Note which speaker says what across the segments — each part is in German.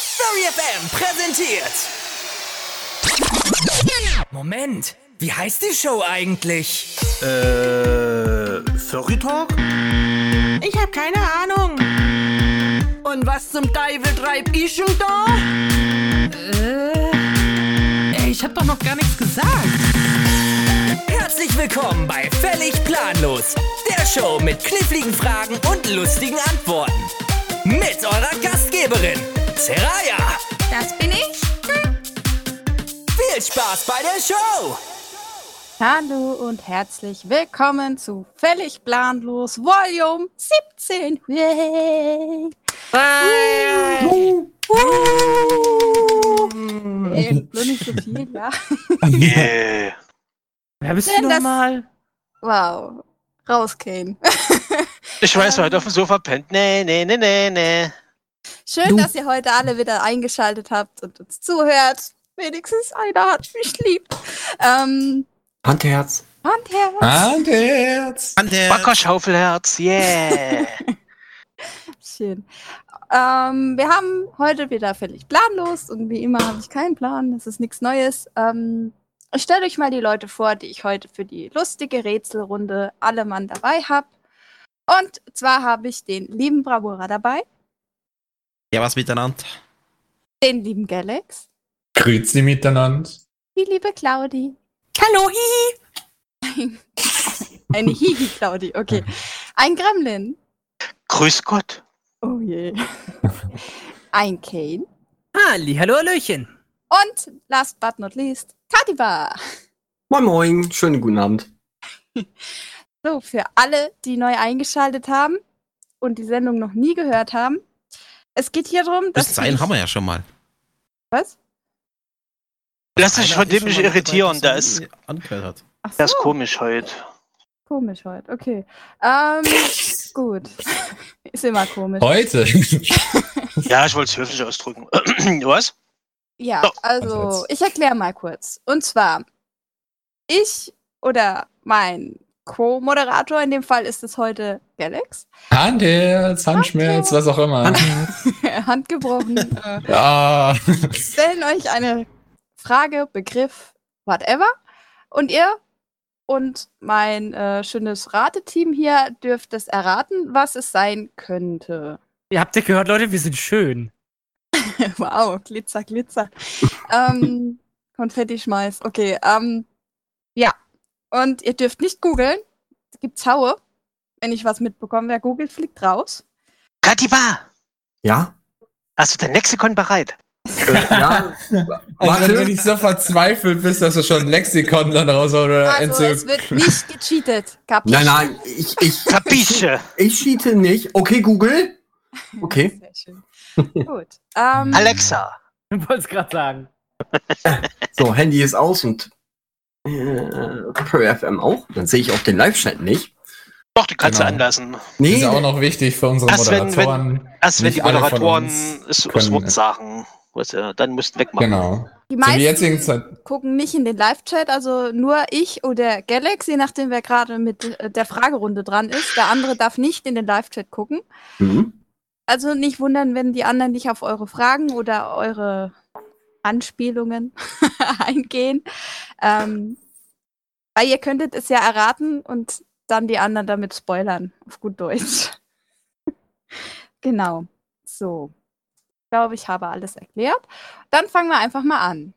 Speaker 1: Story FM präsentiert.
Speaker 2: Moment, wie heißt die Show eigentlich?
Speaker 3: Äh, Furry Talk?
Speaker 4: Ich hab keine Ahnung.
Speaker 5: Und was zum Teufel treib ich schon da?
Speaker 6: Äh, ey, ich hab doch noch gar nichts gesagt.
Speaker 2: Herzlich willkommen bei Völlig Planlos, der Show mit kniffligen Fragen und lustigen Antworten. Mit eurer Gastgeberin, Seraya.
Speaker 7: Das bin ich. Hm.
Speaker 2: Viel Spaß bei der Show.
Speaker 8: Hallo und herzlich willkommen zu Völlig Planlos Volume 17. Yay. Bye. Uh, uh,
Speaker 6: Hm.
Speaker 8: uh. Ey, nur nicht so viel, ja.
Speaker 3: Yeah.
Speaker 6: Wer bist Denn du nochmal?
Speaker 8: Wow. Raus, Kane.
Speaker 3: ich weiß, wer heute auf dem Sofa pennt. Nee, nee, nee, nee, nee.
Speaker 8: Schön, du. dass ihr heute alle wieder eingeschaltet habt und uns zuhört. Wenigstens einer hat mich lieb. Ähm,
Speaker 9: Handherz.
Speaker 8: Handherz.
Speaker 6: Ah.
Speaker 9: Handherz.
Speaker 3: Handherz. Backerschaufelherz, yeah.
Speaker 8: Schön. Ähm, wir haben heute wieder völlig planlos und wie immer habe ich keinen Plan. Das ist nichts Neues. Ähm, ich stelle euch mal die Leute vor, die ich heute für die lustige Rätselrunde alle Mann dabei habe. Und zwar habe ich den lieben Bravura dabei.
Speaker 10: Ja, was miteinander?
Speaker 8: Den lieben Galax.
Speaker 9: Grüezi miteinander.
Speaker 8: Die liebe Claudi.
Speaker 11: Hallo, hihi.
Speaker 8: Eine hihi, Claudi, okay. Ein Gremlin.
Speaker 3: Grüß Gott.
Speaker 8: Oh je. Ein Kane.
Speaker 2: Halli, hallo, Hallöchen.
Speaker 8: Und last but not least, Kadiba.
Speaker 9: Moin, moin. Schönen guten Abend.
Speaker 8: So, für alle, die neu eingeschaltet haben und die Sendung noch nie gehört haben, es geht hier darum,
Speaker 10: dass. Das sein haben wir ja schon mal.
Speaker 8: Was?
Speaker 3: Lass dich von dem nicht irritieren, da ist. Angehört. So. Das ist komisch heute.
Speaker 8: Komisch heute, okay. Ähm, gut. Ist immer komisch.
Speaker 9: Heute?
Speaker 3: ja, ich wollte es höflich ausdrücken. Was?
Speaker 8: Ja, oh. also, ich erkläre mal kurz. Und zwar, ich oder mein Co-Moderator, in dem Fall ist es heute Galax.
Speaker 9: Handherz, Handschmerz, Handherz. was auch immer.
Speaker 8: Hand gebrochen.
Speaker 9: ja.
Speaker 8: Stellen euch eine Frage, Begriff, whatever. Und ihr und mein äh, schönes Rateteam hier dürft es erraten, was es sein könnte.
Speaker 6: Ihr habt ja gehört, Leute, wir sind schön.
Speaker 8: wow, Glitzer, Glitzer. ähm, Konfetti-Schmeiß, okay. Ähm, ja, und ihr dürft nicht googeln. Es gibt Haue. Wenn ich was mitbekomme, wer googelt, fliegt raus.
Speaker 3: Katiba!
Speaker 9: Ja?
Speaker 3: Hast du dein Lexikon bereit?
Speaker 9: ja, also, wenn du nicht so verzweifelt bist, dass du schon ein Lexikon dann raushaut oder
Speaker 8: Also, es wird nicht gecheatet. Kapische.
Speaker 9: Äh, Nein, nein, ich, ich,
Speaker 3: Kapische.
Speaker 9: ich cheate nicht. Okay, Google. Okay.
Speaker 8: Sehr schön. Gut.
Speaker 3: Ähm, Alexa.
Speaker 6: Ich wollte es gerade sagen.
Speaker 9: So, Handy ist aus und äh, Pro FM auch. Dann sehe ich auch den Live-Chat nicht.
Speaker 3: Doch, die kannst genau. du anlassen.
Speaker 9: Nee. Ist auch noch wichtig für unsere erst Moderatoren.
Speaker 3: Wenn, wenn, erst wenn die Moderatoren es, es sagen was ja, dann müssten wegmachen.
Speaker 9: Genau.
Speaker 8: Die meisten Zeit... gucken nicht in den Live-Chat, also nur ich oder Galax, je nachdem, wer gerade mit äh, der Fragerunde dran ist. Der andere darf nicht in den Live-Chat gucken. Mhm.
Speaker 9: Hm?
Speaker 8: Also nicht wundern, wenn die anderen nicht auf eure Fragen oder eure Anspielungen eingehen. Ähm, weil ihr könntet es ja erraten und dann die anderen damit spoilern, auf gut Deutsch. genau. So glaube, ich habe alles erklärt. Dann fangen wir einfach mal an.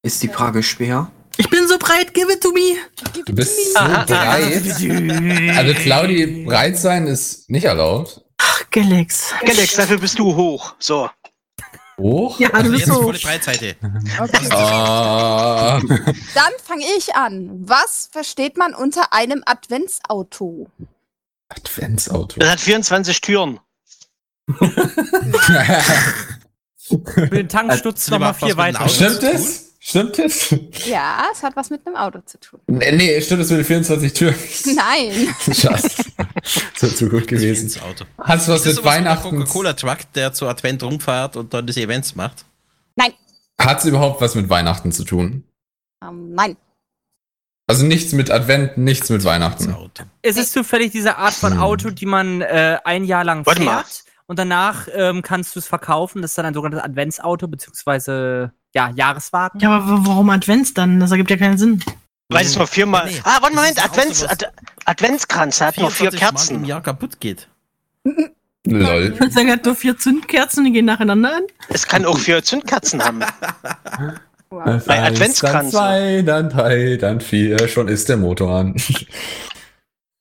Speaker 9: Ist die Frage schwer?
Speaker 11: Ich bin so breit, give it to me.
Speaker 9: It du bist to
Speaker 3: Ah,
Speaker 9: me. so breit. also Claudi, breit sein ist nicht erlaubt.
Speaker 11: Ach, Galax.
Speaker 9: Genau.
Speaker 3: Galax, dafür bist du hoch. So.
Speaker 9: Hoch?
Speaker 10: Ja, also du bist hoch. Breitseite.
Speaker 9: Okay. Ah.
Speaker 8: Dann fange ich an. Was versteht man unter einem Adventsauto?
Speaker 9: Adventsauto.
Speaker 3: Das hat 24 Türen.
Speaker 6: Für den Tank stutzt nochmal vier weiter.
Speaker 9: Stimmt es? Stimmt es?
Speaker 8: Ja, es hat was mit einem Auto zu tun.
Speaker 12: Äh,
Speaker 9: Nee, nee stimmt es mit den 24 Türen?
Speaker 8: Nein.
Speaker 9: Schatz. Das wäre zu gut gewesen. Auto. Hast du was mit Weihnachten?
Speaker 10: Coca-Cola-Truck, der zu Advent rumfährt und dann das Events macht?
Speaker 8: Nein.
Speaker 9: Hat es überhaupt was mit Weihnachten zu tun?
Speaker 8: Um, nein.
Speaker 9: Also nichts mit Advent, nichts mit Weihnachten.
Speaker 6: Ist es zufällig diese Art von Auto, die man äh, ein Jahr lang fährt? Warte mal
Speaker 1: Und danach ähm, kannst du es verkaufen. Das ist dann ein sogenanntes Adventsauto, beziehungsweise ja, Jahreswagen.
Speaker 11: Ja, aber w- warum Advents dann? Das ergibt ja keinen Sinn.
Speaker 3: Weil es nur viermal.
Speaker 11: Nee,
Speaker 3: ah, warte, Moment, Advents, Ad, Adventskranz hat nur vier
Speaker 10: 24 Mal
Speaker 3: Kerzen.
Speaker 10: im Jahr kaputt geht.
Speaker 11: Lol. Sagen hat nur vier Zündkerzen, die gehen nacheinander an.
Speaker 3: Es kann auch vier Zündkerzen haben.
Speaker 12: Wow.
Speaker 3: Bei Adventskranz.
Speaker 12: Dann zwei, dann drei, dann vier, schon ist der Motor an.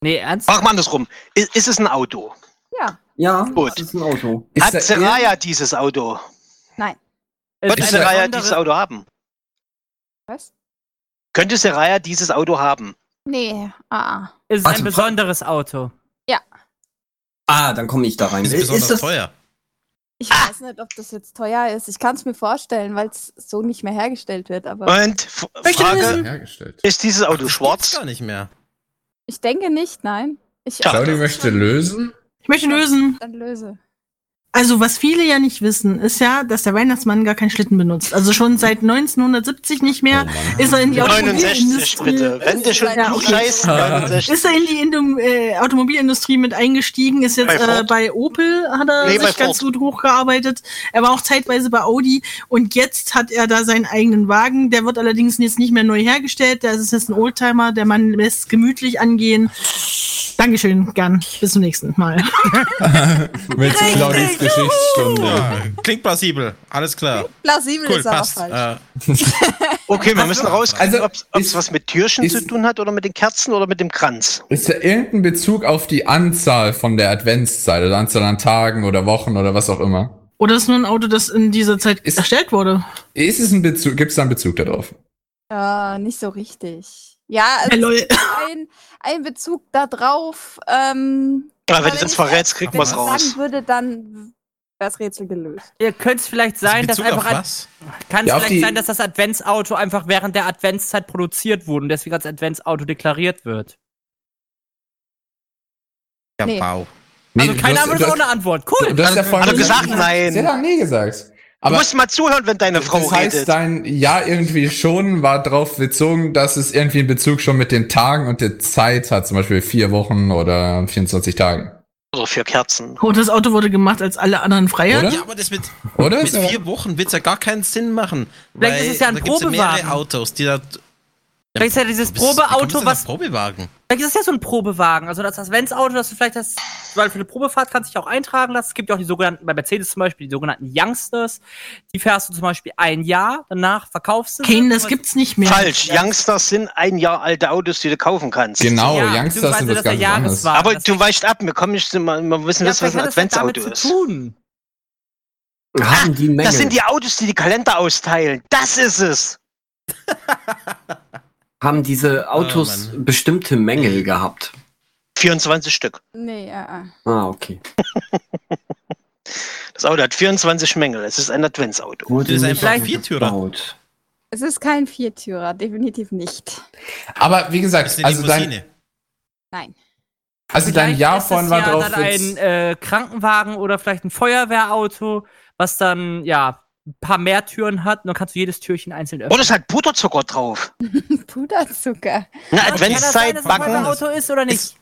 Speaker 1: Nee, ernst?
Speaker 3: Mach mal andersrum. Ist, ist es ein Auto?
Speaker 8: Ja.
Speaker 9: Ja,
Speaker 3: Gut.
Speaker 9: ist ein Auto.
Speaker 3: Hat
Speaker 9: Ist da
Speaker 3: Seraya dieses Auto?
Speaker 8: Nein.
Speaker 3: Könnte
Speaker 8: Ist da-
Speaker 3: Seraya
Speaker 8: Andere-
Speaker 3: dieses Auto haben?
Speaker 8: Was?
Speaker 3: Könnte Seraya dieses Auto haben?
Speaker 8: Nee, ah. ah.
Speaker 1: Es ist
Speaker 9: Warte,
Speaker 1: ein besonderes Auto.
Speaker 8: Ja.
Speaker 9: Ah, dann komme ich da rein.
Speaker 10: Ist besonders
Speaker 9: teuer?
Speaker 8: Ich weiß nicht, ob das jetzt teuer ist. Ich kann es mir vorstellen, weil es so nicht mehr hergestellt wird. Aber
Speaker 3: Und F
Speaker 8: Möchte wissen.
Speaker 3: Frage, ist dieses Auto schwarz?
Speaker 10: Gar nicht mehr.
Speaker 8: ich denke nicht, nein. Ich,
Speaker 12: Claudi möchte lösen.
Speaker 11: Ich möchte lösen.
Speaker 8: Dann löse.
Speaker 11: Also, was viele ja nicht wissen, ist ja, dass der Weihnachtsmann gar keinen Schlitten benutzt. Also schon seit 1970 nicht
Speaker 12: Oh
Speaker 11: mehr ist er in die
Speaker 3: 69
Speaker 11: Automobilindustrie.
Speaker 3: bitte. Wenn du schon
Speaker 11: Ja,
Speaker 3: klug
Speaker 11: okay.
Speaker 3: scheißt, 69.
Speaker 11: Ist er in die Indum- äh, Automobilindustrie mit eingestiegen, ist jetzt
Speaker 3: Bei
Speaker 11: bei, äh,
Speaker 3: Ford?
Speaker 11: bei Opel, hat er
Speaker 3: Nee, bei
Speaker 11: sich ganz
Speaker 3: Ford.
Speaker 11: gut hochgearbeitet. Er war auch zeitweise bei Audi und jetzt hat er da seinen eigenen Wagen. Der wird allerdings jetzt nicht mehr neu hergestellt. Der ist jetzt ein Oldtimer, der Mann lässt es gemütlich angehen. Dankeschön, gern. Bis zum nächsten Mal.
Speaker 12: Mit Claudis
Speaker 10: Ja,
Speaker 12: Geschichtsstunde.
Speaker 10: klingt plausibel. Alles klar.
Speaker 8: Plausibel
Speaker 10: Cool,
Speaker 8: ist aber
Speaker 10: passt.
Speaker 8: falsch.
Speaker 10: Äh,
Speaker 3: Okay, wir müssen rauskriegen,
Speaker 12: Also,
Speaker 3: ob es was mit Türchen zu tun hat oder mit den Kerzen oder mit dem Kranz.
Speaker 12: Ist da irgendein Bezug auf die Anzahl von der Adventszeit oder Anzahl an Tagen oder Wochen oder was auch immer?
Speaker 11: Oder ist nur ein Auto, das in dieser Zeit erstellt wurde?
Speaker 12: Ist es ein Bezug, gibt es da einen Bezug darauf?
Speaker 8: Äh, nicht so richtig. Ja,
Speaker 11: Ja,
Speaker 8: also
Speaker 11: lol.
Speaker 8: es gibt ein, ein Bezug da drauf. Ähm,
Speaker 3: Ja, wenn
Speaker 8: aber
Speaker 3: du das
Speaker 8: ich-
Speaker 3: verrätst, kriegt
Speaker 8: wenn
Speaker 3: man's
Speaker 8: ich
Speaker 3: raus.
Speaker 8: sagen würde, dann wäre das Rätsel gelöst.
Speaker 1: Ihr könnt es vielleicht sein, dass
Speaker 10: Bezug auf
Speaker 1: einfach ein-
Speaker 10: was?
Speaker 1: kann
Speaker 10: Ja,
Speaker 1: es
Speaker 10: auf
Speaker 1: vielleicht
Speaker 10: die-
Speaker 1: sein, dass das Adventsauto einfach während der Adventszeit produziert wurde und deswegen als Adventsauto deklariert wird.
Speaker 10: Ja,
Speaker 1: Nee.
Speaker 10: wow.
Speaker 1: Also keine Ahnung, das ist auch eine Antwort. Cool.
Speaker 12: Du hast ja vorhin
Speaker 3: Hat er Also gesagt, nein.
Speaker 12: Sie hat auch nee gesagt.
Speaker 3: Du
Speaker 12: Aber
Speaker 3: musst mal zuhören, wenn deine Frau
Speaker 12: das heißt,
Speaker 3: redet.
Speaker 12: dein Ja irgendwie schon war darauf bezogen, dass es irgendwie einen Bezug schon mit den Tagen und der Zeit hat, zum Beispiel vier Wochen oder 24 Tagen.
Speaker 3: Oder für Kerzen.
Speaker 11: Und das Auto wurde gemacht als alle anderen Freier.
Speaker 12: Oder?
Speaker 10: Ja, aber das mit,
Speaker 12: Oder?
Speaker 10: mit vier Wochen wird es ja gar keinen Sinn machen.
Speaker 1: Vielleicht
Speaker 10: weil
Speaker 1: ist es ja ein
Speaker 10: da gibt's mehrere
Speaker 1: Probewagen.
Speaker 10: Autos, die da.
Speaker 1: Vielleicht ist ja dieses
Speaker 10: Wie kommst Ähm, du- wie
Speaker 1: Probeauto,
Speaker 10: kommst du denn
Speaker 1: was-
Speaker 10: auf Probewagen.
Speaker 1: Vielleicht ist es ja so ein Probewagen. Also das Adventsauto, dass du vielleicht das, weil für eine Probefahrt kannst du dich auch eintragen lassen. Es gibt ja auch die sogenannten, bei Mercedes zum Beispiel, die sogenannten Youngsters. Die fährst du zum Beispiel ein Jahr, danach verkaufst du sie.
Speaker 11: Kane, das gibt's nicht mehr.
Speaker 3: Falsch. Youngsters sind ein Jahr alte Autos, die du kaufen kannst.
Speaker 12: Genau,
Speaker 1: Ja,
Speaker 12: Youngsters sind
Speaker 1: beziehungsweise,
Speaker 12: das
Speaker 1: dass der
Speaker 12: ganz anders.
Speaker 1: Jahreswagen-
Speaker 3: Aber du weichst ab, wir kommen nicht, wir wir wissen
Speaker 1: Ja,
Speaker 3: wissen, was
Speaker 1: vielleicht
Speaker 3: ein
Speaker 1: hat das ja damit
Speaker 3: Adventsauto
Speaker 1: zu
Speaker 3: ist.
Speaker 1: tun.
Speaker 9: Haben die Menge.
Speaker 3: Ah, Das sind die Autos, die die Kalender austeilen. Das ist es.
Speaker 9: Haben diese Autos bestimmte Mängel gehabt?
Speaker 3: 24 Stück.
Speaker 8: Nee, äh, äh.
Speaker 9: Ah, okay.
Speaker 3: Das Auto hat 24 Mängel. Es ist ein Adventsauto.
Speaker 9: Wurde
Speaker 10: Das ist
Speaker 9: nicht
Speaker 10: einfach Viertürer.
Speaker 9: gebaut.
Speaker 8: Es ist kein Viertürer, definitiv nicht.
Speaker 12: Aber
Speaker 10: Das
Speaker 12: wie
Speaker 10: ist
Speaker 12: gesagt,
Speaker 10: eine
Speaker 12: also dein,
Speaker 10: Limousine.
Speaker 8: Nein.
Speaker 12: also dein
Speaker 1: Vielleicht
Speaker 12: Ja
Speaker 1: ist es
Speaker 12: vorhin war
Speaker 1: ja
Speaker 12: drauf.
Speaker 1: dann ein äh, Krankenwagen oder vielleicht ein Feuerwehrauto, was dann, ja, ein paar mehr Türen hat und dann kannst du jedes Türchen einzeln
Speaker 3: Und
Speaker 1: öffnen.
Speaker 3: es hat Puderzucker drauf.
Speaker 8: Puderzucker.
Speaker 3: Na,
Speaker 1: Kann
Speaker 3: Adventszeit
Speaker 1: das sein, dass es ein
Speaker 3: backen.
Speaker 1: Feuerwehrauto ist oder nicht?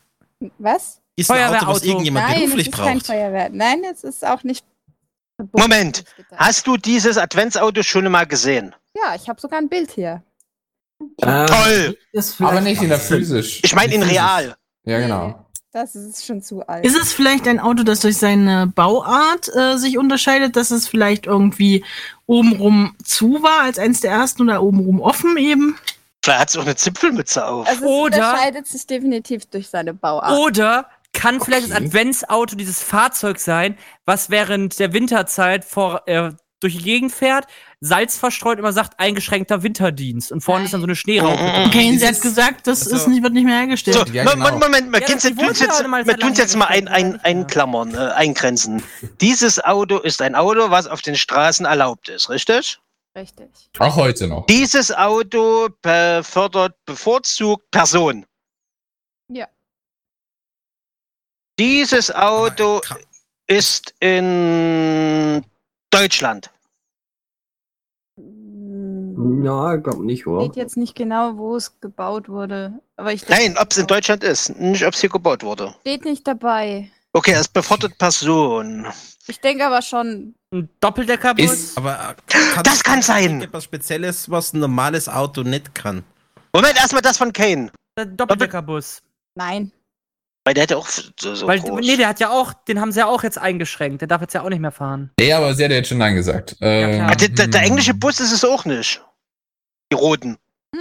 Speaker 8: Was?
Speaker 10: Ist ein Auto, was
Speaker 1: Feuerwehrauto.
Speaker 10: irgendjemand
Speaker 8: Nein, es
Speaker 10: beruflich
Speaker 8: ist kein
Speaker 10: braucht.
Speaker 8: Feuerwehr. Nein, es ist auch nicht. verboten.
Speaker 3: Moment. Hast du dieses Adventsauto schon mal gesehen?
Speaker 8: Ja, ich habe sogar ein Bild hier.
Speaker 9: Ah,
Speaker 3: Toll.
Speaker 12: aber nicht in der physisch.
Speaker 3: Ich meine in real.
Speaker 12: Ja, genau.
Speaker 8: Das ist schon zu alt.
Speaker 11: Ist es vielleicht ein Auto, das durch seine Bauart äh, sich unterscheidet, dass es vielleicht irgendwie obenrum zu war als eines der ersten oder obenrum offen
Speaker 3: Mhm.
Speaker 11: eben?
Speaker 3: Vielleicht hat es auch eine Zipfelmütze auf.
Speaker 8: also es
Speaker 1: Oder-
Speaker 8: unterscheidet sich definitiv durch seine Bauart.
Speaker 1: Oder kann vielleicht das Adventsauto dieses Fahrzeug sein, was während der Winterzeit vor, äh, durch die Gegend fährt, Salz verstreut, immer sagt, eingeschränkter Winterdienst. Und vorne ist dann so eine Schneeraupe.
Speaker 11: Okay, sie hat gesagt, das ist nicht, wird nicht mehr hergestellt.
Speaker 3: Also So,
Speaker 12: Ja,
Speaker 3: Mo-
Speaker 12: genau.
Speaker 3: Mo- Moment, wir
Speaker 1: Ja,
Speaker 3: tun's
Speaker 1: das-
Speaker 3: jetzt,
Speaker 1: die wurden ja auch mal
Speaker 3: wir tun's jetzt mal ein,
Speaker 1: verlangt,
Speaker 3: ein, einklammern, äh, eingrenzen. Dieses Auto ist ein Auto, was auf den Straßen erlaubt ist, richtig?
Speaker 8: Richtig.
Speaker 12: Auch heute noch.
Speaker 3: Dieses Auto befördert bevorzugt Personen.
Speaker 8: Ja.
Speaker 3: Dieses Auto
Speaker 10: Kra-
Speaker 3: ist in Deutschland.
Speaker 9: Ja, ich glaube nicht, oder?
Speaker 8: Mm, Steht jetzt nicht genau, wo es gebaut wurde. Aber ich denke,
Speaker 3: Nein, ob es in Deutschland ist, nicht ob es hier gebaut wurde.
Speaker 8: steht nicht dabei.
Speaker 3: Okay, er ist befottet Person.
Speaker 8: Ich denke aber schon.
Speaker 1: Ein doppeldecker
Speaker 10: Ist, aber äh, kann
Speaker 3: das kann sein!
Speaker 10: Etwas Spezielles, was ein normales Auto nicht kann.
Speaker 3: Moment, erstmal das von Kane.
Speaker 1: Der Doppeldeckerbus.
Speaker 8: Nein.
Speaker 3: Weil der hätte auch so, so
Speaker 1: Weil,
Speaker 3: groß.
Speaker 1: nee, der hat ja auch, den haben sie ja auch jetzt eingeschränkt. Der darf jetzt ja auch nicht mehr fahren.
Speaker 12: Ja, aber sie hat ja jetzt schon Nein gesagt. Ähm,
Speaker 3: Ah, der, der, der englische Bus ist es auch nicht. Die roten.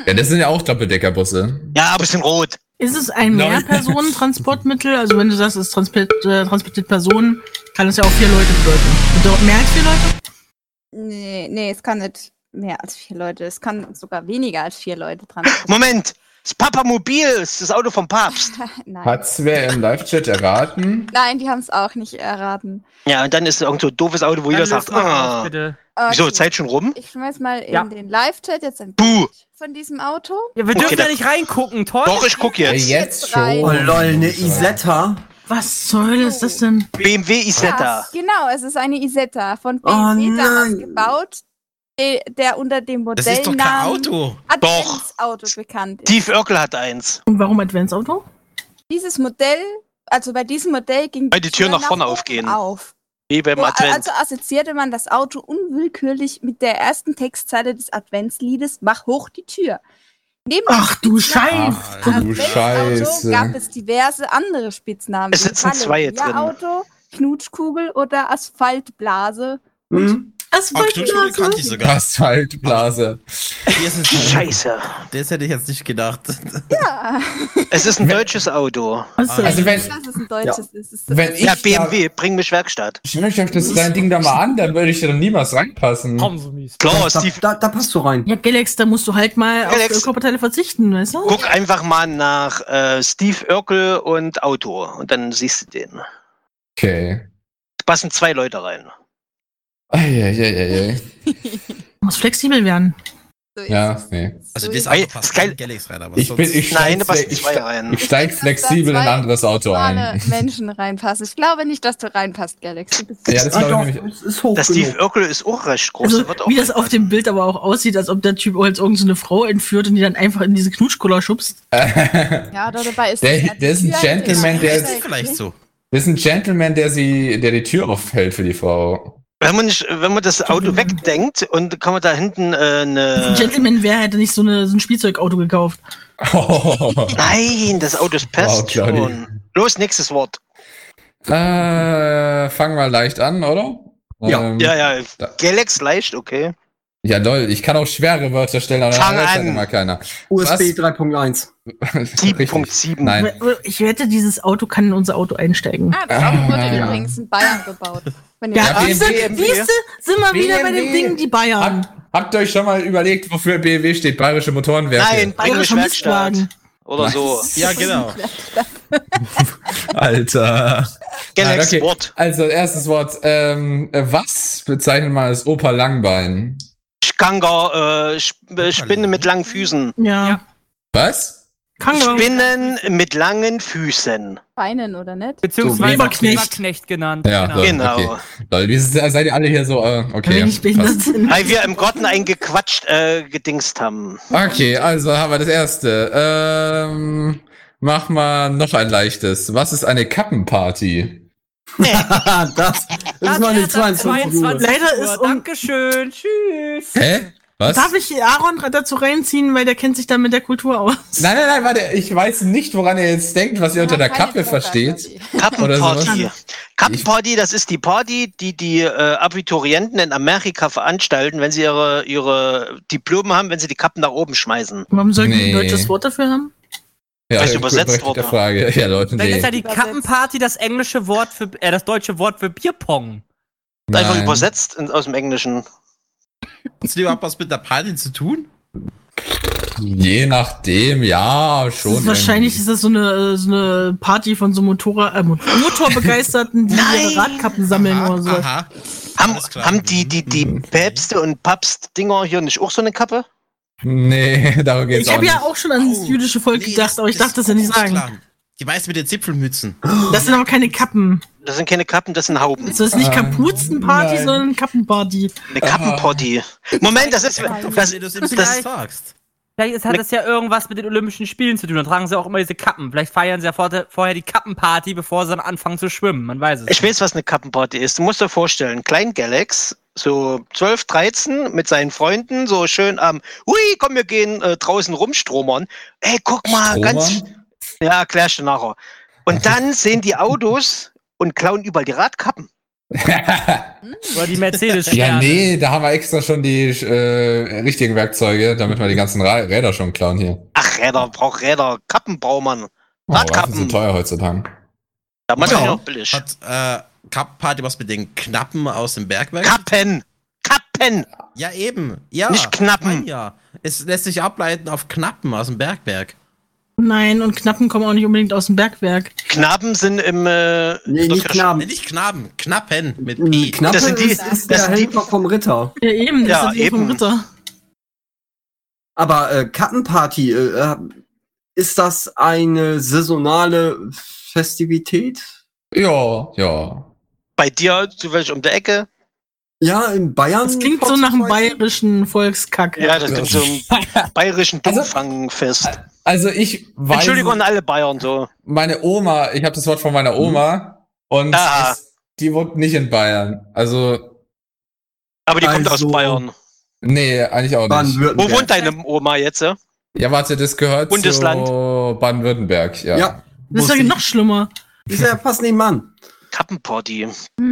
Speaker 12: ja, das sind ja auch Doppeldeckerbusse.
Speaker 3: Ja, aber es sind rot.
Speaker 11: Ist es ein
Speaker 12: Nein.
Speaker 11: Mehrpersonentransportmittel? Also wenn du sagst, es transport, äh, transportiert Personen, kann es ja auch vier Leute bedeuten. Bedeutet mehr als vier Leute?
Speaker 8: Nee, nee, es kann nicht mehr als vier Leute. Es kann sogar weniger als vier Leute transportieren.
Speaker 3: Moment! Das Papamobil ist das Auto vom Papst.
Speaker 8: Nein.
Speaker 12: Hat's wer im Live-Chat erraten?
Speaker 8: Nein, die haben es auch nicht erraten.
Speaker 3: Ja, und dann ist es irgend so ein doofes Auto, wo jeder sagt, ah. Wieso,
Speaker 8: Okay.
Speaker 3: Zeit schon rum?
Speaker 8: Ich schmeiß mal in
Speaker 3: Ja.
Speaker 8: den Live-Chat jetzt ein
Speaker 3: Buh.
Speaker 8: Bild von diesem Auto.
Speaker 1: Ja, wir
Speaker 3: Okay,
Speaker 1: dürfen ja
Speaker 3: dann-
Speaker 1: nicht reingucken, toll.
Speaker 3: Doch, ich guck jetzt.
Speaker 12: Ja, jetzt
Speaker 8: schon.
Speaker 9: Oh lol, eine Isetta.
Speaker 11: Was soll das, das denn?
Speaker 3: BMW
Speaker 8: Ja,
Speaker 3: Isetta.
Speaker 8: genau, es ist eine Isetta von
Speaker 9: Oh
Speaker 8: BMW damals
Speaker 9: nein.
Speaker 8: gebaut, de- der unter dem
Speaker 10: Das ist doch
Speaker 8: Modellnamen
Speaker 10: kein Auto.
Speaker 8: Adventsauto bekannt ist.
Speaker 3: Steve Urkel hat eins.
Speaker 11: Und warum Advance-Auto?
Speaker 8: Dieses Modell, also bei diesem Modell ging
Speaker 3: Weil die Türen nach vorne aufgehen.
Speaker 8: oben auf.
Speaker 3: Wie beim
Speaker 8: So, a-
Speaker 3: Advent.
Speaker 8: also assoziierte man das Auto unwillkürlich mit der ersten Textzeile des Adventsliedes Mach hoch die Tür. Neben
Speaker 11: Ach du
Speaker 12: Ach,
Speaker 11: Scheiße!
Speaker 12: du Scheiße.
Speaker 8: gab es diverse andere Spitznamen.
Speaker 3: Es sitzen zwei
Speaker 8: Halleluja
Speaker 3: drin.
Speaker 8: Auto, Knutschkugel oder Asphaltblase.
Speaker 9: Hm?
Speaker 11: Das
Speaker 10: Ah, Knutschkugel kannte ich sogar.
Speaker 12: Asphaltblase.
Speaker 10: Das, ist, halt,
Speaker 3: Scheiße.
Speaker 10: das hätte ich jetzt nicht gedacht.
Speaker 8: Ja,
Speaker 3: Es ist ein deutsches Auto.
Speaker 12: Also wenn,
Speaker 8: dass es ein deutsches ist. ist
Speaker 12: wenn ich
Speaker 3: Ja, BMW, bring mich Werkstatt.
Speaker 12: Ich möchte euch das dein Ding da mal an, dann würde ich da doch niemals reinpassen.
Speaker 1: Komm, so mies.
Speaker 3: Klar,
Speaker 9: Da,
Speaker 3: Steve,
Speaker 9: da, da passt du rein.
Speaker 11: Ja, Galax, da musst du halt mal auf
Speaker 3: Galax.
Speaker 11: äh, Körperteile verzichten, weißt du?
Speaker 3: guck einfach mal nach äh, Steve Urkel und Auto und dann siehst du den. Da
Speaker 12: Okay.
Speaker 3: passen zwei Leute rein.
Speaker 12: Eieieiei.
Speaker 11: Muss flexibel werden.
Speaker 8: so ist
Speaker 12: Ja,
Speaker 8: es.
Speaker 12: nee.
Speaker 10: Also
Speaker 8: So
Speaker 10: das
Speaker 8: ist
Speaker 10: Auto
Speaker 3: es.
Speaker 10: passt
Speaker 3: Sky-
Speaker 10: in Galax rein, aber
Speaker 12: Ich bin,
Speaker 10: sonst-
Speaker 12: ich
Speaker 3: Nein,
Speaker 12: steig,
Speaker 3: da passen
Speaker 12: ich,
Speaker 3: zwei
Speaker 12: steig-
Speaker 3: rein.
Speaker 12: ich steig flexibel in ein anderes Auto ein.
Speaker 8: Alle Menschen reinpassen. Ich glaube nicht, dass du reinpasst, Galax. Du bist
Speaker 12: Ja, das
Speaker 9: Ah,
Speaker 12: glaube ich
Speaker 9: doch,
Speaker 12: nämlich.
Speaker 9: es ist hoch
Speaker 3: Der Steve
Speaker 9: genug.
Speaker 3: Urkel ist auch recht groß.
Speaker 11: Also,
Speaker 3: der Oh, wird auch
Speaker 11: wie das auf dem Bild aber auch aussieht, als ob der Typ jetzt irgendeine Frau entführt und die dann einfach in diese Knutschkoller schubst.
Speaker 8: ja, da dabei ist
Speaker 12: Der- der ist ein Gentleman, der
Speaker 10: ist vielleicht so.
Speaker 12: Das ist ein Gentleman, der sie, der die Tür aufhält für die Frau.
Speaker 3: Wenn man, nicht, wenn man das Auto wegdenkt und kann man da hinten äh,
Speaker 11: Ein
Speaker 3: eine.
Speaker 11: Gentleman wäre, hätte nicht so, eine, so ein Spielzeugauto gekauft.
Speaker 12: Oh.
Speaker 3: Nein, das Auto ist Pest
Speaker 12: Wow, Claudi.
Speaker 3: schon. Los, nächstes Wort.
Speaker 12: äh, fang mal leicht an, oder?
Speaker 9: Ja.
Speaker 12: Ähm,
Speaker 3: Ja, ja,
Speaker 12: da-
Speaker 3: Galax leicht, okay.
Speaker 12: Ja, lol, ich kann auch schwere Wörter stellen, aber
Speaker 3: Fang
Speaker 12: dann weiß halt
Speaker 3: an.
Speaker 12: immer keiner. Was?
Speaker 9: USB 3.1.
Speaker 12: Richtig.
Speaker 3: 7.7.
Speaker 12: Nein.
Speaker 11: Ich wette, dieses Auto kann in unser Auto einsteigen.
Speaker 8: Ah, das Auto wurde
Speaker 12: Ah.
Speaker 8: übrigens in Bayern gebaut. Wenn ihr
Speaker 11: Ja,
Speaker 12: Ja,
Speaker 11: siehste,
Speaker 12: BMW.
Speaker 11: siehste, sind wir wieder bei den
Speaker 12: BMW.
Speaker 11: Dingen, die Bayern.
Speaker 12: Habt, habt ihr euch schon mal überlegt, wofür BMW steht? Bayerische Motorenwerke.
Speaker 3: Nein, bring mich
Speaker 11: Bayerischer
Speaker 3: Werkstatt.
Speaker 11: Mistwagen.
Speaker 3: Oder so.
Speaker 10: Ja, genau.
Speaker 12: Alter.
Speaker 3: Galax
Speaker 12: Nein, okay.
Speaker 3: Wort.
Speaker 12: Also, erstes Wort. Ähm, äh, was bezeichnet man als Opa Langbein?
Speaker 3: Skanger, äh, Sp äh, Spinne mit langen Füßen.
Speaker 11: Ja.
Speaker 12: Was?
Speaker 11: Kanga.
Speaker 3: Spinnen mit langen Füßen.
Speaker 8: Feinen, oder nicht?
Speaker 1: Beziehungsweise
Speaker 11: Weberknecht.
Speaker 1: Weberknecht genannt.
Speaker 12: Ja,
Speaker 1: genau.
Speaker 12: so,
Speaker 3: Genau.
Speaker 12: okay. Lol, wir sind, seid ihr alle hier so, äh, okay.
Speaker 11: Wenn ich
Speaker 12: passt.
Speaker 11: behindert bin.
Speaker 3: Weil wir im Garten einen gequatscht, äh, gedingst haben.
Speaker 12: Okay, also haben wir das erste. Ähm, mach mal noch ein leichtes. Was ist eine Kappenparty?
Speaker 9: Haha, das, das ist meine 22 Uhr.
Speaker 11: Leider ist
Speaker 1: Uhr.
Speaker 11: um-
Speaker 1: Dankeschön. Tschüss.
Speaker 12: Hä? Was?
Speaker 11: Darf ich Aaron dazu reinziehen, weil der kennt sich da mit der Kultur aus?
Speaker 12: Nein, nein, nein, warte, ich weiß nicht, woran ihr jetzt denkt, was ihr unter der Kappe versteht. Oder
Speaker 3: Kappenparty.
Speaker 12: sowas.
Speaker 3: Kappenparty, das ist die Party, die die äh, Abiturienten in Amerika veranstalten, wenn sie ihre, ihre Diplome haben, wenn sie die Kappen nach oben schmeißen.
Speaker 11: Warum sollten
Speaker 12: Nee.
Speaker 11: die ein deutsches Wort dafür haben?
Speaker 12: Ja,
Speaker 3: Vielleicht übersetzt
Speaker 12: berechtigte
Speaker 3: worden.
Speaker 12: Frage. Ja, Leute,
Speaker 1: Dann
Speaker 12: nee.
Speaker 1: ist ja die Kappenparty das englische Wort für, äh, das deutsche Wort für Bierpong.
Speaker 3: Und Einfach
Speaker 12: Nein.
Speaker 3: übersetzt in, aus dem Englischen.
Speaker 10: Hast du überhaupt was mit der Party zu tun?
Speaker 12: Je nachdem, ja, schon.
Speaker 11: Das ist wahrscheinlich ist
Speaker 12: irgendwie.
Speaker 11: das so eine, so eine Party von so Motorrad, äh, Mot- Motorbegeisterten, die ihre Radkappen sammeln oder so.
Speaker 10: Aha.
Speaker 3: Haben,
Speaker 10: Alles klar.
Speaker 3: haben die, die, die
Speaker 12: Mhm.
Speaker 3: Päpste und Papstdinger hier nicht auch so eine Kappe?
Speaker 12: Nee, darum geht's
Speaker 11: Ich
Speaker 12: auch
Speaker 11: habe
Speaker 12: nicht.
Speaker 11: ja auch schon ans
Speaker 10: Oh,
Speaker 11: jüdische Volk
Speaker 10: nee,
Speaker 11: gedacht, aber ich darf das ja nicht
Speaker 10: ist
Speaker 11: sagen.
Speaker 10: klar. Die weiß mit den Zipfelmützen.
Speaker 11: Das sind aber keine Kappen.
Speaker 3: Das sind keine Kappen, das sind Hauben.
Speaker 11: Das ist nicht
Speaker 12: Ähm,
Speaker 11: Kapuzenparty,
Speaker 12: nein.
Speaker 11: sondern Kappenparty.
Speaker 3: Eine Kappenparty. Moment, das ist. Das,
Speaker 10: Wenn du es
Speaker 3: das,
Speaker 10: sagst.
Speaker 1: Vielleicht
Speaker 3: Ne-
Speaker 1: ist, hat das ja irgendwas mit den Olympischen Spielen zu tun. Dann tragen sie auch immer diese Kappen. Vielleicht feiern sie ja vor, vorher die Kappenparty, bevor sie dann anfangen zu schwimmen. Man weiß es.
Speaker 3: Ich weiß, was eine Kappenparty ist. Du musst dir vorstellen, Klein Galax, so 12, 13, mit seinen Freunden, so schön am, hui, komm, wir gehen äh, draußen rumstromern. Ey, guck mal,
Speaker 12: Stromern?
Speaker 3: ganz. Ja, klärst du nachher. Und dann sehen die Autos und klauen überall die Radkappen.
Speaker 1: Oder die mercedes
Speaker 12: Ja, nee, da haben wir extra schon die äh, richtigen Werkzeuge, damit wir die ganzen Ra Räder schon klauen hier.
Speaker 3: Ach, Räder, braucht Räder, Kappen braucht man.
Speaker 12: Oh, Reifen sind teuer heutzutage.
Speaker 3: Da
Speaker 12: machst du dich auch
Speaker 3: billig.
Speaker 10: Hat äh, Kappenparty was mit den Knappen aus dem Bergwerk?
Speaker 3: Kappen! Kappen!
Speaker 10: Ja, eben. Ja.
Speaker 11: Nicht Knappen.
Speaker 10: Mann, Ja. Es lässt sich ableiten auf Knappen aus dem Bergwerk.
Speaker 11: Nein, und Knappen kommen auch nicht unbedingt aus dem Bergwerk.
Speaker 3: Knaben sind im. Äh,
Speaker 10: nee, nicht Knaben. nicht Knaben, Knappen mit I.
Speaker 9: Knappe das sind die, ist, ist der Helfer vom Ritter.
Speaker 11: Ja, eben, das
Speaker 9: Ja,
Speaker 11: ist die vom
Speaker 9: eben.
Speaker 11: Ritter.
Speaker 9: Aber äh, Kappenparty, äh, äh, ist das eine saisonale Festivität?
Speaker 12: Ja, ja.
Speaker 3: Bei dir zufällig um der Ecke?
Speaker 9: Ja, in Bayern.
Speaker 11: Das klingt so nach einem bayerischen Volkskack.
Speaker 3: Ja, das klingt so im bayerischen Dummfangfest.
Speaker 12: Also ich weiß-
Speaker 3: Entschuldigung an alle Bayern so.
Speaker 12: Meine Oma, ich habe das Wort von meiner
Speaker 11: Mhm.
Speaker 12: Oma und es, die wohnt nicht in Bayern. Also.
Speaker 3: Aber die kommt aus Bayern.
Speaker 12: Nee, eigentlich auch nicht.
Speaker 3: Wo wohnt deine Oma jetzt? äh?
Speaker 12: Ja, warte, das gehört
Speaker 3: Bundesland?
Speaker 12: zu Baden-Württemberg, ja.
Speaker 9: Ja.
Speaker 11: Das ist ja noch schlimmer.
Speaker 9: Ist ja fast nebenan.
Speaker 3: Kappenparty.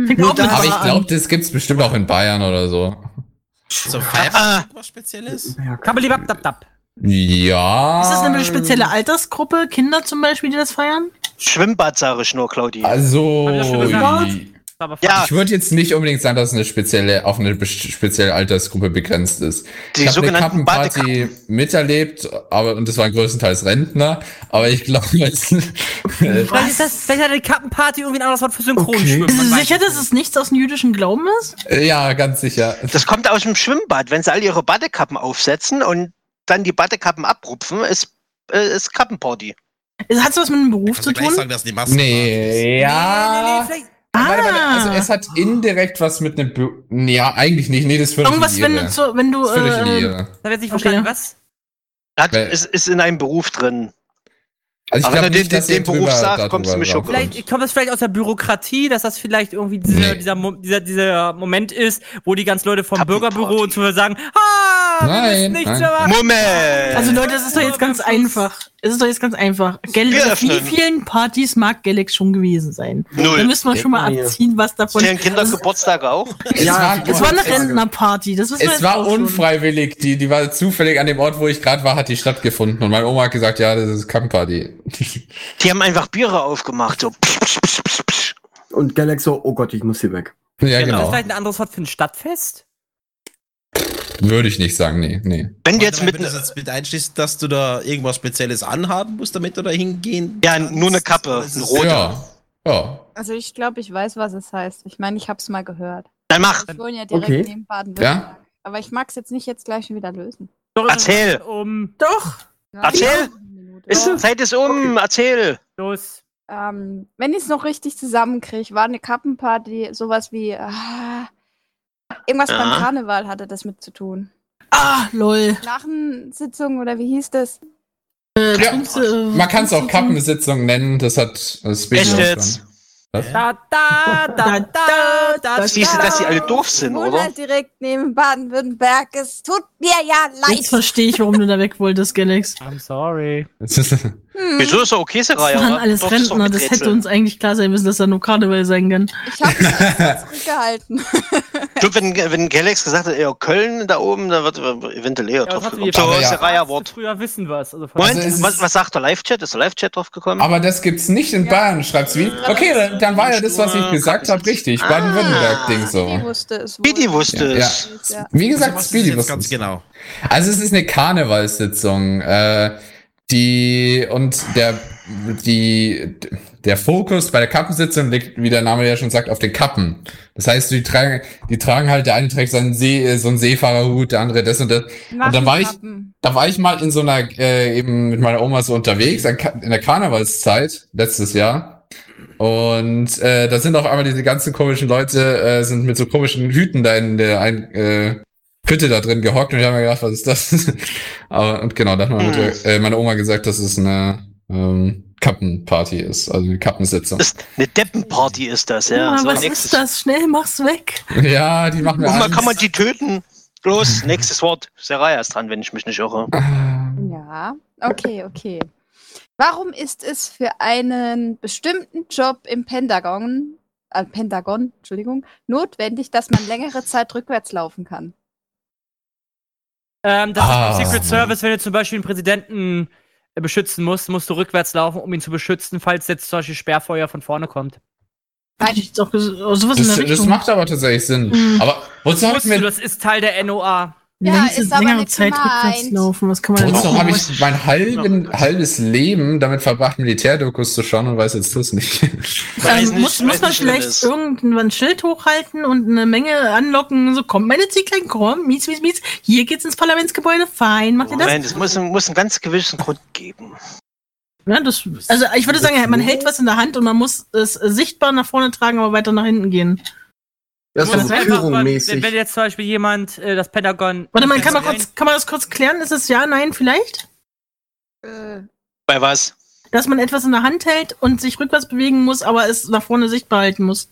Speaker 11: Fängt auch mit
Speaker 12: Aber ich
Speaker 11: an.
Speaker 12: glaube, das gibt's bestimmt auch in Bayern oder so.
Speaker 10: So
Speaker 3: Ah,
Speaker 10: Pfeifen? Was Spezielles?
Speaker 1: Kabbelibabdabdab.
Speaker 12: Ja.
Speaker 11: Ist das eine spezielle Altersgruppe? Kinder zum Beispiel, die das feiern?
Speaker 3: Schwimmbad sage ich nur, Claudi.
Speaker 12: Also. Ah.
Speaker 11: Hab ich das schon gesagt?
Speaker 1: Aber
Speaker 3: Ja.
Speaker 12: Ich würde jetzt nicht unbedingt sagen, dass es eine spezielle, auf eine best- spezielle Altersgruppe begrenzt ist.
Speaker 3: Die
Speaker 12: ich habe eine
Speaker 3: sogenannten
Speaker 12: Kappenparty miterlebt, aber, und das waren größtenteils Rentner, aber ich glaube, es,
Speaker 1: Vielleicht, ist das, vielleicht hat die Kappenparty irgendwie ein anderes Wort für Synchronschwimmen.
Speaker 11: Bist
Speaker 1: Man
Speaker 11: du
Speaker 1: weiß
Speaker 11: sicher, dass es nichts aus dem jüdischen Glauben ist?
Speaker 12: ja, ganz sicher.
Speaker 3: Das kommt aus dem Schwimmbad, wenn sie alle ihre Badekappen aufsetzen und dann die Badekappen abrupfen, ist, äh, ist Kappenparty.
Speaker 11: Hat es was mit dem Beruf zu tun?
Speaker 10: dass die
Speaker 12: Nee, ja. Warte, warte, also
Speaker 11: Ah,
Speaker 12: es hat indirekt was mit einem, Bu- ja, eigentlich nicht, nee, das führt
Speaker 11: Irgendwas,
Speaker 12: ich in die
Speaker 11: wenn
Speaker 12: Irre.
Speaker 11: du zu- wenn du,
Speaker 12: Das führt euch in Also
Speaker 11: äh,
Speaker 12: die Irre.
Speaker 1: Da wird nicht verstanden, was?
Speaker 3: Hat, es ist in einem Beruf drin.
Speaker 12: Also ich
Speaker 3: Aber wenn
Speaker 12: glaub
Speaker 3: du
Speaker 12: nicht,
Speaker 3: den,
Speaker 12: dass ihr
Speaker 3: den Beruf
Speaker 12: drüber-
Speaker 3: sagst, kommst du
Speaker 12: darüber
Speaker 3: mit Schoko.
Speaker 1: Vielleicht kommt das vielleicht aus der Bürokratie, dass das vielleicht irgendwie dieser, dieser, Mo- dieser, dieser Moment ist, wo die ganzen Leute vom Bürgerbüro zu mir sagen, ah, wir wissen nichts mehr machen.
Speaker 3: Moment!
Speaker 11: also Leute, das ist doch jetzt ganz einfach. Es ist doch jetzt ganz einfach. Gell,
Speaker 3: Wir
Speaker 11: auf wie
Speaker 3: öffnen.
Speaker 11: vielen Partys mag Galax schon gewesen sein?
Speaker 3: Null.
Speaker 11: Da müssen wir schon mal
Speaker 3: Denken wir.
Speaker 11: abziehen, was davon... Also,
Speaker 3: Zählen Kinder Geburtstage auch?
Speaker 12: Ja,
Speaker 11: Es war eine Rentnerparty, das wissen wir
Speaker 12: Es
Speaker 11: jetzt
Speaker 12: war
Speaker 11: auch schon.
Speaker 12: unfreiwillig, die, die war zufällig an dem Ort, wo ich gerade war, hat die stattgefunden und meine Oma hat gesagt, ja, das ist Kampfparty.
Speaker 3: Die haben einfach Biere aufgemacht. So.
Speaker 9: Und Galax so, oh Gott, ich muss hier weg.
Speaker 12: Ja,
Speaker 1: Ist das
Speaker 12: genau.
Speaker 1: vielleicht ein anderes Wort für ein Stadtfest?
Speaker 12: Würde ich nicht sagen, nee, nee.
Speaker 3: Wenn
Speaker 10: du jetzt mit,
Speaker 3: ne-
Speaker 10: das jetzt mit einschließt, dass du da irgendwas Spezielles anhaben musst, damit du da hingehen
Speaker 3: Ja, nur eine Kappe, eine rote.
Speaker 12: Ja. ja.
Speaker 8: Also ich glaube, ich weiß, was es heißt. Ich meine, ich habe es mal gehört.
Speaker 3: Dann mach.
Speaker 8: Ich wohne ja direkt
Speaker 12: Okay.
Speaker 8: neben Baden-Württemberg. Aber ich mag es jetzt nicht jetzt gleich schon wieder lösen.
Speaker 1: Doch, es ist
Speaker 3: Erzähl.
Speaker 1: Um,
Speaker 11: Doch.
Speaker 3: Erzähl! Ist, Zeit ist um, erzähl!
Speaker 1: Los.
Speaker 8: Ähm, wenn ich es noch richtig zusammenkriege, war eine Kappenparty sowas wie ah, irgendwas
Speaker 11: Ja.
Speaker 8: beim Karneval hatte das mit zu tun.
Speaker 11: Ah, lol.
Speaker 8: Narrensitzung oder wie hieß das?
Speaker 11: äh,
Speaker 12: Man kann es auch Kappensitzung nennen, das hat das
Speaker 3: Echt
Speaker 12: auch
Speaker 3: jetzt?
Speaker 12: schon. Was?
Speaker 1: Da, da, da, da, da, da.
Speaker 3: Siehst du, dass die alle doof sind,
Speaker 8: Wohnt
Speaker 3: oder?
Speaker 8: halt direkt neben Baden-Württemberg. Es tut mir ja
Speaker 11: Jetzt
Speaker 8: leid.
Speaker 11: verstehe ich, warum du da weg wolltest, Galax.
Speaker 1: I'm sorry.
Speaker 3: Wieso ist er okay,
Speaker 11: äh, Das waren alles Rentner, das hätte uns eigentlich klar sein müssen, dass da nur Karneval sein kann.
Speaker 8: Zurückgehalten.
Speaker 3: Du, wenn, wenn Galax gesagt hat, ja, Köln da oben, dann wird eventuell eher drauf gekommen. So ist der Reihe Wort.
Speaker 1: Früher wissen wir es. Also von-
Speaker 3: Moment,
Speaker 1: Also es
Speaker 3: was, was sagt der Live-Chat? Ist der Live-Chat drauf gekommen?
Speaker 12: Aber das gibt's nicht in Bayern, schreibt's wie. Okay, dann, dann war ja das, was ich gesagt habe, richtig. Baden-Württemberg-Ding
Speaker 8: Die
Speaker 12: so.
Speaker 8: wusste es.
Speaker 3: Speedy wusste
Speaker 12: Ah. Ja.
Speaker 3: es.
Speaker 12: Wie gesagt, Speedy wusste
Speaker 10: ganz genau.
Speaker 12: Also es ist eine Karnevalssitzung, äh, die und der die der Fokus bei der Kappensitzung liegt, wie der Name ja schon sagt, auf den Kappen. Das heißt, die tragen die tragen halt der eine trägt seinen See, äh, so einen Seefahrerhut, der andere das und das. Und dann war ich da war ich mal in so einer äh, eben mit meiner Oma so unterwegs an Ka- in der Karnevalszeit letztes Jahr. Und äh, da sind auf einmal diese ganzen komischen Leute, äh, sind mit so komischen Hüten da in der ein, äh, Kritte da drin gehockt und ich habe mir gedacht, was ist das? Aber, und genau, da hat meine, Mutter, äh, meine Oma gesagt, dass es eine ähm, Kappenparty ist, also eine Kappensitzung.
Speaker 3: Das ist eine Deppenparty ist das, ja.
Speaker 11: Ja,
Speaker 3: So,
Speaker 11: Ah, was
Speaker 3: nächstes-
Speaker 11: ist das? Schnell, mach's weg.
Speaker 12: Ja, die machen mir
Speaker 3: Guck mal, kann
Speaker 12: Angst.
Speaker 3: man die töten? Los, nächstes Wort. Seraya ist dran, wenn ich mich nicht irre.
Speaker 8: Ja, okay, okay. Warum ist es für einen bestimmten Job im Pentagon, äh, Pentagon, Entschuldigung, notwendig, dass man längere Zeit rückwärts laufen kann?
Speaker 1: Ähm, das
Speaker 12: Ah.
Speaker 1: ist beim Secret Service, wenn du zum Beispiel einen Präsidenten äh, beschützen musst, musst du rückwärts laufen, um ihn zu beschützen, falls jetzt zum Beispiel Sperrfeuer von vorne kommt.
Speaker 11: Hätte ich doch ges- oh, sowas in
Speaker 12: Das,
Speaker 11: der
Speaker 12: das
Speaker 11: Richtung.
Speaker 12: macht aber tatsächlich Sinn. Aber wozu habe ich
Speaker 1: Wusstest du,
Speaker 12: mir
Speaker 1: das ist Teil der NOA.
Speaker 11: Längste-
Speaker 1: ist aber
Speaker 11: längere
Speaker 1: nicht
Speaker 11: Zeit
Speaker 1: gemeint.
Speaker 11: rückwärts laufen. Was kann man
Speaker 12: Wozu habe ich mein halben, halbes Leben damit verbracht, Militärdokus zu schauen und weiß jetzt das nicht.
Speaker 11: Ähm, muss muss man vielleicht irgendwann ein Schild hochhalten und eine Menge anlocken? So, kommt meine Zieglein, komm, mies, mies, mies. Hier geht's ins Parlamentsgebäude, fein, macht ihr das?
Speaker 3: Moment, es muss, muss einen ganz gewissen Grund geben.
Speaker 11: Ja, das? Also, ich würde sagen, man hält was in der Hand und man muss es sichtbar nach vorne tragen, aber weiter nach hinten gehen.
Speaker 9: Das
Speaker 1: Muss
Speaker 9: ist so
Speaker 1: einfach,
Speaker 9: führungmäßig.
Speaker 1: Wenn, wenn jetzt zum Beispiel jemand äh, das Pentagon.
Speaker 11: Warte mal, kann man, kurz, kann man das kurz klären? Ist es ja, nein, vielleicht?
Speaker 8: Äh,
Speaker 3: Bei was?
Speaker 11: Dass man etwas in der Hand hält und sich rückwärts bewegen muss, aber es nach vorne sichtbar halten muss.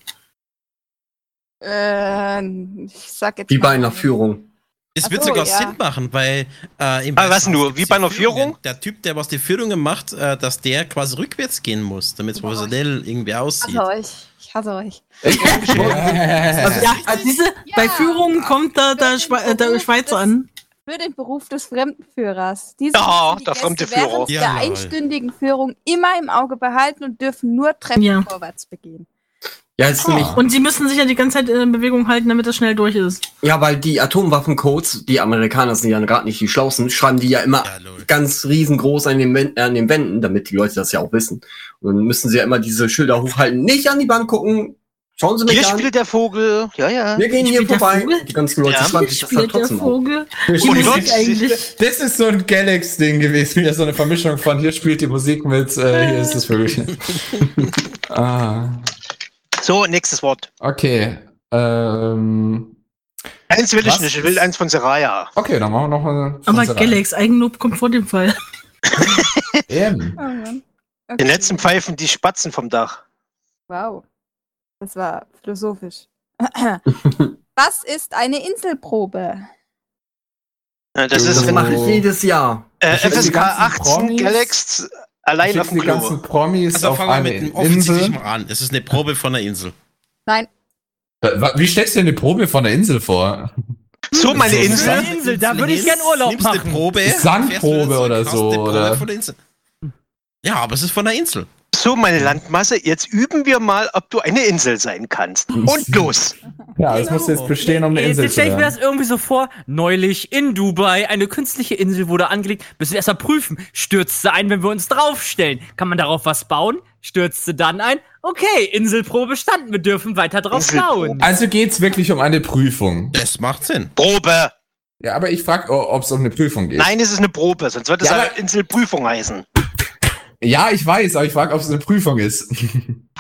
Speaker 8: Ähm, ich sag jetzt
Speaker 9: Wie bei
Speaker 8: mal-
Speaker 9: einer Führung.
Speaker 10: Es
Speaker 8: Ach
Speaker 10: wird
Speaker 8: so,
Speaker 10: sogar
Speaker 8: ja.
Speaker 10: Sinn machen, weil äh, im ah, was nur, wie bei einer Führung? Der Typ, der was die Führungen macht, äh, dass der quasi rückwärts gehen muss, damit es professionell irgendwie aussieht.
Speaker 8: Ich
Speaker 1: Also,
Speaker 8: hasse euch. Ich hasse euch.
Speaker 11: Ja, also diese, bei Führungen kommt da der, Schwe äh, der Schweizer an.
Speaker 8: Für den Beruf des Fremdenführers. Diese
Speaker 11: Ja,
Speaker 8: müssen die
Speaker 11: der
Speaker 8: Gäste
Speaker 11: fremde
Speaker 8: während
Speaker 11: Führer.
Speaker 8: der
Speaker 11: Ja, lol.
Speaker 8: einstündigen Führung immer im Auge behalten und dürfen nur Treppen
Speaker 11: Ja.
Speaker 8: vorwärts begehen.
Speaker 9: Ja, ist nämlich,
Speaker 11: Und sie müssen sich ja die ganze Zeit in Bewegung halten, damit das schnell durch ist.
Speaker 9: ja, weil die Atomwaffencodes, die Amerikaner sind ja gerade nicht die Schlausten, schreiben die ja immer ganz riesengroß an den, Wänden, an den Wänden, damit die Leute das ja auch wissen. Und dann müssen sie ja immer diese Schilder hochhalten. Nicht an die Wand gucken. Schauen Sie mich
Speaker 3: Hier
Speaker 9: an.
Speaker 3: spielt der Vogel. Ja, ja.
Speaker 9: Wir gehen hier vorbei. Die ganzen Leute
Speaker 3: Ja.
Speaker 9: schreiben sich das dann trotzdem auf.
Speaker 12: Das
Speaker 9: Und
Speaker 12: ist-
Speaker 9: Leute-
Speaker 12: Das ist so ein Galax-Ding gewesen, wieder so eine Vermischung von hier spielt die Musik mit, äh, hier ist das Vögelchen. ah,
Speaker 3: So, nächstes Wort.
Speaker 12: okay. Ähm,
Speaker 3: Eins will
Speaker 12: Was
Speaker 3: ich nicht, ich will eins von Seraya.
Speaker 12: okay, dann machen wir noch eine.
Speaker 11: Aber Galax, Eigenlob kommt vor dem Fall.
Speaker 12: Ähm.
Speaker 3: Den letzten pfeifen die Spatzen vom Dach.
Speaker 8: Wow. Das war philosophisch. Was ist eine Inselprobe?
Speaker 3: Ja, Das,
Speaker 9: Das
Speaker 3: ist, wenn
Speaker 9: mache ich jedes Jahr.
Speaker 3: äh,
Speaker 9: Ich schicke die
Speaker 3: FSK
Speaker 9: ganzen
Speaker 3: 18
Speaker 9: Promis-
Speaker 3: Galax allein
Speaker 9: schicke
Speaker 3: auf dem
Speaker 9: die ganzen
Speaker 3: Klo.
Speaker 12: Promis
Speaker 10: also
Speaker 12: auf
Speaker 10: fangen wir mit
Speaker 12: eine
Speaker 10: dem offensichtlichen
Speaker 12: Insel.
Speaker 10: mal an. Es ist eine Probe von der Insel.
Speaker 8: Nein.
Speaker 12: Wa- wa- Wie stellst du dir eine Probe von der Insel vor?
Speaker 3: So, meine
Speaker 12: So
Speaker 3: Insel.
Speaker 12: Sand-
Speaker 1: Insel, da würde ich gern Urlaub
Speaker 10: Nimmst eine
Speaker 1: machen.
Speaker 10: Probe,
Speaker 12: Sandprobe oder so,
Speaker 10: Probe
Speaker 12: oder?
Speaker 10: von der Insel. Ja, aber es ist von der Insel.
Speaker 3: So, meine Landmasse, jetzt üben wir mal, ob du eine Insel sein kannst. Und los!
Speaker 12: Ja, das muss jetzt bestehen, um eine
Speaker 1: Jetzt,
Speaker 12: Insel
Speaker 1: jetzt
Speaker 12: zu
Speaker 1: stelle ich mir
Speaker 12: werden.
Speaker 1: das irgendwie so vor. Neulich in Dubai, eine künstliche Insel wurde angelegt. Müssen wir erstmal prüfen. Stürzt sie ein, wenn wir uns draufstellen? Kann man darauf was bauen? Stürzt sie dann ein? Okay, Inselprobe bestanden. Wir dürfen weiter drauf bauen.
Speaker 12: Also geht's wirklich um eine Prüfung.
Speaker 10: Das macht Sinn.
Speaker 3: Probe!
Speaker 12: Ja, aber ich frage, ob es um eine Prüfung geht.
Speaker 3: Nein, es ist eine Probe, sonst wird es
Speaker 12: Ja,
Speaker 3: ja,
Speaker 12: aber-
Speaker 3: Inselprüfung heißen.
Speaker 12: Ja, ich weiß, aber ich frage, ob es eine Prüfung ist.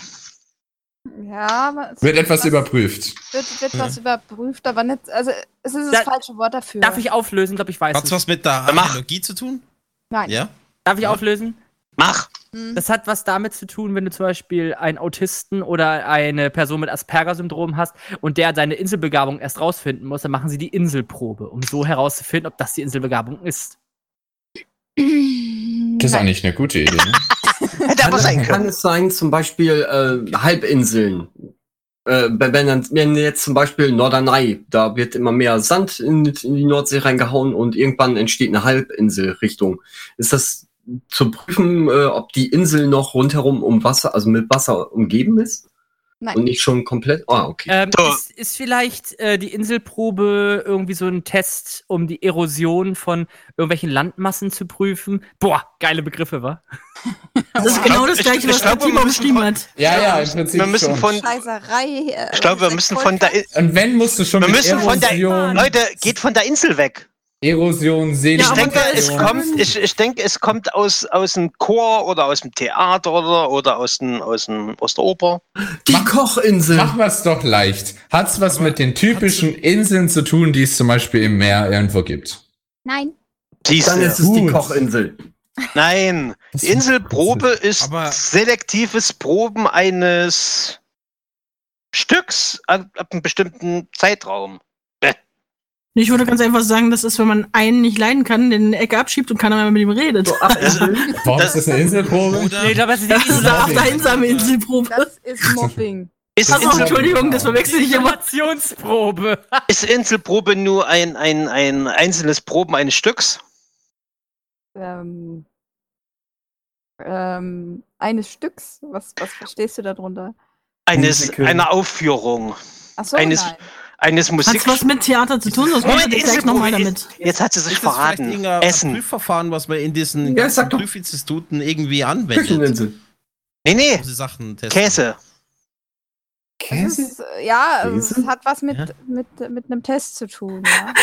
Speaker 8: Ja, was-
Speaker 12: Wird etwas überprüft.
Speaker 8: wird, wird was überprüft, aber nicht. Also, es ist das falsche Wort dafür.
Speaker 1: Darf ich auflösen? Ich glaube, ich weiß
Speaker 10: Hat's
Speaker 1: es.
Speaker 10: was mit der Archäologie zu tun?
Speaker 8: Nein.
Speaker 10: Ja?
Speaker 1: Darf ich auflösen?
Speaker 3: Mach!
Speaker 1: Das hat was damit zu tun, wenn du zum Beispiel einen Autisten oder eine Person mit Asperger-Syndrom hast und der seine Inselbegabung erst rausfinden muss, dann machen sie die Inselprobe, um so herauszufinden, ob das die Inselbegabung ist.
Speaker 12: Das ist eigentlich eine gute Idee. ne?
Speaker 3: Hätte aber sein
Speaker 9: Kann
Speaker 3: können.
Speaker 9: es sein, zum Beispiel äh, Halbinseln? Äh, wenn, wenn dann- wenn jetzt zum Beispiel Norderney, da wird immer mehr Sand in, in die Nordsee reingehauen und irgendwann entsteht eine Halbinselrichtung. Ist das zu prüfen, äh, ob die Insel noch rundherum um Wasser, also mit Wasser umgeben ist?
Speaker 8: Nein.
Speaker 9: Und nicht schon komplett? Ah, okay.
Speaker 1: Ähm, ist, ist vielleicht äh, die Inselprobe irgendwie so ein Test, um die Erosion von irgendwelchen Landmassen zu prüfen? Boah, geile Begriffe, wa?
Speaker 11: Das ist genau das gleiche, was der Timo beschrieben hat.
Speaker 12: Ja, ja, im Prinzip
Speaker 3: Wir müssen
Speaker 12: schon.
Speaker 3: von,
Speaker 8: Scheißerei. äh,
Speaker 3: ich glaube, wir müssen von der,
Speaker 12: Und wenn musst du schon
Speaker 3: wir
Speaker 12: mit
Speaker 3: müssen von der,
Speaker 12: Erosion-
Speaker 3: Leute, geht von der Insel weg.
Speaker 12: Erosion, Seele.
Speaker 3: Ich denke, es kommt, ich, ich denke, es kommt aus, aus dem Chor oder aus dem Theater oder, oder aus, dem, aus, dem, aus der Oper.
Speaker 12: Die Kochinsel. Machen wir es doch leicht. Hat's was mit den typischen Inseln zu tun, die es zum Beispiel im Meer irgendwo gibt?
Speaker 8: Nein.
Speaker 3: Siehste.
Speaker 9: Dann ist es die Kochinsel.
Speaker 3: Nein, die Inselprobe ist selektives Proben eines Stücks ab, ab einem bestimmten Zeitraum.
Speaker 11: Ich würde ganz einfach sagen, das ist, wenn man einen nicht leiden kann, den in die Ecke abschiebt und keiner mehr mit ihm redet.
Speaker 3: Also,
Speaker 12: Warum ist das eine Inselprobe?
Speaker 11: Nee, ich glaube, das ist die Insel- einsame Inselprobe.
Speaker 8: Das ist Mobbing.
Speaker 3: Ist
Speaker 11: Ach so,
Speaker 3: Insel-
Speaker 11: Entschuldigung, das verwechsel ich immer.
Speaker 1: Informationsprobe.
Speaker 3: Ist Inselprobe nur ein, ein, ein einzelnes Proben eines Stücks?
Speaker 8: Ähm, ähm, eines Stücks. Was, was verstehst du darunter?
Speaker 3: Eines,
Speaker 8: Musical.
Speaker 3: einer Aufführung.
Speaker 8: Ach so,
Speaker 3: eines,
Speaker 8: nein.
Speaker 3: eines
Speaker 11: Hat's
Speaker 3: Musik.
Speaker 11: was mit Theater zu tun? Sonst
Speaker 3: Moment,
Speaker 11: kommt ich gleich nochmal damit.
Speaker 3: Jetzt hat sie sich
Speaker 10: Ist das vielleicht
Speaker 3: verraten.
Speaker 10: irgendein
Speaker 3: Essen.
Speaker 10: Prüfverfahren, was man in diesen
Speaker 9: Ja,
Speaker 10: ganzen Prüfinstituten irgendwie anwendet.
Speaker 3: Nee, nee.
Speaker 10: Diese Sachen testen.
Speaker 3: Käse.
Speaker 8: Es ist, äh, ja,
Speaker 10: Käse?
Speaker 8: es hat was mit, mit, mit einem Test zu tun. Ja.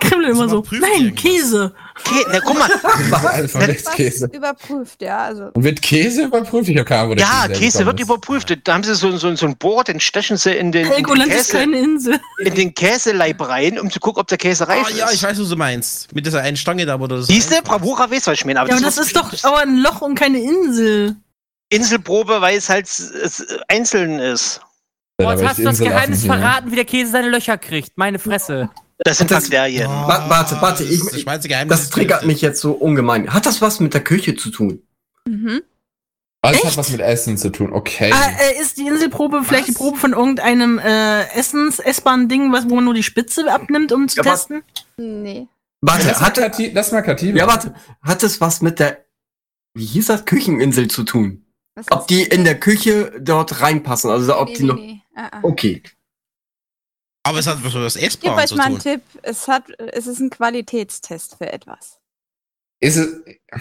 Speaker 11: Kribbel immer so. Nein, Käse.
Speaker 3: Ke na, guck mal.
Speaker 12: Käse.
Speaker 8: Überprüft, ja. Also,
Speaker 12: Und wird Käse überprüft? Ich habe keine Ahnung, wo der
Speaker 3: Ja,
Speaker 12: hergekommen
Speaker 3: Käse wird
Speaker 12: ist.
Speaker 3: überprüft. Da haben sie so, so, so ein Bohr, den stechen sie in den, in den
Speaker 11: Helgoland ist
Speaker 3: Käse,
Speaker 11: keine Insel.
Speaker 3: in den Käseleib rein, um zu gucken, ob der Käse reif
Speaker 10: Ah
Speaker 3: ist.
Speaker 10: ja, ich weiß, was du meinst. Mit dieser einen Stange da, wo du das.
Speaker 3: Siehst du, Bravura weiß, was ich meine.
Speaker 11: Ja,
Speaker 3: Aber
Speaker 11: aber
Speaker 3: das
Speaker 11: das ist doch aber ein Loch und keine Insel.
Speaker 3: Inselprobe, weil es halt es einzeln ist.
Speaker 1: Boah, jetzt hast du das Geheimnis verraten, wie der Käse seine Löcher kriegt. Meine Fresse.
Speaker 3: Das sind Bakterien.
Speaker 12: Ah.
Speaker 9: Wa- warte, warte, ich, ich, das triggert mich jetzt so ungemein. Hat das was mit der Küche zu tun?
Speaker 8: mhm.
Speaker 12: Ah, das hat was mit Essen zu tun, okay.
Speaker 11: Ah, äh, ist die Inselprobe vielleicht die Probe von irgendeinem äh, Essens, essbaren Ding, was, wo man nur die Spitze abnimmt, um zu
Speaker 9: Ja, aber-
Speaker 11: testen?
Speaker 8: nee.
Speaker 9: Warte,
Speaker 12: Lass mal
Speaker 9: hat,
Speaker 12: Kati- lass mal Kativa.
Speaker 9: ja, warte, hat es was mit der, wie hieß das, Kücheninsel zu tun?
Speaker 8: Was
Speaker 9: Ob die in der Küche dort reinpassen, also ob
Speaker 8: Nee,
Speaker 9: die noch,
Speaker 8: nee, nee. Ah, ah.
Speaker 9: okay.
Speaker 10: Aber es hat was mit was
Speaker 8: Ich gebe
Speaker 10: Essbaren
Speaker 8: euch
Speaker 10: zu
Speaker 8: mal einen
Speaker 10: tun.
Speaker 8: Tipp. Es, hat, es ist ein Qualitätstest für etwas.
Speaker 12: Ist es.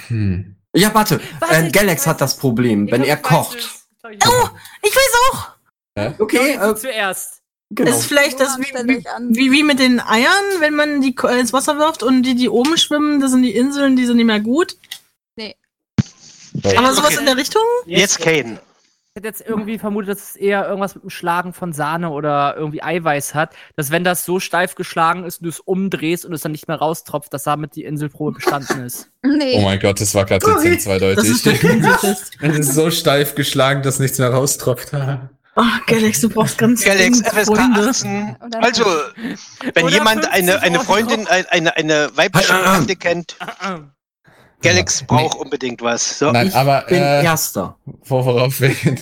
Speaker 12: Hm.
Speaker 9: Ja, warte,
Speaker 8: Warte,
Speaker 9: ähm,
Speaker 8: ich
Speaker 9: Galax hat das Problem, wenn er kocht.
Speaker 11: Oh, ich weiß auch.
Speaker 9: Okay, äh,
Speaker 1: Zuerst.
Speaker 9: genau.
Speaker 11: Ist vielleicht das wie, wie, wie, wie mit den Eiern, wenn man die ko- ins Wasser wirft und die, die oben schwimmen, das sind die Inseln, die sind nicht mehr gut.
Speaker 8: Nee.
Speaker 11: Aber sowas
Speaker 3: Okay.
Speaker 11: in der Richtung?
Speaker 3: Jetzt Kane.
Speaker 1: Ich hätte jetzt irgendwie vermutet, dass es eher irgendwas mit dem Schlagen von Sahne oder irgendwie Eiweiß hat, dass wenn das so steif geschlagen ist, du es umdrehst und es dann nicht mehr raustropft, dass damit die Inselprobe bestanden ist.
Speaker 8: Nee.
Speaker 12: Oh mein Gott, das war gerade
Speaker 11: Sorry.
Speaker 12: ziemlich zweideutig.
Speaker 11: Das ist der Inseltest.
Speaker 12: Es ist so steif geschlagen, dass nichts mehr raustropft.
Speaker 11: Oh, Galax, du brauchst ganz
Speaker 3: Galax,
Speaker 11: dringend
Speaker 3: FSK
Speaker 11: Freunde.
Speaker 3: 18. Also, wenn
Speaker 1: Oder
Speaker 3: jemand
Speaker 1: 50
Speaker 3: eine, eine
Speaker 1: Euro.
Speaker 3: Freundin, ein- eine, eine
Speaker 12: Ah,
Speaker 3: weibliche
Speaker 9: Halt, äh, äh.
Speaker 3: Bekannte kennt, Galax braucht unbedingt was. So.
Speaker 12: Nein, aber
Speaker 9: bin
Speaker 12: äh,
Speaker 9: Erster.
Speaker 12: wo- worauf wir hin?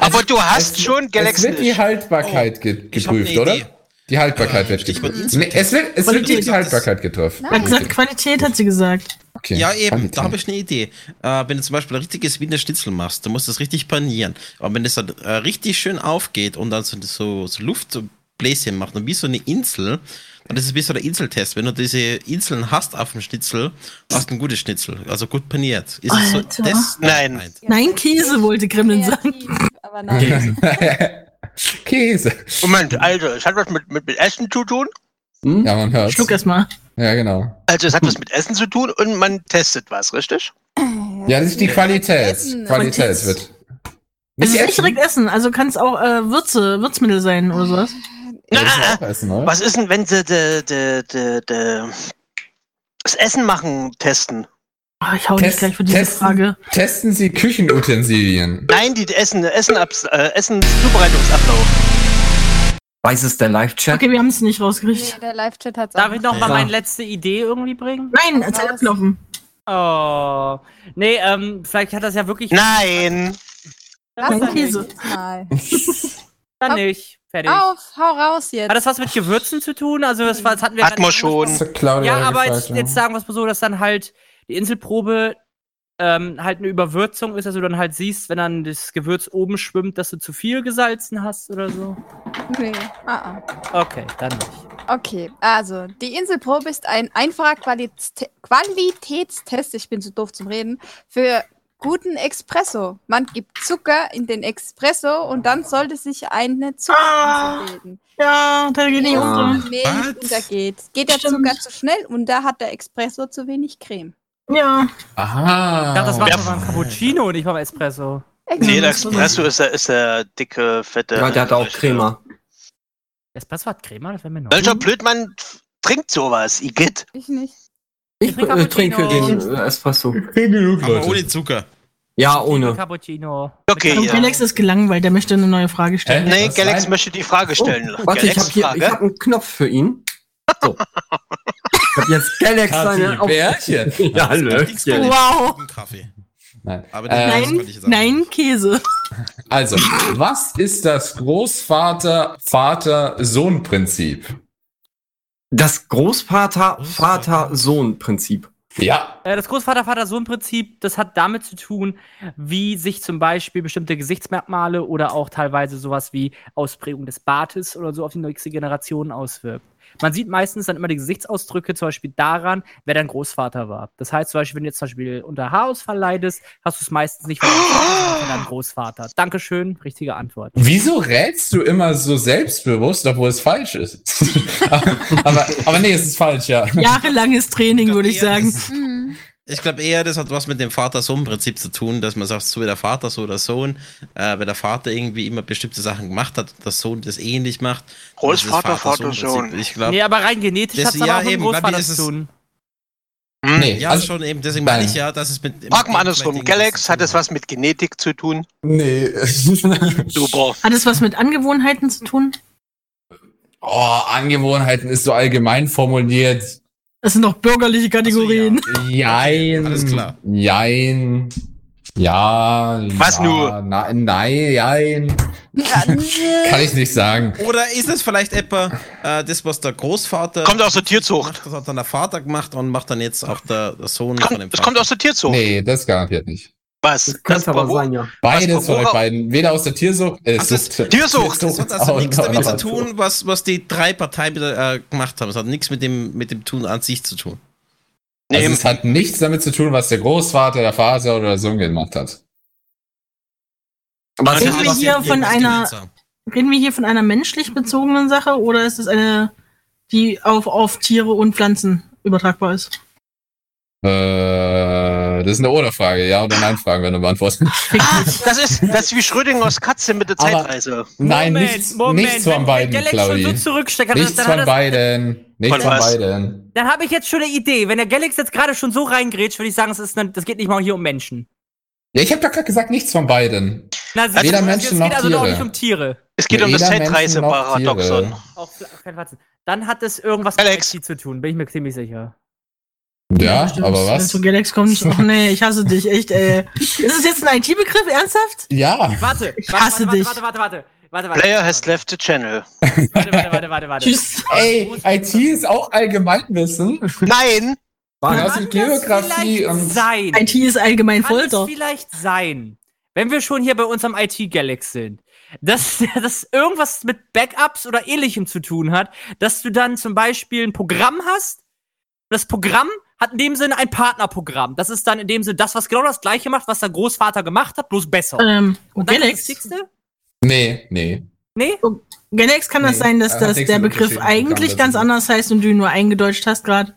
Speaker 3: Aber du hast schon
Speaker 12: Es
Speaker 3: Galax
Speaker 12: wird die
Speaker 3: nicht.
Speaker 12: Haltbarkeit ge
Speaker 10: Oh, ich hab
Speaker 12: geprüft,
Speaker 10: eine
Speaker 12: oder?
Speaker 10: Idee. Äh,
Speaker 12: Die Haltbarkeit wird geprüft. Nee, es wird, es
Speaker 11: Oder
Speaker 12: wird die
Speaker 11: die-
Speaker 12: Haltbarkeit getroffen.
Speaker 11: Er hat gesagt, Qualität hat sie gesagt.
Speaker 12: Okay.
Speaker 10: Ja, eben,
Speaker 12: Qualität.
Speaker 10: da habe ich eine Idee. Äh, wenn du zum Beispiel ein richtiges Wiener Schnitzel machst, dann musst du es richtig panieren. Aber wenn es dann äh, richtig schön aufgeht und dann so, so, so Luftbläschen macht und wie so eine Insel, dann ist es wie so der Inseltest. Wenn du diese Inseln hast auf dem Schnitzel, hast du ein gutes Schnitzel. Also gut paniert. Ist es so
Speaker 11: Alter.
Speaker 10: das?
Speaker 3: Nein.
Speaker 10: Meint.
Speaker 11: Nein, Käse wollte Gremlin sagen.
Speaker 8: Aber nein.
Speaker 12: Käse.
Speaker 3: Moment, also, es hat was mit, mit, mit Essen zu tun.
Speaker 12: Ja, man hört.
Speaker 11: Schluck erstmal.
Speaker 12: Ja, genau.
Speaker 3: Also,
Speaker 9: Hm.
Speaker 3: es hat was mit Essen zu tun und man testet was, richtig?
Speaker 12: Ja, das ist die Qualität.
Speaker 8: Essen.
Speaker 12: Qualität wird.
Speaker 11: Es ist
Speaker 12: Essen?
Speaker 11: nicht direkt Essen, also kann es auch äh, Würze, Würzmittel sein oder sowas.
Speaker 12: Ja, das
Speaker 10: Ah,
Speaker 12: ist auch Essen, oder?
Speaker 3: Was ist denn, wenn sie de, de, de, de, das Essen machen testen?
Speaker 11: Oh, ich hau dich gleich für diese Frage.
Speaker 12: testen Sie Küchenutensilien.
Speaker 3: Nein, die Essen, Essen, äh, Essen Zubereitungsablauf.
Speaker 9: Weiß es der Live-Chat?
Speaker 11: Okay, wir haben es nicht rausgekriegt.
Speaker 8: Nee, der Live-Chat hat
Speaker 1: Darf ich noch mal
Speaker 9: Ja.
Speaker 1: meine letzte Idee irgendwie bringen?
Speaker 11: Nein, Zeitknochen.
Speaker 1: Oh. Nee, ähm, vielleicht hat das ja wirklich.
Speaker 3: Nein!
Speaker 8: Das
Speaker 11: Nein,
Speaker 8: dann
Speaker 11: Käse.
Speaker 8: nicht. Mal.
Speaker 1: Dann nicht. Fertig.
Speaker 8: Auf, hau raus jetzt.
Speaker 1: Hat das was mit Gewürzen zu tun? Also, das, war, das hatten wir
Speaker 3: Hat
Speaker 1: gerade
Speaker 3: man
Speaker 1: schon
Speaker 3: schon.
Speaker 12: Das hat Claudia
Speaker 1: Ja, aber
Speaker 12: gefragt,
Speaker 1: jetzt,
Speaker 12: ja.
Speaker 1: jetzt sagen wir es mal so, dass dann halt die Inselprobe ähm, halt eine Überwürzung ist, dass du dann halt siehst, wenn dann das Gewürz oben schwimmt, dass du zu viel gesalzen hast oder so.
Speaker 8: Nee. Ah,
Speaker 1: Okay, dann nicht.
Speaker 8: ah. Okay, also die Inselprobe ist ein einfacher Qualitä Qualitätstest, ich bin so doof zum Reden, für guten Espresso. Man gibt Zucker in den Espresso und dann sollte sich eine Zuckerinsel bilden.
Speaker 11: Ja, da geht nicht unter.
Speaker 8: Milch untergeht. Geht der Zucker zu schnell unter, hat der Espresso zu wenig Creme.
Speaker 11: Ja.
Speaker 2: Aha. Ich dachte, das war einfach ein Cappuccino und nicht beim Espresso.
Speaker 3: Nee, der Espresso ist der, ist der dicke, fette.
Speaker 9: Ja, der hat auch Crema.
Speaker 2: Espresso hat Crema, das wäre
Speaker 1: Äh,
Speaker 2: mir neu.
Speaker 3: Welcher Blödmann trinkt sowas, Igitt?
Speaker 8: Ich nicht.
Speaker 9: Ich äh, trinke den äh, Espresso.
Speaker 10: genug, Aber ohne Zucker.
Speaker 9: Ja, ohne.
Speaker 2: Cappuccino.
Speaker 3: Okay,
Speaker 11: Und
Speaker 3: ja.
Speaker 11: Galax ist gelangweilt, der möchte eine neue Frage stellen.
Speaker 3: Nee, Galax möchte die Frage stellen.
Speaker 9: Oh, Warte, ich habe hier ich hab einen Knopf für ihn. So. ich habe jetzt Galax
Speaker 12: Kathi,
Speaker 9: seine
Speaker 12: Bärchen.
Speaker 9: Ja, Hallöchen.
Speaker 11: Wow.
Speaker 10: Kaffee.
Speaker 12: Nein.
Speaker 10: Aber den Rest
Speaker 11: Nein,
Speaker 10: konnte ich jetzt auch
Speaker 11: nein, Käse.
Speaker 12: Also, was ist das Großvater-Vater-Sohn-Prinzip?
Speaker 9: Das Großvater-Vater-Sohn-Prinzip.
Speaker 12: Ja,
Speaker 2: Äh, Das Großvater-Vater-Sohn-Prinzip, das hat damit zu tun, wie sich zum Beispiel bestimmte Gesichtsmerkmale oder auch teilweise sowas wie Ausprägung des Bartes oder so auf die nächste Generation auswirkt. Man sieht meistens dann immer die Gesichtsausdrücke zum Beispiel daran, wer dein Großvater war. Das heißt zum Beispiel, wenn du jetzt zum Beispiel unter Haarausfall leidest, hast du es meistens nicht von deinem Vater, sondern von deinem Großvater. Dankeschön, richtige Antwort.
Speaker 12: Wieso rätst du immer so selbstbewusst, obwohl es falsch ist? aber, aber nee, es ist falsch, ja.
Speaker 11: Hm, Jahrelanges Training, würde ich sagen.
Speaker 10: Ich glaube eher, das hat was mit dem Vater-Sohn-Prinzip zu tun, dass man sagt, so wie der Vater, so der Sohn. Äh, wenn der Vater irgendwie immer bestimmte Sachen gemacht hat und der Sohn das ähnlich macht. dann ist es
Speaker 3: Großvater, Vater,
Speaker 10: Vater-Sohn-Prinzip.
Speaker 3: Sohn.
Speaker 10: Ich glaube,
Speaker 2: nee, aber rein genetisch
Speaker 10: das-
Speaker 2: hat es ja,
Speaker 10: ja,
Speaker 2: auch mit dem
Speaker 10: eben, weil mir
Speaker 2: Großvater
Speaker 10: ist es-
Speaker 2: zu tun.
Speaker 10: nee, ja,
Speaker 12: Also,
Speaker 10: schon eben. Deswegen meine ich ja, dass es mit.
Speaker 3: Hm? Frag mal andersrum. Galax, hat das was mit Genetik zu tun?
Speaker 12: Nee.
Speaker 3: Super.
Speaker 11: Hat es was mit Angewohnheiten zu tun?
Speaker 12: oh, Angewohnheiten ist so allgemein formuliert.
Speaker 11: Das sind doch bürgerliche Kategorien.
Speaker 12: Jein. Alles
Speaker 10: klar.
Speaker 12: Jein. Ja.
Speaker 3: Was
Speaker 12: ja,
Speaker 3: nur?
Speaker 12: Na, nein, jein. Kann ich nicht sagen.
Speaker 10: Oder ist es vielleicht etwa äh, das, was der Großvater.
Speaker 3: Kommt aus der Tierzucht.
Speaker 10: Das hat dann der Vater gemacht und macht dann jetzt auch der, der Sohn von dem
Speaker 3: Das
Speaker 10: Vater.
Speaker 3: kommt aus der Tierzucht.
Speaker 12: Nee, das garantiert nicht.
Speaker 3: Was? Das
Speaker 9: Könnte aber sein, ja.
Speaker 12: Beides von
Speaker 3: worauf-
Speaker 12: euch beiden. Weder aus der Tiersucht, äh, Sucht,
Speaker 3: Tiersucht.
Speaker 10: Das hat also
Speaker 12: Oh,
Speaker 10: nichts
Speaker 12: no,
Speaker 10: damit zu
Speaker 12: no.
Speaker 10: tun, was, was die drei Parteien wieder, äh, gemacht haben. Es hat nichts mit dem, mit dem Tun an sich zu tun.
Speaker 3: Nee,
Speaker 12: Also es hat nichts damit zu tun, was der Großvater, der Vater oder der Sohn gemacht hat.
Speaker 9: Aber es
Speaker 11: Reden
Speaker 9: hat
Speaker 11: wir
Speaker 9: was-
Speaker 11: hier von einer, reden wir hier von einer menschlich bezogenen Sache oder ist es eine, die auf, auf Tiere und Pflanzen übertragbar ist?
Speaker 12: Äh, das ist eine Oder-Frage, ja oder Nein-Frage, wenn du beantwortest.
Speaker 11: Ah.
Speaker 3: Das ist, das ist wie Schrödingers Katze mit der
Speaker 12: Aber-
Speaker 3: Zeitreise.
Speaker 12: Nein,
Speaker 2: Moment,
Speaker 12: nichts,
Speaker 2: Moment,
Speaker 12: nichts von
Speaker 2: wenn-
Speaker 12: beiden,
Speaker 2: wenn Galax
Speaker 12: Claudi.
Speaker 2: schon so zurücksteckt, hat er-
Speaker 12: Nichts
Speaker 2: dann hat
Speaker 12: von
Speaker 2: das-
Speaker 12: beiden. Nichts
Speaker 3: Von
Speaker 12: von
Speaker 3: was?
Speaker 12: beiden.
Speaker 2: Dann habe ich jetzt schon eine Idee. Wenn der Galax jetzt gerade schon so reingrätscht, würde ich sagen, es ist eine, das geht nicht mal hier um Menschen.
Speaker 12: Ja, ich habe doch gerade gesagt, nichts von beiden.
Speaker 2: Na, siehst
Speaker 12: Weder
Speaker 2: du,
Speaker 12: Menschen
Speaker 2: es geht
Speaker 12: noch
Speaker 2: also auch
Speaker 12: Tiere.
Speaker 2: nicht um Tiere.
Speaker 3: Es geht um das
Speaker 12: Weder Menschen noch
Speaker 3: Zeitreise-Paradoxon.
Speaker 12: Tiere.
Speaker 2: Auch auf keinen Fall. Dann hat es irgendwas
Speaker 3: Alex.
Speaker 2: mit IT zu tun, bin ich mir ziemlich sicher.
Speaker 12: Ja,
Speaker 11: Stimmt,
Speaker 12: aber
Speaker 11: wenn
Speaker 12: was?
Speaker 11: Zu Galax kommt nicht. Oh nee, ich hasse dich, echt, ey. Ist es jetzt ein IT-Begriff? Ernsthaft?
Speaker 12: Ja.
Speaker 2: Warte,
Speaker 11: Ich
Speaker 2: warte,
Speaker 11: hasse
Speaker 2: warte,
Speaker 11: dich.
Speaker 2: Warte, warte, warte, warte, warte.
Speaker 3: Player has left the channel.
Speaker 2: Warte, warte, warte, warte, warte.
Speaker 11: Tschüss.
Speaker 12: Ey, IT ist auch Allgemeinwissen.
Speaker 3: Nein!
Speaker 12: Genauso wie Geografie
Speaker 2: vielleicht
Speaker 12: und.
Speaker 2: sein.
Speaker 11: IT Äh, ist allgemein
Speaker 2: Kann es
Speaker 11: Folter.
Speaker 2: vielleicht sein, wenn wir schon hier bei unserem IT-Galax sind, dass das irgendwas mit Backups oder ähnlichem zu tun hat, dass du dann zum Beispiel ein Programm hast. Das Programm hat in dem Sinne ein Partnerprogramm. Das ist dann in dem Sinne das, was genau das gleiche macht, was der Großvater gemacht hat, bloß besser.
Speaker 11: Ähm,
Speaker 2: Und dann das
Speaker 11: Galax,
Speaker 2: Wichtigste?
Speaker 12: Nee, nee.
Speaker 2: Nee?
Speaker 11: Galax kann das
Speaker 12: Nee,
Speaker 11: sein, dass
Speaker 12: hat
Speaker 11: das
Speaker 12: nichts
Speaker 11: der
Speaker 12: mit
Speaker 11: Begriff
Speaker 12: unterschiedlichen
Speaker 11: eigentlich
Speaker 12: Programmen
Speaker 11: ganz
Speaker 12: zu tun.
Speaker 11: anders heißt und du ihn nur eingedeutscht hast gerade?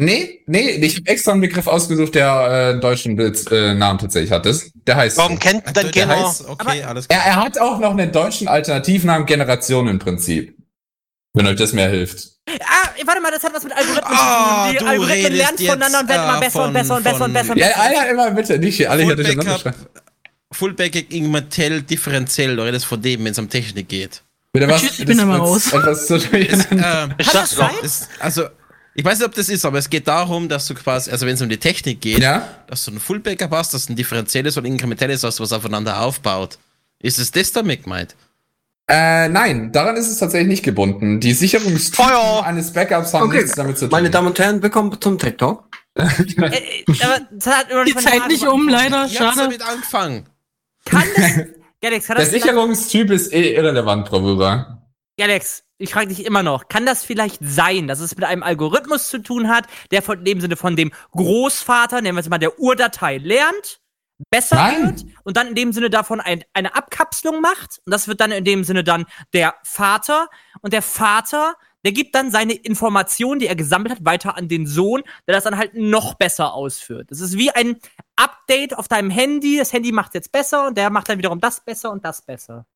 Speaker 12: Nee, nee, ich habe extra einen Begriff ausgesucht, der äh, einen deutschen Blitz, äh, Namen tatsächlich hat. Das, der heißt. so.
Speaker 3: Warum kennt
Speaker 10: der
Speaker 3: dann genau?
Speaker 10: heißt, okay, alles
Speaker 12: Er,
Speaker 10: klar.
Speaker 12: er hat auch noch einen deutschen Alternativnamen Generationen im Prinzip. Wenn euch das mehr hilft.
Speaker 2: Ah, warte mal, das hat was mit Algorithmen zu
Speaker 10: Ah,
Speaker 2: tun. Die
Speaker 10: du
Speaker 2: Algorithmen
Speaker 10: redest
Speaker 2: lernen voneinander und werden
Speaker 10: jetzt,
Speaker 2: immer
Speaker 10: äh,
Speaker 2: besser und
Speaker 10: von-
Speaker 2: besser und besser und
Speaker 10: von-
Speaker 2: besser. und
Speaker 12: Ja,
Speaker 2: besser.
Speaker 12: einer immer bitte, nicht hier alle hier durcheinander
Speaker 10: Fullback,
Speaker 12: schreiben.
Speaker 10: Fullback gegen Mattel differenziell, du redest von dem, wenn es um Technik geht.
Speaker 12: Bitte was?
Speaker 11: Tschüss, ich bin
Speaker 12: Das-
Speaker 11: immer
Speaker 12: das-
Speaker 11: raus.
Speaker 12: Etwas zu durcheinander.
Speaker 10: Ähm,
Speaker 3: Ich sag's doch.
Speaker 10: es, also, ich weiß nicht, ob das ist, aber es geht darum, dass du quasi, also wenn es um die Technik
Speaker 11: äh,
Speaker 10: geht,
Speaker 12: Ja?
Speaker 10: dass du einen Fullbacker hast, dass du ein differenzielles und inkrementelles hast, was aufeinander aufbaut. Ist es das damit gemeint?
Speaker 12: Äh, nein, daran ist es tatsächlich nicht gebunden. Die Sicherungstypen
Speaker 3: Feuer!
Speaker 12: eines Backups haben
Speaker 9: Okay,
Speaker 12: nichts damit zu tun.
Speaker 9: meine Damen und Herren, willkommen zum TED Talk.
Speaker 2: Äh, äh, aber das hat immer noch
Speaker 11: Die
Speaker 2: von der
Speaker 11: Zeit nicht
Speaker 2: Art-
Speaker 11: um, leider.
Speaker 10: Ich hab's
Speaker 11: Schade.
Speaker 10: damit angefangen.
Speaker 2: Kann das, Galax, kann
Speaker 12: Der
Speaker 2: das vielleicht-
Speaker 12: Sicherungstyp ist eh irrelevant, Bravura.
Speaker 2: Alex, ich frage dich immer noch, kann das vielleicht sein, dass es mit einem Algorithmus zu tun hat, der von dem Sinne von dem Großvater, nennen wir es mal der Urdatei, lernt,
Speaker 1: besser wird und dann in dem Sinne davon ein, eine Abkapselung macht. Und das wird dann in dem Sinne dann der Vater. Und der Vater, der gibt dann seine Informationen, die er gesammelt hat, weiter an den Sohn, der das dann halt noch besser ausführt. Das ist wie ein Update auf deinem Handy. Das Handy macht jetzt besser und der macht dann wiederum das besser und das besser.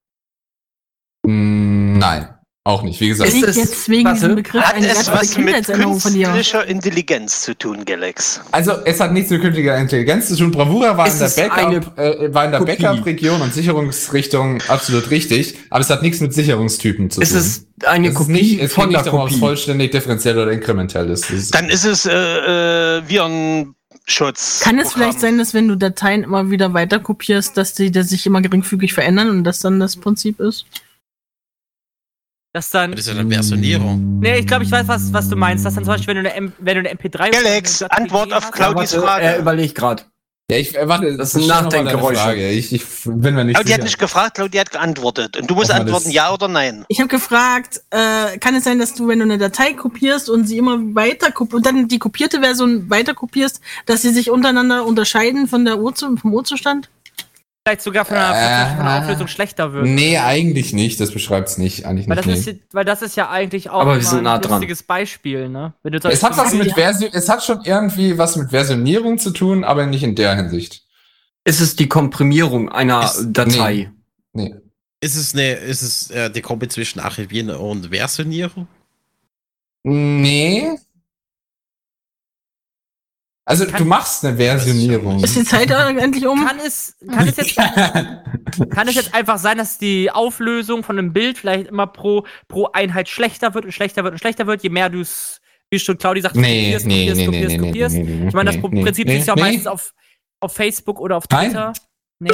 Speaker 12: Mm, Nein, auch nicht. Wie gesagt,
Speaker 11: Ist es- Jetzt wegen
Speaker 12: Warte.
Speaker 11: diesem Begriff
Speaker 3: Hat
Speaker 11: eine
Speaker 3: es
Speaker 11: ganze
Speaker 3: was mit
Speaker 11: Kindheitserinnerung von dir.
Speaker 3: künstlicher Intelligenz zu tun, Galax?
Speaker 12: Also es hat nichts mit künstlicher Intelligenz zu tun. Bravura war
Speaker 3: Es
Speaker 12: in der
Speaker 3: ist
Speaker 12: Backup, äh, war in der
Speaker 3: Kopie.
Speaker 12: Backup-Region und Sicherungsrichtung absolut richtig, aber es hat nichts mit Sicherungstypen zu
Speaker 9: Es
Speaker 12: tun.
Speaker 9: ist eine
Speaker 12: es
Speaker 9: Kopie
Speaker 12: ist nicht, es
Speaker 9: von
Speaker 12: geht nicht
Speaker 9: der
Speaker 12: darum, ob es
Speaker 9: Kopie.
Speaker 12: vollständig differenziell oder inkrementell ist. Das ist
Speaker 3: Dann ist es äh, äh, Virenschutz.
Speaker 11: Kann es vielleicht sein, dass wenn du Dateien immer wieder weiter kopierst, dass die dass sich immer geringfügig verändern und das dann das Prinzip ist?
Speaker 1: Das dann.
Speaker 10: Das ist ja eine Versionierung.
Speaker 1: Nee, ich glaube, ich weiß, was, was du meinst. Das dann zum Beispiel, wenn du eine, M wenn du eine MP3
Speaker 3: Galax, Antwort auf Claudis Frage.
Speaker 9: äh, Er überlegt gerade.
Speaker 12: ja, ich äh, warte, das,
Speaker 9: sind
Speaker 12: ist schon noch mal deine
Speaker 9: Nachdenkgeräusche.
Speaker 12: Frage. Ich, ich bin mir nicht
Speaker 3: Claudi hat
Speaker 12: sicher.
Speaker 3: nicht gefragt, Claudi hat geantwortet. Und du musst
Speaker 12: Ob man
Speaker 3: antworten,
Speaker 12: das-
Speaker 3: ja oder nein.
Speaker 11: Ich habe gefragt, äh, kann es sein, dass du, wenn du eine Datei kopierst und sie immer weiter kop und dann die kopierte Version weiter kopierst, dass sie sich untereinander unterscheiden von der Urzu vom Urzustand?
Speaker 1: Vielleicht sogar von einer, von einer Auflösung schlechter wird.
Speaker 12: Äh. Nee, eigentlich nicht. Das beschreibt es nicht. Eigentlich
Speaker 1: Weil
Speaker 12: nicht.
Speaker 1: das,
Speaker 12: Nee.
Speaker 1: ist, ja- weil das ist ja eigentlich auch
Speaker 12: Aber wir
Speaker 1: immer
Speaker 12: sind nah
Speaker 1: ein
Speaker 12: dran.
Speaker 1: lustiges Beispiel, ne? Wenn du zum
Speaker 12: Es hat
Speaker 1: Beispiel-
Speaker 12: was mit Version, es hat schon irgendwie was mit Versionierung zu tun, aber nicht in der Hinsicht.
Speaker 9: Es ist die Komprimierung einer Datei.
Speaker 12: Nee.
Speaker 10: Ist es, eine, ist es äh, die Kombi zwischen Archivieren und Versionierung?
Speaker 12: Nee. Also du machst eine Versionierung.
Speaker 11: Ist die Zeit endlich um?
Speaker 1: Kann es, kann es jetzt, kann es jetzt einfach sein, dass die Auflösung von einem Bild vielleicht immer pro, pro Einheit schlechter wird und schlechter wird und schlechter wird, je mehr du es, wie schon Claudi sagt,
Speaker 12: Nee, nee, nee, nee, nee, nee, nee, nee, nee,
Speaker 1: Ich meine, das
Speaker 12: nee,
Speaker 1: Pro-
Speaker 12: nee,
Speaker 1: Prinzip
Speaker 12: nee,
Speaker 1: ist ja
Speaker 12: nee.
Speaker 1: meistens auf, auf Facebook oder auf
Speaker 12: Nein.
Speaker 1: Twitter. Nee.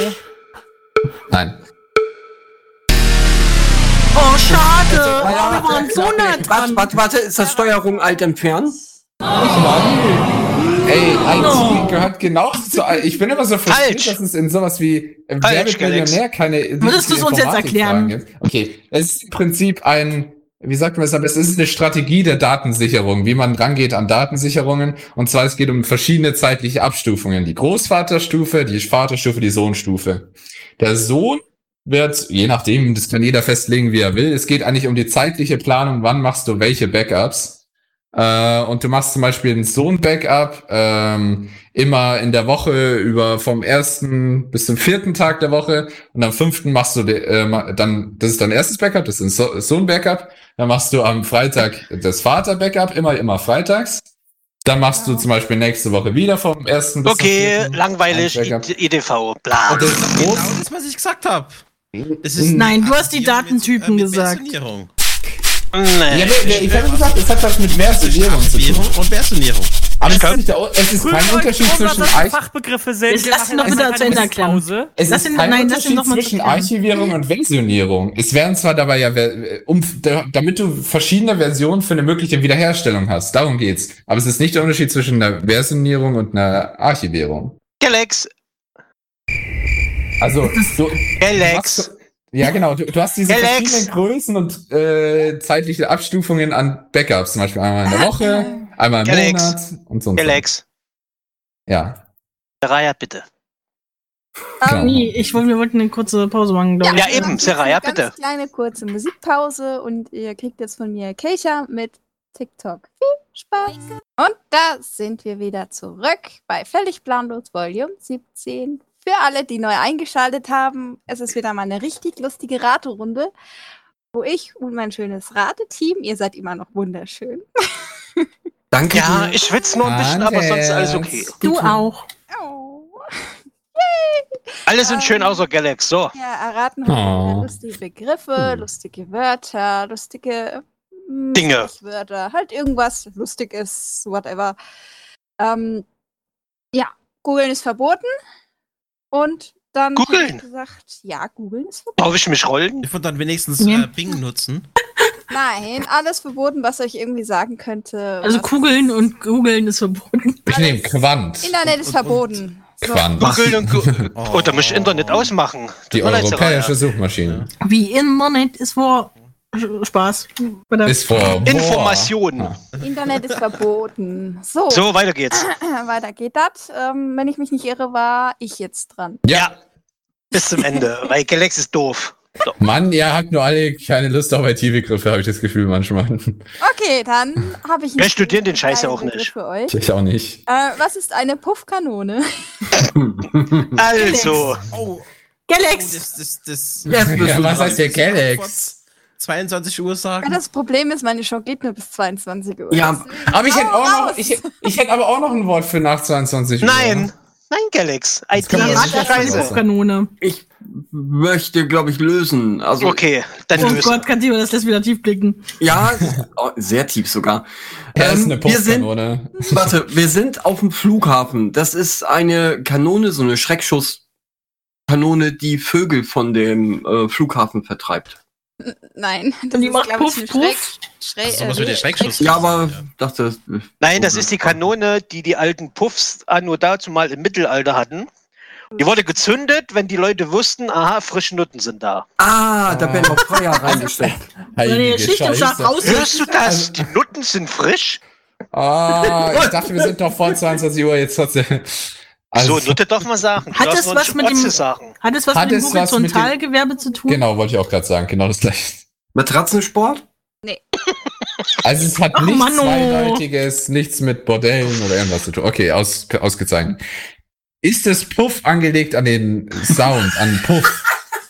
Speaker 12: Nein.
Speaker 11: Oh, schade. Oh, wir waren so nah
Speaker 9: Warte, warte, warte, ist das Steuerung alt entfernen?
Speaker 12: Ey, ein
Speaker 9: No.
Speaker 12: Ziel gehört genau zu. Ich bin immer so frustriert, dass es in sowas wie äh, Wer
Speaker 9: Falsch,
Speaker 12: wird Millionär
Speaker 9: Alex.
Speaker 12: keine.
Speaker 11: Würdest du es uns jetzt
Speaker 12: Informatikfragen gibt. Okay, es ist im Prinzip ein. Wie sagt man das am besten? Es ist eine Strategie der Datensicherung, wie man rangeht an Datensicherungen. Und zwar, es geht um verschiedene zeitliche Abstufungen. Die Großvaterstufe, die Vaterstufe, die Sohnstufe. Der Sohn wird, je nachdem, das kann jeder festlegen, wie er will. Es geht eigentlich um die zeitliche Planung, wann machst du welche Backups. Äh, und du machst zum Beispiel ein Sohn-Backup ähm, immer in der Woche über vom ersten bis zum vierten Tag der Woche und am fünften machst du de, äh, ma- dann das ist dein erstes Backup, das ist ein Sohn-Backup. Dann machst du am Freitag das Vater-Backup, immer immer freitags. Dann machst du zum Beispiel nächste Woche wieder vom ersten bis
Speaker 3: Okay, langweilig, I- IDV, bla.
Speaker 12: Und das
Speaker 10: Genau das, was ich gesagt habe. Das ist
Speaker 11: Nein, du hast die Datentypen gesagt.
Speaker 10: Versionierung.
Speaker 3: Nee.
Speaker 12: Ja, nee, nee, ich habe gesagt, es hat was mit Versionierung zu tun.
Speaker 10: Versionierung und Versionierung.
Speaker 12: Aber es ist, nicht der, es ist kein
Speaker 1: Prüft euch,
Speaker 12: Unterschied
Speaker 1: ob das
Speaker 12: zwischen
Speaker 1: die
Speaker 12: Arch
Speaker 1: Fachbegriffe sind.
Speaker 11: Jetzt
Speaker 1: Wir
Speaker 11: lass ihn
Speaker 1: machen
Speaker 11: doch
Speaker 1: jetzt
Speaker 11: wieder
Speaker 1: keine
Speaker 11: zu Ende erklären.
Speaker 1: Pause.
Speaker 12: Es
Speaker 11: Lass
Speaker 12: ist
Speaker 11: ihn-
Speaker 12: kein
Speaker 11: nein, lass ihn
Speaker 12: Unterschied
Speaker 11: doch mal
Speaker 12: zwischen
Speaker 11: erklären.
Speaker 12: Archivierung und Versionierung. Es werden zwar dabei ja, äh, um, da- damit du verschiedene Versionen für eine mögliche Wiederherstellung hast. Darum geht's. Aber es ist nicht der Unterschied zwischen einer Versionierung und einer Archivierung.
Speaker 3: Galax,
Speaker 12: Also, du,
Speaker 3: Galax.
Speaker 12: ja genau, du, du hast diese
Speaker 3: Alex.
Speaker 12: verschiedenen Größen und äh, zeitliche Abstufungen an Backups. Zum Beispiel einmal in der Woche, einmal im
Speaker 3: Alex.
Speaker 12: Monat und so. und so.
Speaker 3: Ah. Galax,
Speaker 12: Ja.
Speaker 3: Seraya, bitte.
Speaker 11: Ah, nee, ich wollte, wir wollten eine kurze Pause machen, glaube ich.
Speaker 3: Ja, eben, Seraya,
Speaker 8: Ganz
Speaker 3: bitte.
Speaker 8: kleine kurze Musikpause und ihr kriegt jetzt von mir Keisha mit TikTok. Viel Spaß! Und da sind wir wieder zurück bei Völlig Planlos Volume 17. Für alle, die neu eingeschaltet haben, es ist wieder mal eine richtig lustige Raterunde, wo ich und mein schönes Rateteam, ihr seid immer noch wunderschön.
Speaker 9: Danke.
Speaker 3: Ja, ich schwitze nur ein bisschen, aber sonst alles okay.
Speaker 11: Du auch.
Speaker 8: Oh. Yay!
Speaker 3: Alle sind schön außer Galax, so.
Speaker 8: Wir erraten heute wieder
Speaker 3: Oh.
Speaker 8: lustige Begriffe, lustige Wörter, lustige mm,
Speaker 3: Dinge.
Speaker 8: Wörter, halt irgendwas Lustiges, whatever. Ähm, ja, googeln ist verboten. Und dann hab
Speaker 3: Googeln?
Speaker 8: ich gesagt, ja, googeln ist verboten.
Speaker 3: Darf ich mich rollen?
Speaker 10: Ich würde dann wenigstens
Speaker 8: Ja.
Speaker 10: äh, Bing nutzen.
Speaker 8: Nein, alles verboten, was euch irgendwie sagen könnte.
Speaker 11: Also
Speaker 8: was-
Speaker 11: Kugeln und Googeln ist verboten.
Speaker 12: Ich nehme Quant.
Speaker 8: Internet ist verboten. So.
Speaker 12: Quant.
Speaker 3: Googeln und Gu- Oh, da muss ich Internet ausmachen. Tut
Speaker 12: Die
Speaker 3: mir leid,
Speaker 12: europäische Suchmaschine.
Speaker 11: Wie Internet ist vor Spaß. Oder-
Speaker 12: Ist vor.
Speaker 3: Seraya. Information.
Speaker 8: Internet ist verboten. So.
Speaker 3: So, weiter geht's.
Speaker 8: Weiter geht das. Ähm, wenn ich mich nicht irre, war ich jetzt dran.
Speaker 3: Ja. Bis zum Ende, weil Galax ist doof.
Speaker 12: Mann, ihr habt nur alle keine Lust auf IT-Begriffe, habe ich das Gefühl manchmal.
Speaker 8: Okay, dann habe ich.
Speaker 3: Wir studieren den Scheiß ja auch
Speaker 8: Begriff
Speaker 3: nicht.
Speaker 8: Für euch.
Speaker 12: Ich auch nicht.
Speaker 8: Äh, was ist eine Puffkanone?
Speaker 12: Hm.
Speaker 3: Also.
Speaker 10: Oh.
Speaker 11: Galax!
Speaker 10: Das, das, das,
Speaker 12: Ja, was heißt der Galax?
Speaker 10: 22 Uhr
Speaker 8: Ja,
Speaker 10: sagen?
Speaker 8: Das Problem ist, meine Show geht nur bis 22 Uhr.
Speaker 12: Ja, aber ich hätte
Speaker 8: Hau
Speaker 12: auch
Speaker 8: raus!
Speaker 12: noch, ich, ich hätte aber auch noch ein Wort für nach 22 Uhr.
Speaker 3: Nein. Nein, Galax. IT
Speaker 12: kann man
Speaker 3: ist
Speaker 12: nicht
Speaker 3: scheiße.
Speaker 12: lassen.
Speaker 11: Kanone.
Speaker 9: Möchte, glaube ich, lösen. Also,
Speaker 3: Okay, dann
Speaker 11: Oh
Speaker 3: lösen.
Speaker 11: Gott, kann Timo, das lässt wieder tief blicken.
Speaker 9: Ja, oh, sehr tief sogar. Ähm,
Speaker 12: Er ist eine
Speaker 9: wir sind,
Speaker 12: Puffkanone.
Speaker 9: warte, wir sind auf dem Flughafen. Das ist eine Kanone, so eine Schreckschusskanone, die Vögel von dem äh, Flughafen vertreibt.
Speaker 8: Nein, das
Speaker 11: die macht
Speaker 8: glaub ich,
Speaker 11: Puff,
Speaker 8: eine
Speaker 11: Puff.
Speaker 8: Schräg,
Speaker 10: sowas wie
Speaker 8: Schräg,
Speaker 10: der Schreckschuss.
Speaker 9: Ja, aber dachte.
Speaker 3: Nein,
Speaker 9: Mhm.
Speaker 3: das ist die Kanone, die die alten Puffs ah, nur dazu mal im Mittelalter hatten. Die wurde gezündet, wenn die Leute wussten, aha, frische Nutten sind da.
Speaker 9: Ah, da werden auch Feuer reingesteckt.
Speaker 11: Nee, schlicht und scharf raus.
Speaker 3: Hörst du das? Die Nutten sind frisch?
Speaker 12: Ah, ich dachte, wir sind noch vor 22 Uhr. Jetzt hat sie. Also,
Speaker 3: so, Nutte darf man sagen.
Speaker 11: Hat
Speaker 3: Darf
Speaker 11: es
Speaker 3: man
Speaker 11: was mit dem-
Speaker 3: Schwarze sagen.
Speaker 11: Hat es was
Speaker 12: Hat
Speaker 11: mit dem
Speaker 12: es was mit dem-
Speaker 11: Horizontalgewerbe zu tun?
Speaker 12: Genau, wollte ich auch gerade sagen. Genau das gleiche.
Speaker 9: Matratzensport?
Speaker 12: Also es hat
Speaker 11: Ach, oh.
Speaker 12: nichts
Speaker 11: Manno.
Speaker 12: Zweideutiges, nichts mit Bordellen oder irgendwas zu tun. Okay, aus, ausgezeichnet. Ist das Puff angelegt an den Sound, an Puff?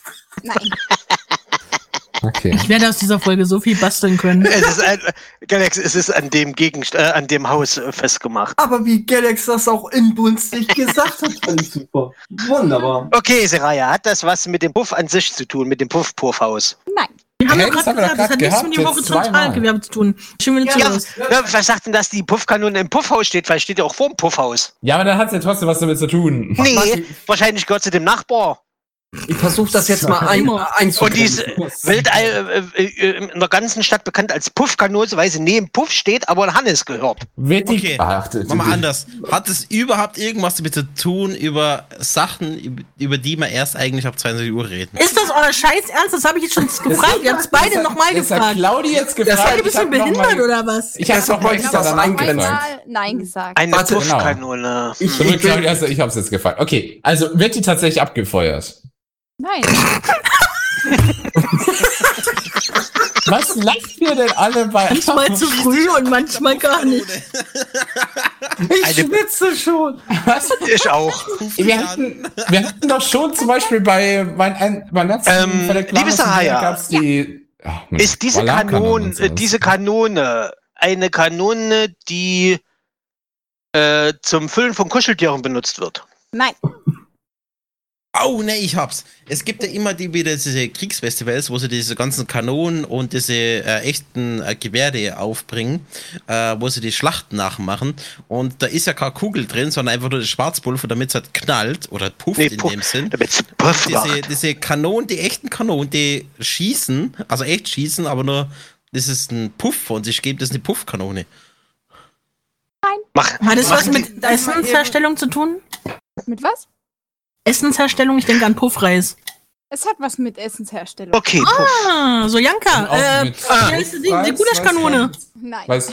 Speaker 8: Nein.
Speaker 12: Okay.
Speaker 11: Ich werde aus dieser Folge so viel basteln können.
Speaker 3: Es ist ein, Galax, es ist an dem Gegenstand, äh, an dem Haus äh, festgemacht.
Speaker 9: Aber wie Galax das auch inbrünstig gesagt hat, fand ich super. Wunderbar.
Speaker 3: Okay, Seraya, hat das was mit dem Puff an sich zu tun, mit dem Puff-Puff-Haus?
Speaker 8: Nein.
Speaker 11: Wir haben
Speaker 12: Hey,
Speaker 11: doch
Speaker 12: das
Speaker 11: gerade
Speaker 12: haben wir doch
Speaker 11: gesagt, das hat
Speaker 12: grad
Speaker 11: nichts mit dem
Speaker 12: gehabt, jetzt
Speaker 11: Horizontalgewerbe zu tun. Schön, wenn du
Speaker 3: Ja,
Speaker 11: zuhörst.
Speaker 3: ja, was sagt denn, dass die Puffkanone im Puffhaus steht? Vielleicht steht ja auch vor dem Puffhaus.
Speaker 12: Ja, aber dann hat es ja trotzdem was damit zu tun.
Speaker 3: Nee,
Speaker 9: Martin.
Speaker 3: wahrscheinlich gehört sie dem Nachbar.
Speaker 9: Ich versuche das jetzt mal ein,
Speaker 3: Und die
Speaker 9: einzugrenzen.
Speaker 3: ist äh, weltall, äh, äh, äh, in der ganzen Stadt bekannt als Puffkanone, weil sie neben Puff steht, aber Hannes gehört.
Speaker 12: Wird die
Speaker 10: Okay,
Speaker 12: Ach, du-
Speaker 10: Mach mal
Speaker 12: du-
Speaker 10: anders. Hat es überhaupt irgendwas damit zu tun, über Sachen, üb- über die wir erst eigentlich ab 22 Uhr reden?
Speaker 11: Ist das euer Scheiß ernst? Das habe ich jetzt schon gefragt. Wir haben es beide nochmal
Speaker 12: Das hat
Speaker 11: gefragt.
Speaker 12: Claudi jetzt
Speaker 11: Seid
Speaker 12: gefragt.
Speaker 11: ihr ein bisschen
Speaker 12: ich hab noch mal-
Speaker 11: behindert oder was?
Speaker 12: Ich hab's noch mal
Speaker 9: wollte ich das
Speaker 12: danach
Speaker 9: eingrenzen.
Speaker 12: gefragt.
Speaker 8: Einmal Nein gesagt.
Speaker 3: Eine
Speaker 9: Warte,
Speaker 12: genau.
Speaker 3: Puffkanone.
Speaker 9: Ich,
Speaker 12: So,
Speaker 9: ich bin,
Speaker 12: Claudia, also ich hab's jetzt gefragt. Okay, also wird die tatsächlich abgefeuert?
Speaker 8: Nein.
Speaker 12: Was lacht ihr denn alle bei?
Speaker 11: Manchmal zu früh und manchmal gar nicht.
Speaker 3: Eine-
Speaker 9: ich schwitze schon.
Speaker 12: Was?
Speaker 3: Ich Hm, auch.
Speaker 12: Wir hatten, wir hatten doch schon zum Beispiel bei mein, ein, beim letzten
Speaker 3: Ähm,
Speaker 12: bei der Clan
Speaker 3: liebe
Speaker 12: aus dem Meer
Speaker 3: Sahaya.
Speaker 12: gab's die. Ach, Mensch,
Speaker 3: Ist diese
Speaker 12: Alarmkanone
Speaker 3: Kanone,
Speaker 12: und sowas.
Speaker 3: äh, diese Kanone eine Kanone, die äh, zum Füllen von Kuscheltieren benutzt wird?
Speaker 8: Nein.
Speaker 10: Oh, ne, ich hab's. Es gibt ja immer die, wieder diese Kriegsfestivals, wo sie diese ganzen Kanonen und diese äh, echten äh, Gewehre aufbringen, äh, wo sie die Schlachten nachmachen. Und da ist ja keine Kugel drin, sondern einfach nur das Schwarzpulver, damit es halt knallt oder pufft
Speaker 3: Nee,
Speaker 10: in
Speaker 3: puff,
Speaker 10: dem Sinn.
Speaker 3: damit es Puff
Speaker 10: Diese,
Speaker 3: macht.
Speaker 10: diese Kanonen, die echten Kanonen, die schießen, also echt schießen, aber nur, das ist ein Puff von sich gibt, das ist eine Puffkanone.
Speaker 3: Mach,
Speaker 11: Hat es was
Speaker 3: machen
Speaker 11: mit Essensherstellung zu tun?
Speaker 8: Mit was?
Speaker 11: Essensherstellung, ich denke an Puffreis.
Speaker 8: Es hat was mit Essensherstellung.
Speaker 3: die- Okay, Puff.
Speaker 11: Ah, so
Speaker 12: Auch
Speaker 11: Janka. Äh,
Speaker 12: mit- Ah.
Speaker 11: wie heißt das Ding? Die Gulaschkanone.
Speaker 8: Nein.
Speaker 12: Weiß,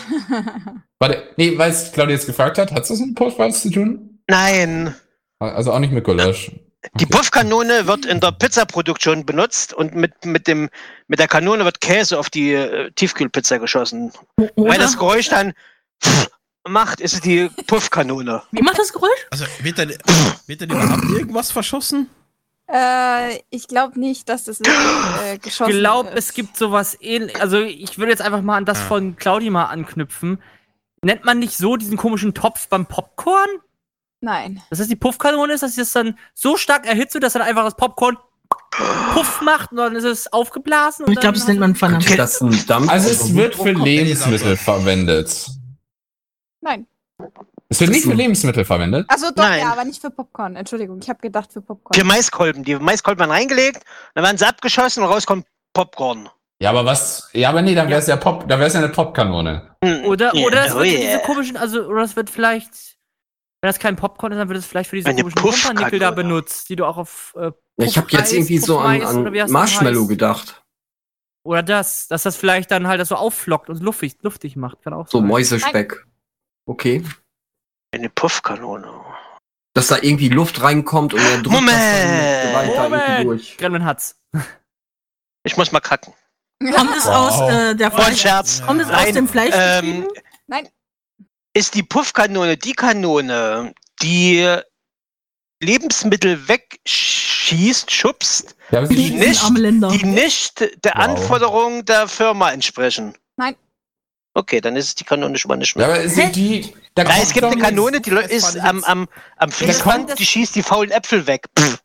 Speaker 12: warte, nee, weil es Claudia jetzt gefragt hat, hat es mit Postweiß zu tun?
Speaker 3: Nein.
Speaker 12: Also auch nicht mit Gulasch.
Speaker 3: Die Puffkanone wird in der Pizzaproduktion benutzt und mit, mit, dem, mit der Kanone wird Käse auf die äh, Tiefkühlpizza geschossen. Weil das Geräusch dann macht, ist es die Puffkanone.
Speaker 11: Wie macht das Geräusch?
Speaker 10: Also wird dann, wird dann überhaupt irgendwas verschossen?
Speaker 8: Äh, ich glaube nicht, dass das äh, geschossen
Speaker 1: Ich glaube,
Speaker 8: ist.
Speaker 1: es gibt sowas ähnliches. Also, ich würde jetzt einfach mal an das von Claudi mal anknüpfen. Nennt man nicht so diesen komischen Topf beim Popcorn?
Speaker 8: Nein.
Speaker 1: Das heißt, die Puffkanone ist, dass sie das dann so stark erhitzt, wird, dass dann einfach das Popcorn Puff macht und dann ist es aufgeblasen. Und
Speaker 11: Ich glaube,
Speaker 1: dann
Speaker 11: das nennt man Pfanne.
Speaker 9: Ist das ein Dampf?
Speaker 12: Also es wird für Lebensmittel verwendet.
Speaker 8: Nein.
Speaker 12: Es wird nicht für Lebensmittel verwendet.
Speaker 8: Also doch,
Speaker 3: Nein.
Speaker 8: ja, aber nicht für Popcorn. Entschuldigung, ich habe gedacht für
Speaker 3: Für
Speaker 8: Popcorn.
Speaker 3: Maiskolben. Die Maiskolben werden reingelegt, dann werden sie abgeschossen und rauskommt Popcorn.
Speaker 12: Ja, aber was? Ja, aber nee, dann wäre es ja Pop, dann wäre es ja eine Popkanone.
Speaker 1: Oder,
Speaker 3: Ja,
Speaker 1: oder es
Speaker 3: oh
Speaker 1: wird für
Speaker 3: yeah.
Speaker 1: diese komischen, also, oder es wird vielleicht, wenn das kein Popcorn ist, dann wird es vielleicht für diese
Speaker 3: Eine
Speaker 1: komischen
Speaker 3: Puffkanone.
Speaker 1: Pumpernickel da benutzt, die du auch auf, äh,
Speaker 9: Ja, ich habe jetzt
Speaker 1: Puffeis,
Speaker 9: irgendwie so an,
Speaker 1: Puffeis oder wie
Speaker 9: an
Speaker 1: das
Speaker 9: Marshmallow
Speaker 1: heißt.
Speaker 9: gedacht.
Speaker 1: Oder das, dass das vielleicht dann halt das so aufflockt und luftig, luftig macht. Kann auch
Speaker 9: So
Speaker 1: sein.
Speaker 9: Mäusespeck. Okay.
Speaker 3: Eine Puffkanone.
Speaker 9: Dass da irgendwie Luft reinkommt und er drückt das dann mit Gewalt da irgendwie durch.
Speaker 1: Moment! Gremlin hat's.
Speaker 3: Ich muss mal kacken.
Speaker 11: Kommt es aus äh, der
Speaker 3: Voll Scherz.
Speaker 11: Kommt es aus
Speaker 3: Nein,
Speaker 11: dem Fleisch?
Speaker 3: Ähm,
Speaker 8: Nein.
Speaker 3: Ist die Puffkanone die Kanone, die Lebensmittel wegschießt, schubst,
Speaker 12: Ja, aber sie
Speaker 3: die
Speaker 12: schießen
Speaker 3: nicht,
Speaker 12: am Länder.
Speaker 3: die nicht der
Speaker 12: Wow.
Speaker 3: Anforderung der Firma entsprechen?
Speaker 8: Nein.
Speaker 3: Okay, dann ist es die Kanone schon mal nicht mehr.
Speaker 12: Ja, aber es sind die. da
Speaker 3: Nein, es
Speaker 12: kommt
Speaker 3: gibt
Speaker 12: doch
Speaker 3: eine
Speaker 12: jetzt-
Speaker 3: Kanone, die Leute ist am, am, am Fließband, die schießt die faulen Äpfel weg. Pff.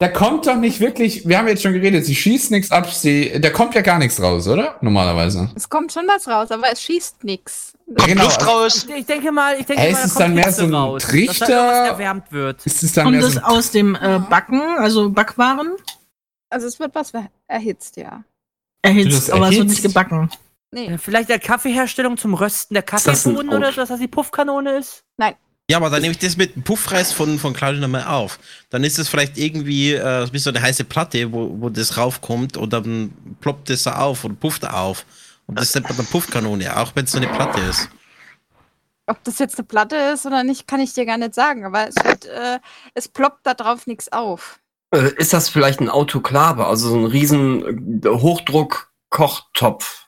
Speaker 12: Da kommt doch nicht wirklich, wir haben jetzt schon geredet, sie schießt nichts ab, sie, da kommt ja gar nichts raus, oder? Normalerweise.
Speaker 8: Es kommt schon was raus, aber es schießt nichts.
Speaker 12: Kommt genau, Luft also-
Speaker 3: raus.
Speaker 1: Ich denke mal, ich denke
Speaker 12: Äh,
Speaker 1: mal,
Speaker 12: ist
Speaker 1: da
Speaker 12: es
Speaker 1: kommt
Speaker 12: dann mehr
Speaker 1: Hitze
Speaker 12: so ein
Speaker 1: raus, dass da
Speaker 12: Trichter?
Speaker 1: irgendwas erwärmt wird.
Speaker 12: Ist es dann
Speaker 11: Kommt
Speaker 12: mehr
Speaker 11: es
Speaker 12: so,
Speaker 11: aus dem äh, Backen, also Backwaren?
Speaker 8: Also es wird was ver- erhitzt, ja.
Speaker 11: Erhitzt,
Speaker 12: Das
Speaker 11: aber es wird nicht
Speaker 12: erhitzt?
Speaker 11: gebacken.
Speaker 8: Nee.
Speaker 1: Vielleicht der Kaffeeherstellung zum Rösten der
Speaker 10: das ein
Speaker 1: Kaffeebohnen oder so, dass das die Puffkanone ist?
Speaker 8: Nein.
Speaker 10: Ja, aber dann nehme ich das mit dem Puffreis von, von Claudio nochmal auf. Dann ist es vielleicht irgendwie äh, wie so eine heiße Platte, wo, wo das raufkommt und dann ploppt es da auf und pufft auf. Und das nennt man dann Puffkanone, auch wenn es so eine Platte ist.
Speaker 8: Ob das jetzt eine Platte ist oder nicht, kann ich dir gar nicht sagen, aber es, wird, äh, es ploppt da drauf nichts auf.
Speaker 9: Äh, ist das vielleicht ein Autoklave, also so ein riesen äh, Hochdruck-Kochtopf?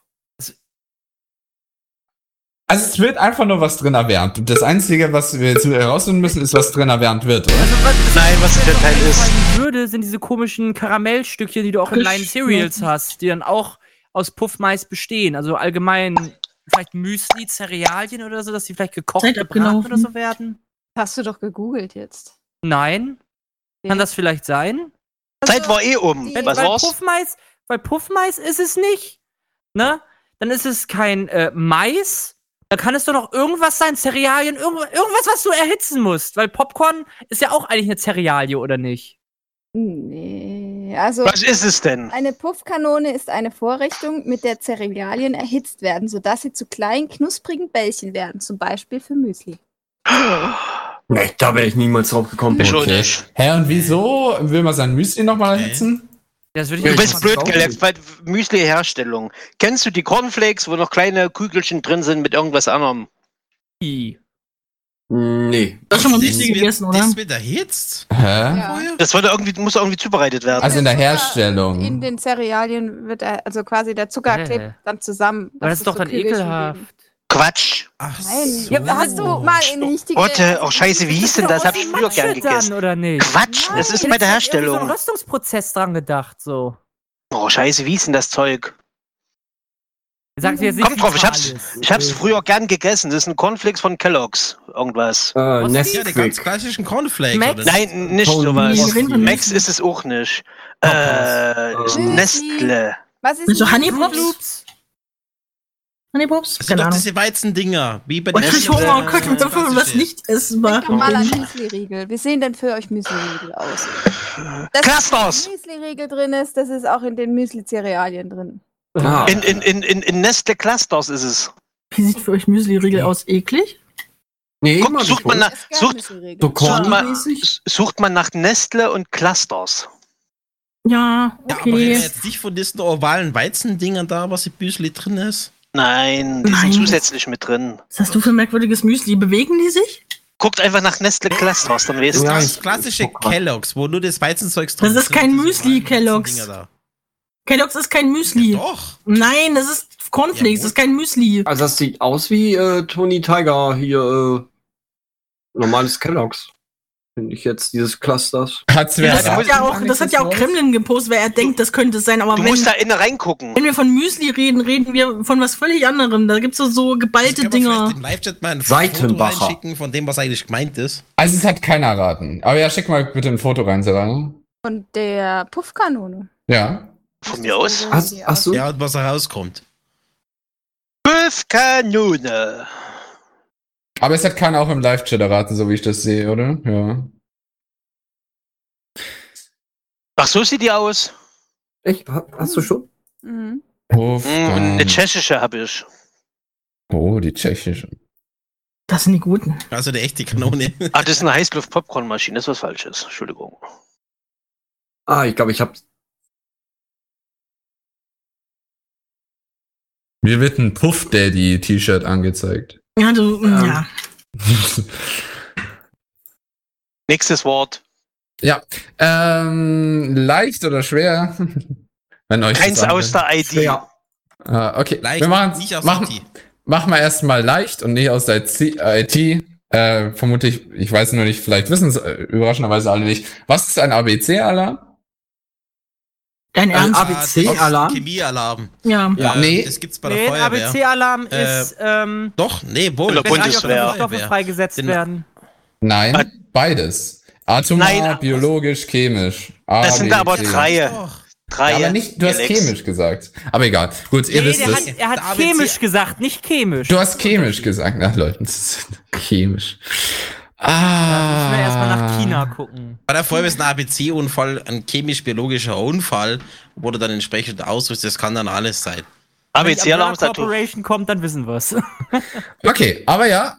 Speaker 12: also es wird einfach nur was drin erwärmt. Und das Einzige, was wir jetzt herausfinden müssen, ist, was drin erwärmt wird, oder?
Speaker 3: Nein, was der Teil ist.
Speaker 1: Fallen würde, sind diese komischen Karamellstückchen, die du auch in Line Cereals hast, die dann auch aus Puffmais bestehen. Also allgemein vielleicht Müsli, Cerealien oder so, dass die vielleicht gekocht,
Speaker 11: Zeit
Speaker 1: gebraten
Speaker 11: abgelaufen.
Speaker 1: oder so werden.
Speaker 8: Hast du doch gegoogelt jetzt.
Speaker 1: Nein. Kann das vielleicht sein?
Speaker 3: Zeit war eh um.
Speaker 1: Wenn,
Speaker 3: Was
Speaker 1: weil
Speaker 3: war's?
Speaker 1: Puffmais, weil Puffmais ist es nicht. Ne? Dann ist es kein äh, Mais. Da kann es doch noch irgendwas sein, Cerealien, irgend, irgendwas, was du erhitzen musst. Weil Popcorn ist ja auch eigentlich eine Cerealie, oder nicht?
Speaker 8: Nee, also.
Speaker 3: Was ist es denn?
Speaker 8: Eine Puffkanone ist eine Vorrichtung, mit der Cerealien erhitzt werden, sodass sie zu kleinen, knusprigen Bällchen werden, zum Beispiel für Müsli.
Speaker 9: Nee, da wäre ich niemals drauf gekommen.
Speaker 3: Ich auch nicht.
Speaker 12: Hä, und wieso will man sein Müsli nochmal erhitzen?
Speaker 1: Das würde
Speaker 3: Du bist blöd,
Speaker 12: glaub
Speaker 3: Galax, bei Müsli-Herstellung. Kennst du die Cornflakes, wo noch kleine Kügelchen drin sind mit irgendwas anderem?
Speaker 1: I.
Speaker 9: Nee. Äh,
Speaker 11: Du hast schon mal
Speaker 10: Das
Speaker 11: Müsli
Speaker 10: wird-
Speaker 11: gegessen, oder?
Speaker 10: Das wird erhitzt?
Speaker 12: Hä?
Speaker 3: Das wurde irgendwie, muss irgendwie zubereitet werden.
Speaker 12: Also in der
Speaker 8: In
Speaker 3: Mhm.
Speaker 12: Herstellung.
Speaker 8: den Cerealien wird er, also quasi der Zucker
Speaker 1: Äh.
Speaker 8: klebt dann zusammen.
Speaker 1: Aber das
Speaker 8: es
Speaker 1: ist doch
Speaker 8: so
Speaker 1: dann
Speaker 8: Kügelchen
Speaker 1: ekelhaft.
Speaker 8: geben.
Speaker 3: Quatsch.
Speaker 10: Ach
Speaker 8: Nein,
Speaker 10: so.
Speaker 8: ja, hast du mal in richtige...
Speaker 3: Orte, oh scheiße, wie hieß denn das? Hab ich früher gern
Speaker 1: Matsche dann,
Speaker 3: gegessen.
Speaker 1: oder nicht?
Speaker 3: Quatsch, das ist
Speaker 1: Nein,
Speaker 3: bei der
Speaker 1: jetzt irgendwie So ein
Speaker 3: Herstellung.
Speaker 1: Rüstungsprozess dran gedacht, so.
Speaker 3: Oh scheiße, wie ist denn das Zeug?
Speaker 1: Sagt jetzt nicht
Speaker 3: Kommt drauf, ich hab's,
Speaker 1: Vitales.
Speaker 3: ich hab's früher gern gegessen. Das ist ein Cornflakes von Kellogg's. Irgendwas.
Speaker 9: Äh,
Speaker 10: Ja, die ganz
Speaker 9: Nestwick.
Speaker 10: klassischen Cornflakes.
Speaker 1: Max?
Speaker 10: Oder?
Speaker 3: Nein, nicht
Speaker 9: Tony
Speaker 3: sowas.
Speaker 11: Robbins.
Speaker 3: Max ist es auch nicht. Äh, Nestle.
Speaker 8: Was ist
Speaker 11: Mit so
Speaker 8: denn-
Speaker 11: Honey Pops? Honey
Speaker 10: Also
Speaker 11: Pops?
Speaker 10: Das sind
Speaker 11: Keine
Speaker 10: doch
Speaker 11: Ahnung.
Speaker 10: diese Weizendinger, wie bei
Speaker 11: Oh, ich
Speaker 10: den
Speaker 11: krieg
Speaker 10: Nestle-
Speaker 11: Hunger und
Speaker 10: äh,
Speaker 11: könnte mit Würfeln was nicht essen. war.
Speaker 8: Denk doch mal
Speaker 11: Mhm.
Speaker 8: an Müsliriegel. Wie sehen denn für euch Müsliriegel aus? Das
Speaker 3: Clusters!
Speaker 8: Müsliriegel drin ist, das ist auch in den Müsli-Cerealien drin.
Speaker 9: Ah,
Speaker 3: In, in, in, in, in Nestle Clusters ist es.
Speaker 11: Wie sieht für euch Müsli-Riegel aus? Eklig?
Speaker 9: nee,
Speaker 3: Guck,
Speaker 9: mag ich
Speaker 3: sucht
Speaker 9: wohl.
Speaker 3: man nach,
Speaker 8: Es gab
Speaker 3: sucht,
Speaker 8: Müsliriegel.
Speaker 9: so
Speaker 3: sucht,
Speaker 9: Korn.
Speaker 3: man, sucht man nach Nestle und Clusters.
Speaker 11: Ja,
Speaker 10: Ja, aber reden wir
Speaker 11: okay.
Speaker 10: jetzt nicht von diesen ovalen Weizendingern da, was im Büsli drin ist.
Speaker 3: Nein, die
Speaker 11: Nein.
Speaker 3: sind zusätzlich mit drin.
Speaker 11: Was hast du für ein merkwürdiges Müsli? Bewegen die sich?
Speaker 3: Guckt einfach nach Nestle Clusters, dann weißt du
Speaker 9: Ja,
Speaker 3: das.
Speaker 10: Das klassische
Speaker 9: ich guck mal.
Speaker 10: Kelloggs, wo nur das Weizenzeugs
Speaker 11: Das ist
Speaker 10: sind,
Speaker 11: kein
Speaker 10: diese
Speaker 11: Müsli,
Speaker 10: ovalen
Speaker 11: Kellogg's.
Speaker 10: Weizendinger da.
Speaker 11: Kellogg's ist kein Müsli.
Speaker 10: Doch.
Speaker 11: Nein, das ist Cornflakes,
Speaker 10: Ja,
Speaker 11: das ist kein Müsli.
Speaker 9: Also das sieht aus wie äh, Tony Tiger hier. Äh, normales Kellogg's. Finde ich jetzt dieses Clusters.
Speaker 12: Hat's wer
Speaker 11: Das
Speaker 3: da
Speaker 11: hat
Speaker 12: erwartet?
Speaker 11: ja auch, das hat ja auch Kremlin gepostet, weil er denkt, das könnte es sein. Aber
Speaker 3: Du
Speaker 11: wenn,
Speaker 3: musst da innen reingucken.
Speaker 11: wenn wir von Müsli reden, reden wir von was völlig anderem. Da gibt's so, so
Speaker 10: Das
Speaker 11: geballte
Speaker 10: Also kann man vielleicht
Speaker 11: Dinger.
Speaker 10: im Live-Chat mal ein Foto
Speaker 9: Seitenbacher.
Speaker 10: reinschicken von dem, was eigentlich gemeint ist.
Speaker 12: Also es hat keiner erraten. Aber ja, schick mal bitte ein Foto rein, Sarah.
Speaker 8: Von der Puffkanone.
Speaker 12: Ja.
Speaker 3: Von mir aus.
Speaker 9: Hast, hast du?
Speaker 10: Ja, und was herauskommt.
Speaker 3: Puffkanone.
Speaker 12: Aber es hat keiner auch im Live-Chat erraten, so wie ich das sehe, oder? Ja.
Speaker 3: Ach, so sieht die aus.
Speaker 9: Echt? Ha- Hast du schon?
Speaker 8: Mhm.
Speaker 12: Puff,
Speaker 3: Hm, eine tschechische habe ich.
Speaker 12: oh, die tschechische.
Speaker 11: Das sind die guten.
Speaker 10: Also der echte Kanone.
Speaker 3: Ah, das ist eine Heißluft-Popcorn-Maschine, das ist was Falsches. Entschuldigung.
Speaker 9: Ah, ich glaube, ich habe
Speaker 12: Mir wird ein Puff Daddy T-Shirt angezeigt.
Speaker 11: Ja, du,
Speaker 1: Ähm,
Speaker 11: ja.
Speaker 3: Nächstes Wort.
Speaker 12: Ja. Ähm, leicht oder schwer? Wenn euch das
Speaker 3: Eins aus
Speaker 12: anfällt.
Speaker 3: der ID.
Speaker 12: Ah, okay,
Speaker 10: Leicht,
Speaker 12: wir machen,
Speaker 10: nicht aus
Speaker 12: machen,
Speaker 10: IT.
Speaker 12: machen wir erstmal leicht und nicht aus der IT. äh, IT. Äh, vermutlich, ich weiß nur nicht, vielleicht wissen es äh, überraschenderweise alle nicht. Was ist ein ABC-Alarm?
Speaker 11: Dein
Speaker 12: Ein
Speaker 1: also
Speaker 11: Ernst?
Speaker 12: ABC-Alarm?
Speaker 10: Chemiealarm.
Speaker 11: Ja.
Speaker 10: Ja,
Speaker 12: Ja, nee.
Speaker 10: Das gibt's bei der
Speaker 1: Nee, ein
Speaker 10: Feuerwehr.
Speaker 1: ABC-Alarm
Speaker 10: Äh,
Speaker 1: ist, ähm,
Speaker 10: Doch, nee, wohl.
Speaker 1: wenn
Speaker 10: Feuerwehr.
Speaker 1: Radioaktive Stoffe freigesetzt
Speaker 10: Den-
Speaker 1: werden.
Speaker 12: Nein, beides. Atomar,
Speaker 1: Nein.
Speaker 12: biologisch, chemisch. A,
Speaker 3: Das sind
Speaker 12: B,
Speaker 3: aber
Speaker 12: C.
Speaker 3: Dreie.
Speaker 12: Ja,
Speaker 3: Dreie.
Speaker 12: aber nicht, du hast
Speaker 3: Alex.
Speaker 12: chemisch gesagt. Aber egal. Gut, ihr
Speaker 1: Ah, Nee,
Speaker 12: wisst
Speaker 1: der
Speaker 12: es.
Speaker 1: hat, er hat chemisch gesagt, nicht chemisch.
Speaker 12: Du hast chemisch gesagt. Ach, Leute, das ist chemisch. Ah.
Speaker 1: Ich will erstmal nach China gucken.
Speaker 10: Bei der Feuerwehr ist ein ABC-Unfall ein chemisch-biologischer Unfall, wo du dann entsprechend ausrüst. Das kann dann alles sein.
Speaker 1: ABC-Alarm ist
Speaker 3: halt
Speaker 1: Corporation kommt, dann wissen wir's.
Speaker 12: Okay, aber ja,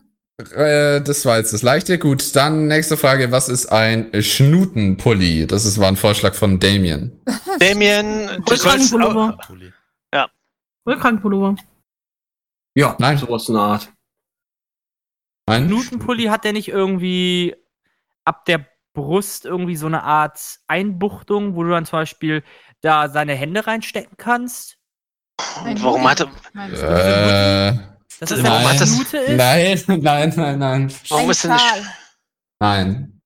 Speaker 12: äh, das war jetzt das Leichte. Gut, dann nächste Frage. Was ist ein Schnutenpulli? Das ist, war ein Vorschlag von Damien.
Speaker 3: Damien, du sollst auch,
Speaker 11: Wollkrankenpullover.
Speaker 3: Ja.
Speaker 11: Wollkrankenpullover.
Speaker 9: Ja, nein. Sowas in der Art.
Speaker 12: Nein?
Speaker 1: Schnutenpulli hat der nicht irgendwie ab der Brust irgendwie so eine Art Einbuchtung, wo du dann zum Beispiel da seine Hände reinstecken kannst?
Speaker 3: warum hat er,
Speaker 12: Äh,
Speaker 1: Das
Speaker 3: ist ja
Speaker 1: ist ja
Speaker 3: Warum hat
Speaker 12: nein.
Speaker 3: das-
Speaker 1: Minute ist.
Speaker 12: nein, nein, nein, nein.
Speaker 3: warum ist denn
Speaker 12: Nein.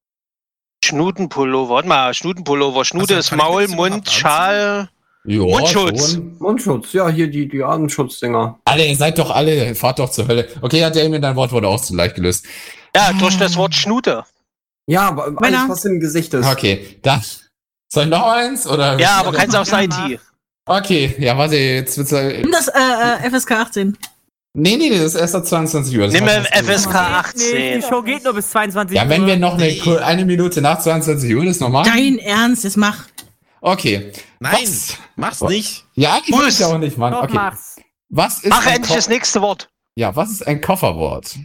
Speaker 3: Schnutenpullover? Warte mal, Schnutenpullover. Schnute
Speaker 10: Also,
Speaker 3: ist
Speaker 10: kann ich
Speaker 3: Maul,
Speaker 10: jetzt überhaupt
Speaker 3: Mund,
Speaker 10: anziehen?
Speaker 3: Schal.
Speaker 12: Ja,
Speaker 3: Mundschutz.
Speaker 12: schon.
Speaker 9: Mundschutz, ja, hier die, die Atemschutzdinger.
Speaker 12: Alle, ihr seid doch alle, fahrt doch zur Hölle. Okay, ja, Damien, dein Wort wurde auch zu leicht gelöst.
Speaker 3: Ja, durch das Wort Schnute.
Speaker 9: Ja, aber alles,
Speaker 11: Männer.
Speaker 9: was im Gesicht ist.
Speaker 12: Okay, dann. Soll ich noch eins? Oder
Speaker 3: Ja, aber keins aus der IT.
Speaker 12: Okay, ja, warte, jetzt wird's. äh,
Speaker 11: Und das äh, äh, FSK 18.
Speaker 12: Nee, nee, das ist erst ab 22 Uhr. das
Speaker 3: Nimm
Speaker 12: war
Speaker 3: mir
Speaker 12: fast gelöst.
Speaker 3: FSK
Speaker 1: Nee,
Speaker 3: 18.
Speaker 1: die Show geht nur bis 22
Speaker 12: Ja, wenn
Speaker 1: Uhr.
Speaker 12: wir noch eine, Kur- eine Minute nach 22 Uhr das noch
Speaker 1: Ah.
Speaker 12: machen.
Speaker 11: Dein Ernst, jetzt mach.
Speaker 12: Okay.
Speaker 10: Nein,
Speaker 12: Was?
Speaker 10: mach's nicht.
Speaker 12: Ja, ich
Speaker 3: Muss.
Speaker 12: muss ja auch nicht, Mann.
Speaker 1: Doch,
Speaker 12: Okay.
Speaker 1: mach's.
Speaker 12: Was ist
Speaker 3: Mach
Speaker 12: ein
Speaker 3: endlich das
Speaker 12: Ko
Speaker 3: nächste Wort.
Speaker 12: Ja, was ist ein Kofferwort?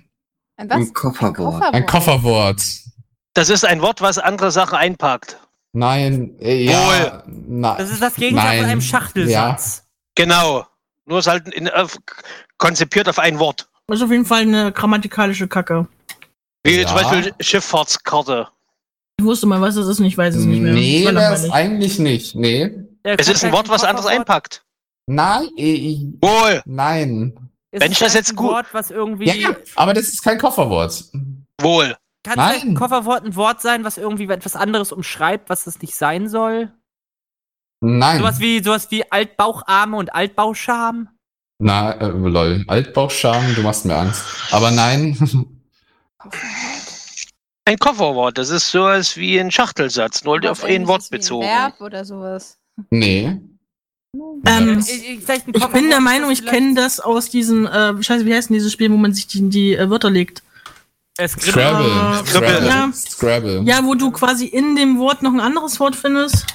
Speaker 8: Ein
Speaker 9: Ein Kofferwort.
Speaker 12: Ein Kofferwort.
Speaker 3: Das ist ein Wort, was andere Sachen einpackt.
Speaker 12: Nein, äh, ja. Na,
Speaker 1: Das ist das Gegenteil
Speaker 12: Nein.
Speaker 1: von einem Schachtelsatz.
Speaker 3: Genau. Nur ist halt in, auf, konzipiert auf ein Wort.
Speaker 11: Das ist auf jeden Fall eine grammatikalische Kacke.
Speaker 3: Wie
Speaker 12: Ja.
Speaker 3: zum Beispiel Schifffahrtskarte.
Speaker 11: Ich wusste mal, was das ist und ich weiß es nicht mehr.
Speaker 12: Nee,
Speaker 11: war
Speaker 12: das
Speaker 11: langweilig.
Speaker 12: eigentlich nicht. Nee.
Speaker 1: Der
Speaker 3: Es ist ein
Speaker 1: Koffer-
Speaker 3: Wort, was anderes
Speaker 1: Kofferwort
Speaker 3: einpackt.
Speaker 12: Nein, äh, äh,
Speaker 3: Wohl.
Speaker 12: nein.
Speaker 1: ist
Speaker 3: Wenn ich das
Speaker 1: vielleicht
Speaker 3: jetzt
Speaker 1: ein
Speaker 3: gut-
Speaker 1: Wort, was irgendwie.
Speaker 12: Ja, aber das ist kein Kofferwort.
Speaker 3: Wohl.
Speaker 1: Kann
Speaker 12: Nein.
Speaker 1: vielleicht ein Kofferwort ein Wort sein, was irgendwie etwas anderes umschreibt, was es nicht sein soll?
Speaker 12: Nein.
Speaker 1: Sowas wie, sowas wie Altbaucharme und Altbauscham?
Speaker 12: Na, äh, lol. Altbauchscham, du machst mir Angst. Aber nein.
Speaker 3: Ein Kofferwort. Das ist sowas wie ein Schachtelsatz, nur auf ein Wort bezogen.
Speaker 8: Verb oder sowas.
Speaker 12: nee.
Speaker 11: Ähm,
Speaker 1: Ich- ich- vielleicht ein
Speaker 11: Ich bin
Speaker 1: Kofferwort,
Speaker 11: der
Speaker 1: das
Speaker 11: Meinung, ich
Speaker 1: vielleicht-
Speaker 11: kenne das aus diesen, äh, scheiße, wie heißt denn dieses Spiel, wo man sich die, die äh, Wörter legt?
Speaker 1: Es
Speaker 12: Scrabble.
Speaker 3: Äh,
Speaker 11: Ja.
Speaker 3: Scrabble.
Speaker 12: Scrabble. Scrabble.
Speaker 11: Ja, wo du quasi in dem Wort noch ein anderes Wort findest.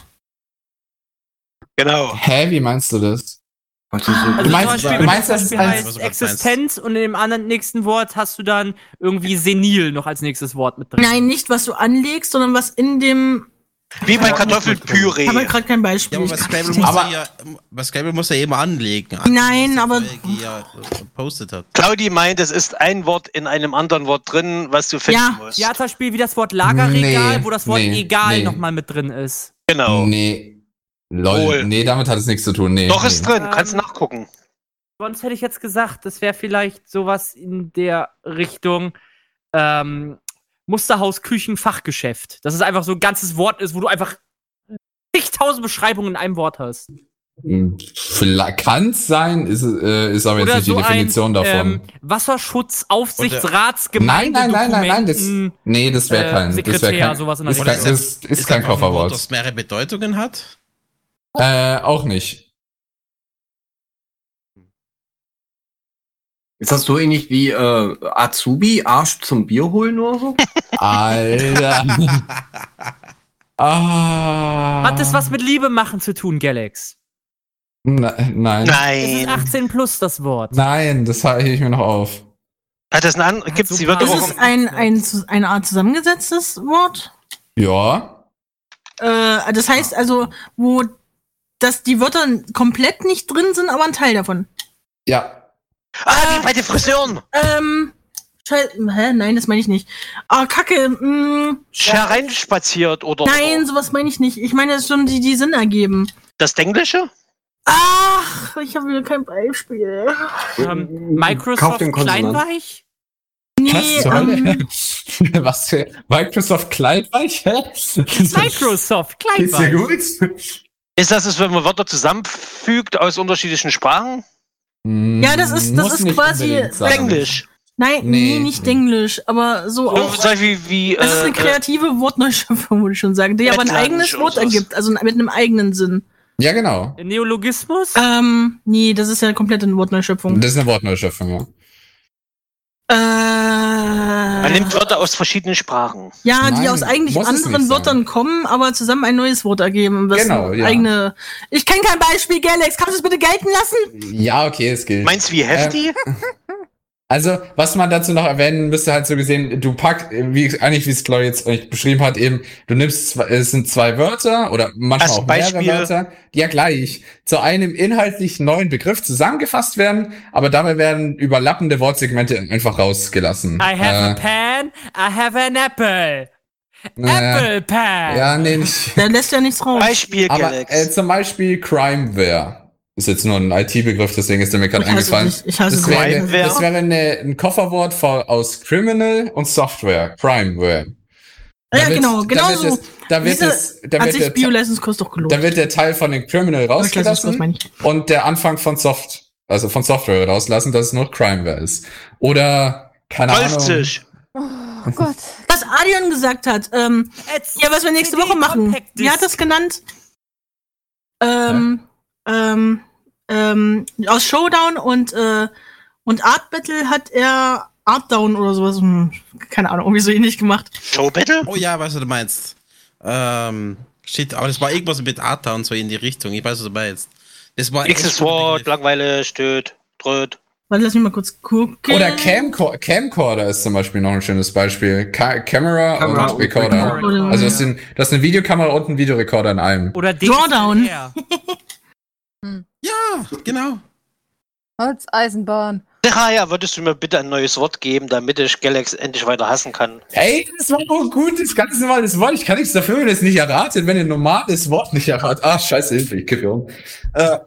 Speaker 3: Genau.
Speaker 12: Hä, wie meinst du das?
Speaker 9: Was ist so-
Speaker 1: Also
Speaker 12: Du meinst-
Speaker 1: zum Beispiel,
Speaker 12: du
Speaker 1: wenn
Speaker 12: meinst,
Speaker 1: zum
Speaker 12: das ist
Speaker 1: Beispiel
Speaker 12: ein-
Speaker 1: heißt Existenz und in dem anderen nächsten Wort hast du dann irgendwie senil noch als nächstes Wort mit drin.
Speaker 11: Nein, nicht was du anlegst, sondern was in dem.
Speaker 3: Wie bei
Speaker 11: Ich habe
Speaker 3: Kartoffelpüree.
Speaker 11: gerade kein Beispiel.
Speaker 10: Ja, aber
Speaker 11: Ich
Speaker 10: bei
Speaker 11: kann-
Speaker 10: Scrabble muss
Speaker 12: Aber-
Speaker 10: er ja, bei Scrabble muss er ja immer anlegen.
Speaker 11: Nein, aber-
Speaker 10: Ja, postet äh, hat.
Speaker 3: Claudi meint, es ist ein Wort in einem anderen Wort drin, was du finden
Speaker 11: Ja.
Speaker 3: musst.
Speaker 1: Ja, zum Beispiel wie das Wort Lagerregal,
Speaker 12: Nee,
Speaker 1: wo das Wort
Speaker 12: nee,
Speaker 1: egal
Speaker 12: nee.
Speaker 1: nochmal mit drin ist.
Speaker 3: Genau.
Speaker 12: Nee. Lol.
Speaker 3: Wohl.
Speaker 12: Nee, damit hat es nichts zu tun. Nee.
Speaker 3: Doch
Speaker 12: nee.
Speaker 3: ist drin,
Speaker 1: Ähm,
Speaker 3: kannst nachgucken.
Speaker 1: Sonst hätte ich jetzt gesagt, das wäre vielleicht sowas in der Richtung ähm, Musterhaus Küchen Fachgeschäft. Dass es einfach so ein ganzes Wort ist, wo du einfach zigtausend Beschreibungen in einem Wort hast.
Speaker 12: Hm. Kann es sein, ist, äh, ist aber jetzt
Speaker 1: Oder
Speaker 12: nicht
Speaker 1: so
Speaker 12: die Definition
Speaker 1: ein
Speaker 12: davon.
Speaker 1: ähm, Wasserschutzaufsichtsrats
Speaker 12: nein, nein, nein, nein, nein. Das,
Speaker 1: Gemeindedokumenten-
Speaker 12: nee, das wäre
Speaker 1: äh,
Speaker 12: kein. Das wär
Speaker 1: Hm, Sekretär,
Speaker 12: kein
Speaker 1: sowas in der
Speaker 12: ist kein,
Speaker 1: Richtung.
Speaker 12: ist, ist
Speaker 10: einfach
Speaker 12: kein
Speaker 10: ein Wort,
Speaker 12: Kofferwort.
Speaker 10: das mehrere Bedeutungen hat.
Speaker 12: Äh, auch nicht.
Speaker 9: Ist das so ähnlich wie äh, Azubi, Arsch zum Bier holen oder so?
Speaker 12: Alter. ah.
Speaker 1: Hat das was mit Liebe machen zu tun, Galax?
Speaker 12: Na, nein.
Speaker 1: Es ist
Speaker 3: Nein.
Speaker 1: 18 plus das Wort.
Speaker 12: Nein, das hebe ich mir noch auf.
Speaker 3: Hat das einen An Gibt's die
Speaker 1: super.
Speaker 3: Wörter
Speaker 11: Ist
Speaker 1: Warum-
Speaker 11: es ein, ein, zu- eine Art zusammengesetztes Wort?
Speaker 12: Ja.
Speaker 11: Äh, das heißt also, wo dass die Wörter komplett nicht drin sind, aber ein Teil davon.
Speaker 12: Ja.
Speaker 3: Ah, die bei den Friseuren!
Speaker 11: Ähm, Scheiße, hä? Nein, das meine ich nicht. Ah, Kacke, mh.
Speaker 3: Hereinspaziert oder.
Speaker 11: Nein, sowas meine ich nicht. Ich meine schon, die, die Sinn ergeben.
Speaker 3: Das Denglische?
Speaker 11: Ach, ich habe wieder kein Beispiel.
Speaker 1: Ähm, Microsoft
Speaker 12: den Konsonanten.
Speaker 1: Kleinweich?
Speaker 11: Nee, ähm,
Speaker 12: Was für Microsoft Kleinweich? Hä?
Speaker 1: Microsoft
Speaker 12: Geht's dir
Speaker 1: Kleinweich.
Speaker 12: gut?
Speaker 3: Ist das es, wenn man Wörter zusammenfügt aus unterschiedlichen Sprachen?
Speaker 12: Hm,
Speaker 11: ja, das ist, das ist quasi.
Speaker 3: Englisch.
Speaker 11: Nein, nee, nicht Englisch, aber so auch.
Speaker 3: So wie, wie,
Speaker 11: Es ist eine
Speaker 3: äh,
Speaker 11: kreative Wortneuschöpfung, würde ich schon sagen, die aber ein
Speaker 3: Lettland
Speaker 11: eigenes
Speaker 3: oder
Speaker 11: Wort
Speaker 3: sowas.
Speaker 11: ergibt, also mit einem eigenen Sinn.
Speaker 12: Ja, genau.
Speaker 1: Neologismus?
Speaker 11: Ähm, nee, das ist ja komplett eine Wortneuschöpfung.
Speaker 12: Das ist eine Wortneuschöpfung, ja.
Speaker 3: Man
Speaker 11: äh,
Speaker 3: nimmt Wörter aus verschiedenen Sprachen.
Speaker 11: ja,
Speaker 3: Nein,
Speaker 11: die aus eigentlich
Speaker 3: muss es nicht
Speaker 11: anderen
Speaker 3: sein.
Speaker 11: Wörtern kommen, aber zusammen ein neues Wort ergeben. was
Speaker 12: Genau,
Speaker 11: eine
Speaker 12: ja.
Speaker 11: eigene. Ich kenne kein Beispiel, Galax. Kannst du es bitte gelten lassen?
Speaker 12: Ja, okay, es gilt.
Speaker 3: Meinst du wie heftig?
Speaker 12: Ähm, Also, was man dazu noch erwähnen müsste, halt so gesehen, du packst, äh, wie, eigentlich wie es Glory jetzt euch beschrieben hat, eben, du nimmst, zwei, es sind zwei Wörter oder manchmal
Speaker 3: Als
Speaker 12: auch mehrere
Speaker 3: Beispiel.
Speaker 12: Wörter, die ja gleich zu einem inhaltlich neuen Begriff zusammengefasst werden, aber dabei werden überlappende Wortsegmente einfach rausgelassen.
Speaker 1: I have a
Speaker 12: Äh,
Speaker 1: pen, I have an apple.
Speaker 12: naja.
Speaker 1: Apple pen.
Speaker 12: Äh, Ja, nee, nicht.
Speaker 11: Der lässt ja nichts raus.
Speaker 3: Beispiel,
Speaker 12: Aber äh, zum Beispiel Crimeware. Ist jetzt nur ein IT-Begriff, deswegen ist der mir gerade
Speaker 11: Ich hasse
Speaker 12: eingefallen.
Speaker 11: dich, ich hasse
Speaker 12: das wäre,
Speaker 11: Crimeware.
Speaker 12: das wäre eine, ein Kofferwort von, aus Criminal und Software. Crimeware. Da
Speaker 11: ja,
Speaker 12: wird-
Speaker 11: genau,
Speaker 12: da
Speaker 11: genau
Speaker 12: wird
Speaker 11: so.
Speaker 12: es- da wird
Speaker 11: Siehste,
Speaker 12: es- da
Speaker 11: hat
Speaker 12: wird
Speaker 11: sich
Speaker 12: der-
Speaker 11: Bio-Lessons-Kurs doch gelohnt.
Speaker 12: Dann wird der Teil von den Criminal
Speaker 11: Klassisch, was meine
Speaker 12: rausgelassen und der Anfang von Soft, also von Software rauslassen, dass es nur Crimeware ist. Oder, keine Ahnung.
Speaker 3: Golftisch.
Speaker 11: Oh Gott. Was Adion gesagt hat, ähm, ja, was wir nächste Woche machen. Wie hat das genannt? Ähm, ähm, ähm, aus Showdown und, äh, und Art Battle hat er Artdown oder sowas, hm, keine Ahnung, irgendwie so ähnlich gemacht.
Speaker 3: Showbattle?
Speaker 10: Oh ja, weißt du, du meinst. Ähm, shit, aber das war irgendwas mit Arta und so in die Richtung. Ich weiß, was du meinst. Das war
Speaker 3: Nächstes Wort, Langweile, Stöd, Dröd.
Speaker 11: Warte, lass mich mal kurz gucken.
Speaker 12: Oder Camco Camcorder ist zum Beispiel noch ein schönes Beispiel. Ka Camera,
Speaker 9: Kamera
Speaker 12: und
Speaker 9: und
Speaker 12: Recorder.
Speaker 9: Recorder.
Speaker 12: Also das sind, das ist eine Videokamera und ein Videorekorder in einem.
Speaker 1: Oder
Speaker 11: Drawdown. Hm.
Speaker 10: Ja, genau.
Speaker 8: Holzeisenbahn.
Speaker 3: Seraya, würdest du mir bitte ein neues Wort geben, damit ich Galax endlich weiter hassen kann?
Speaker 12: Ey, das war doch ein gutes, ganz normales Wort. Ich kann nichts dafür, wenn ihr es nicht erratet, wenn ihr ein normales Wort nicht erratet. Ah, scheiße, Hilfe, ich kippe um. Äh,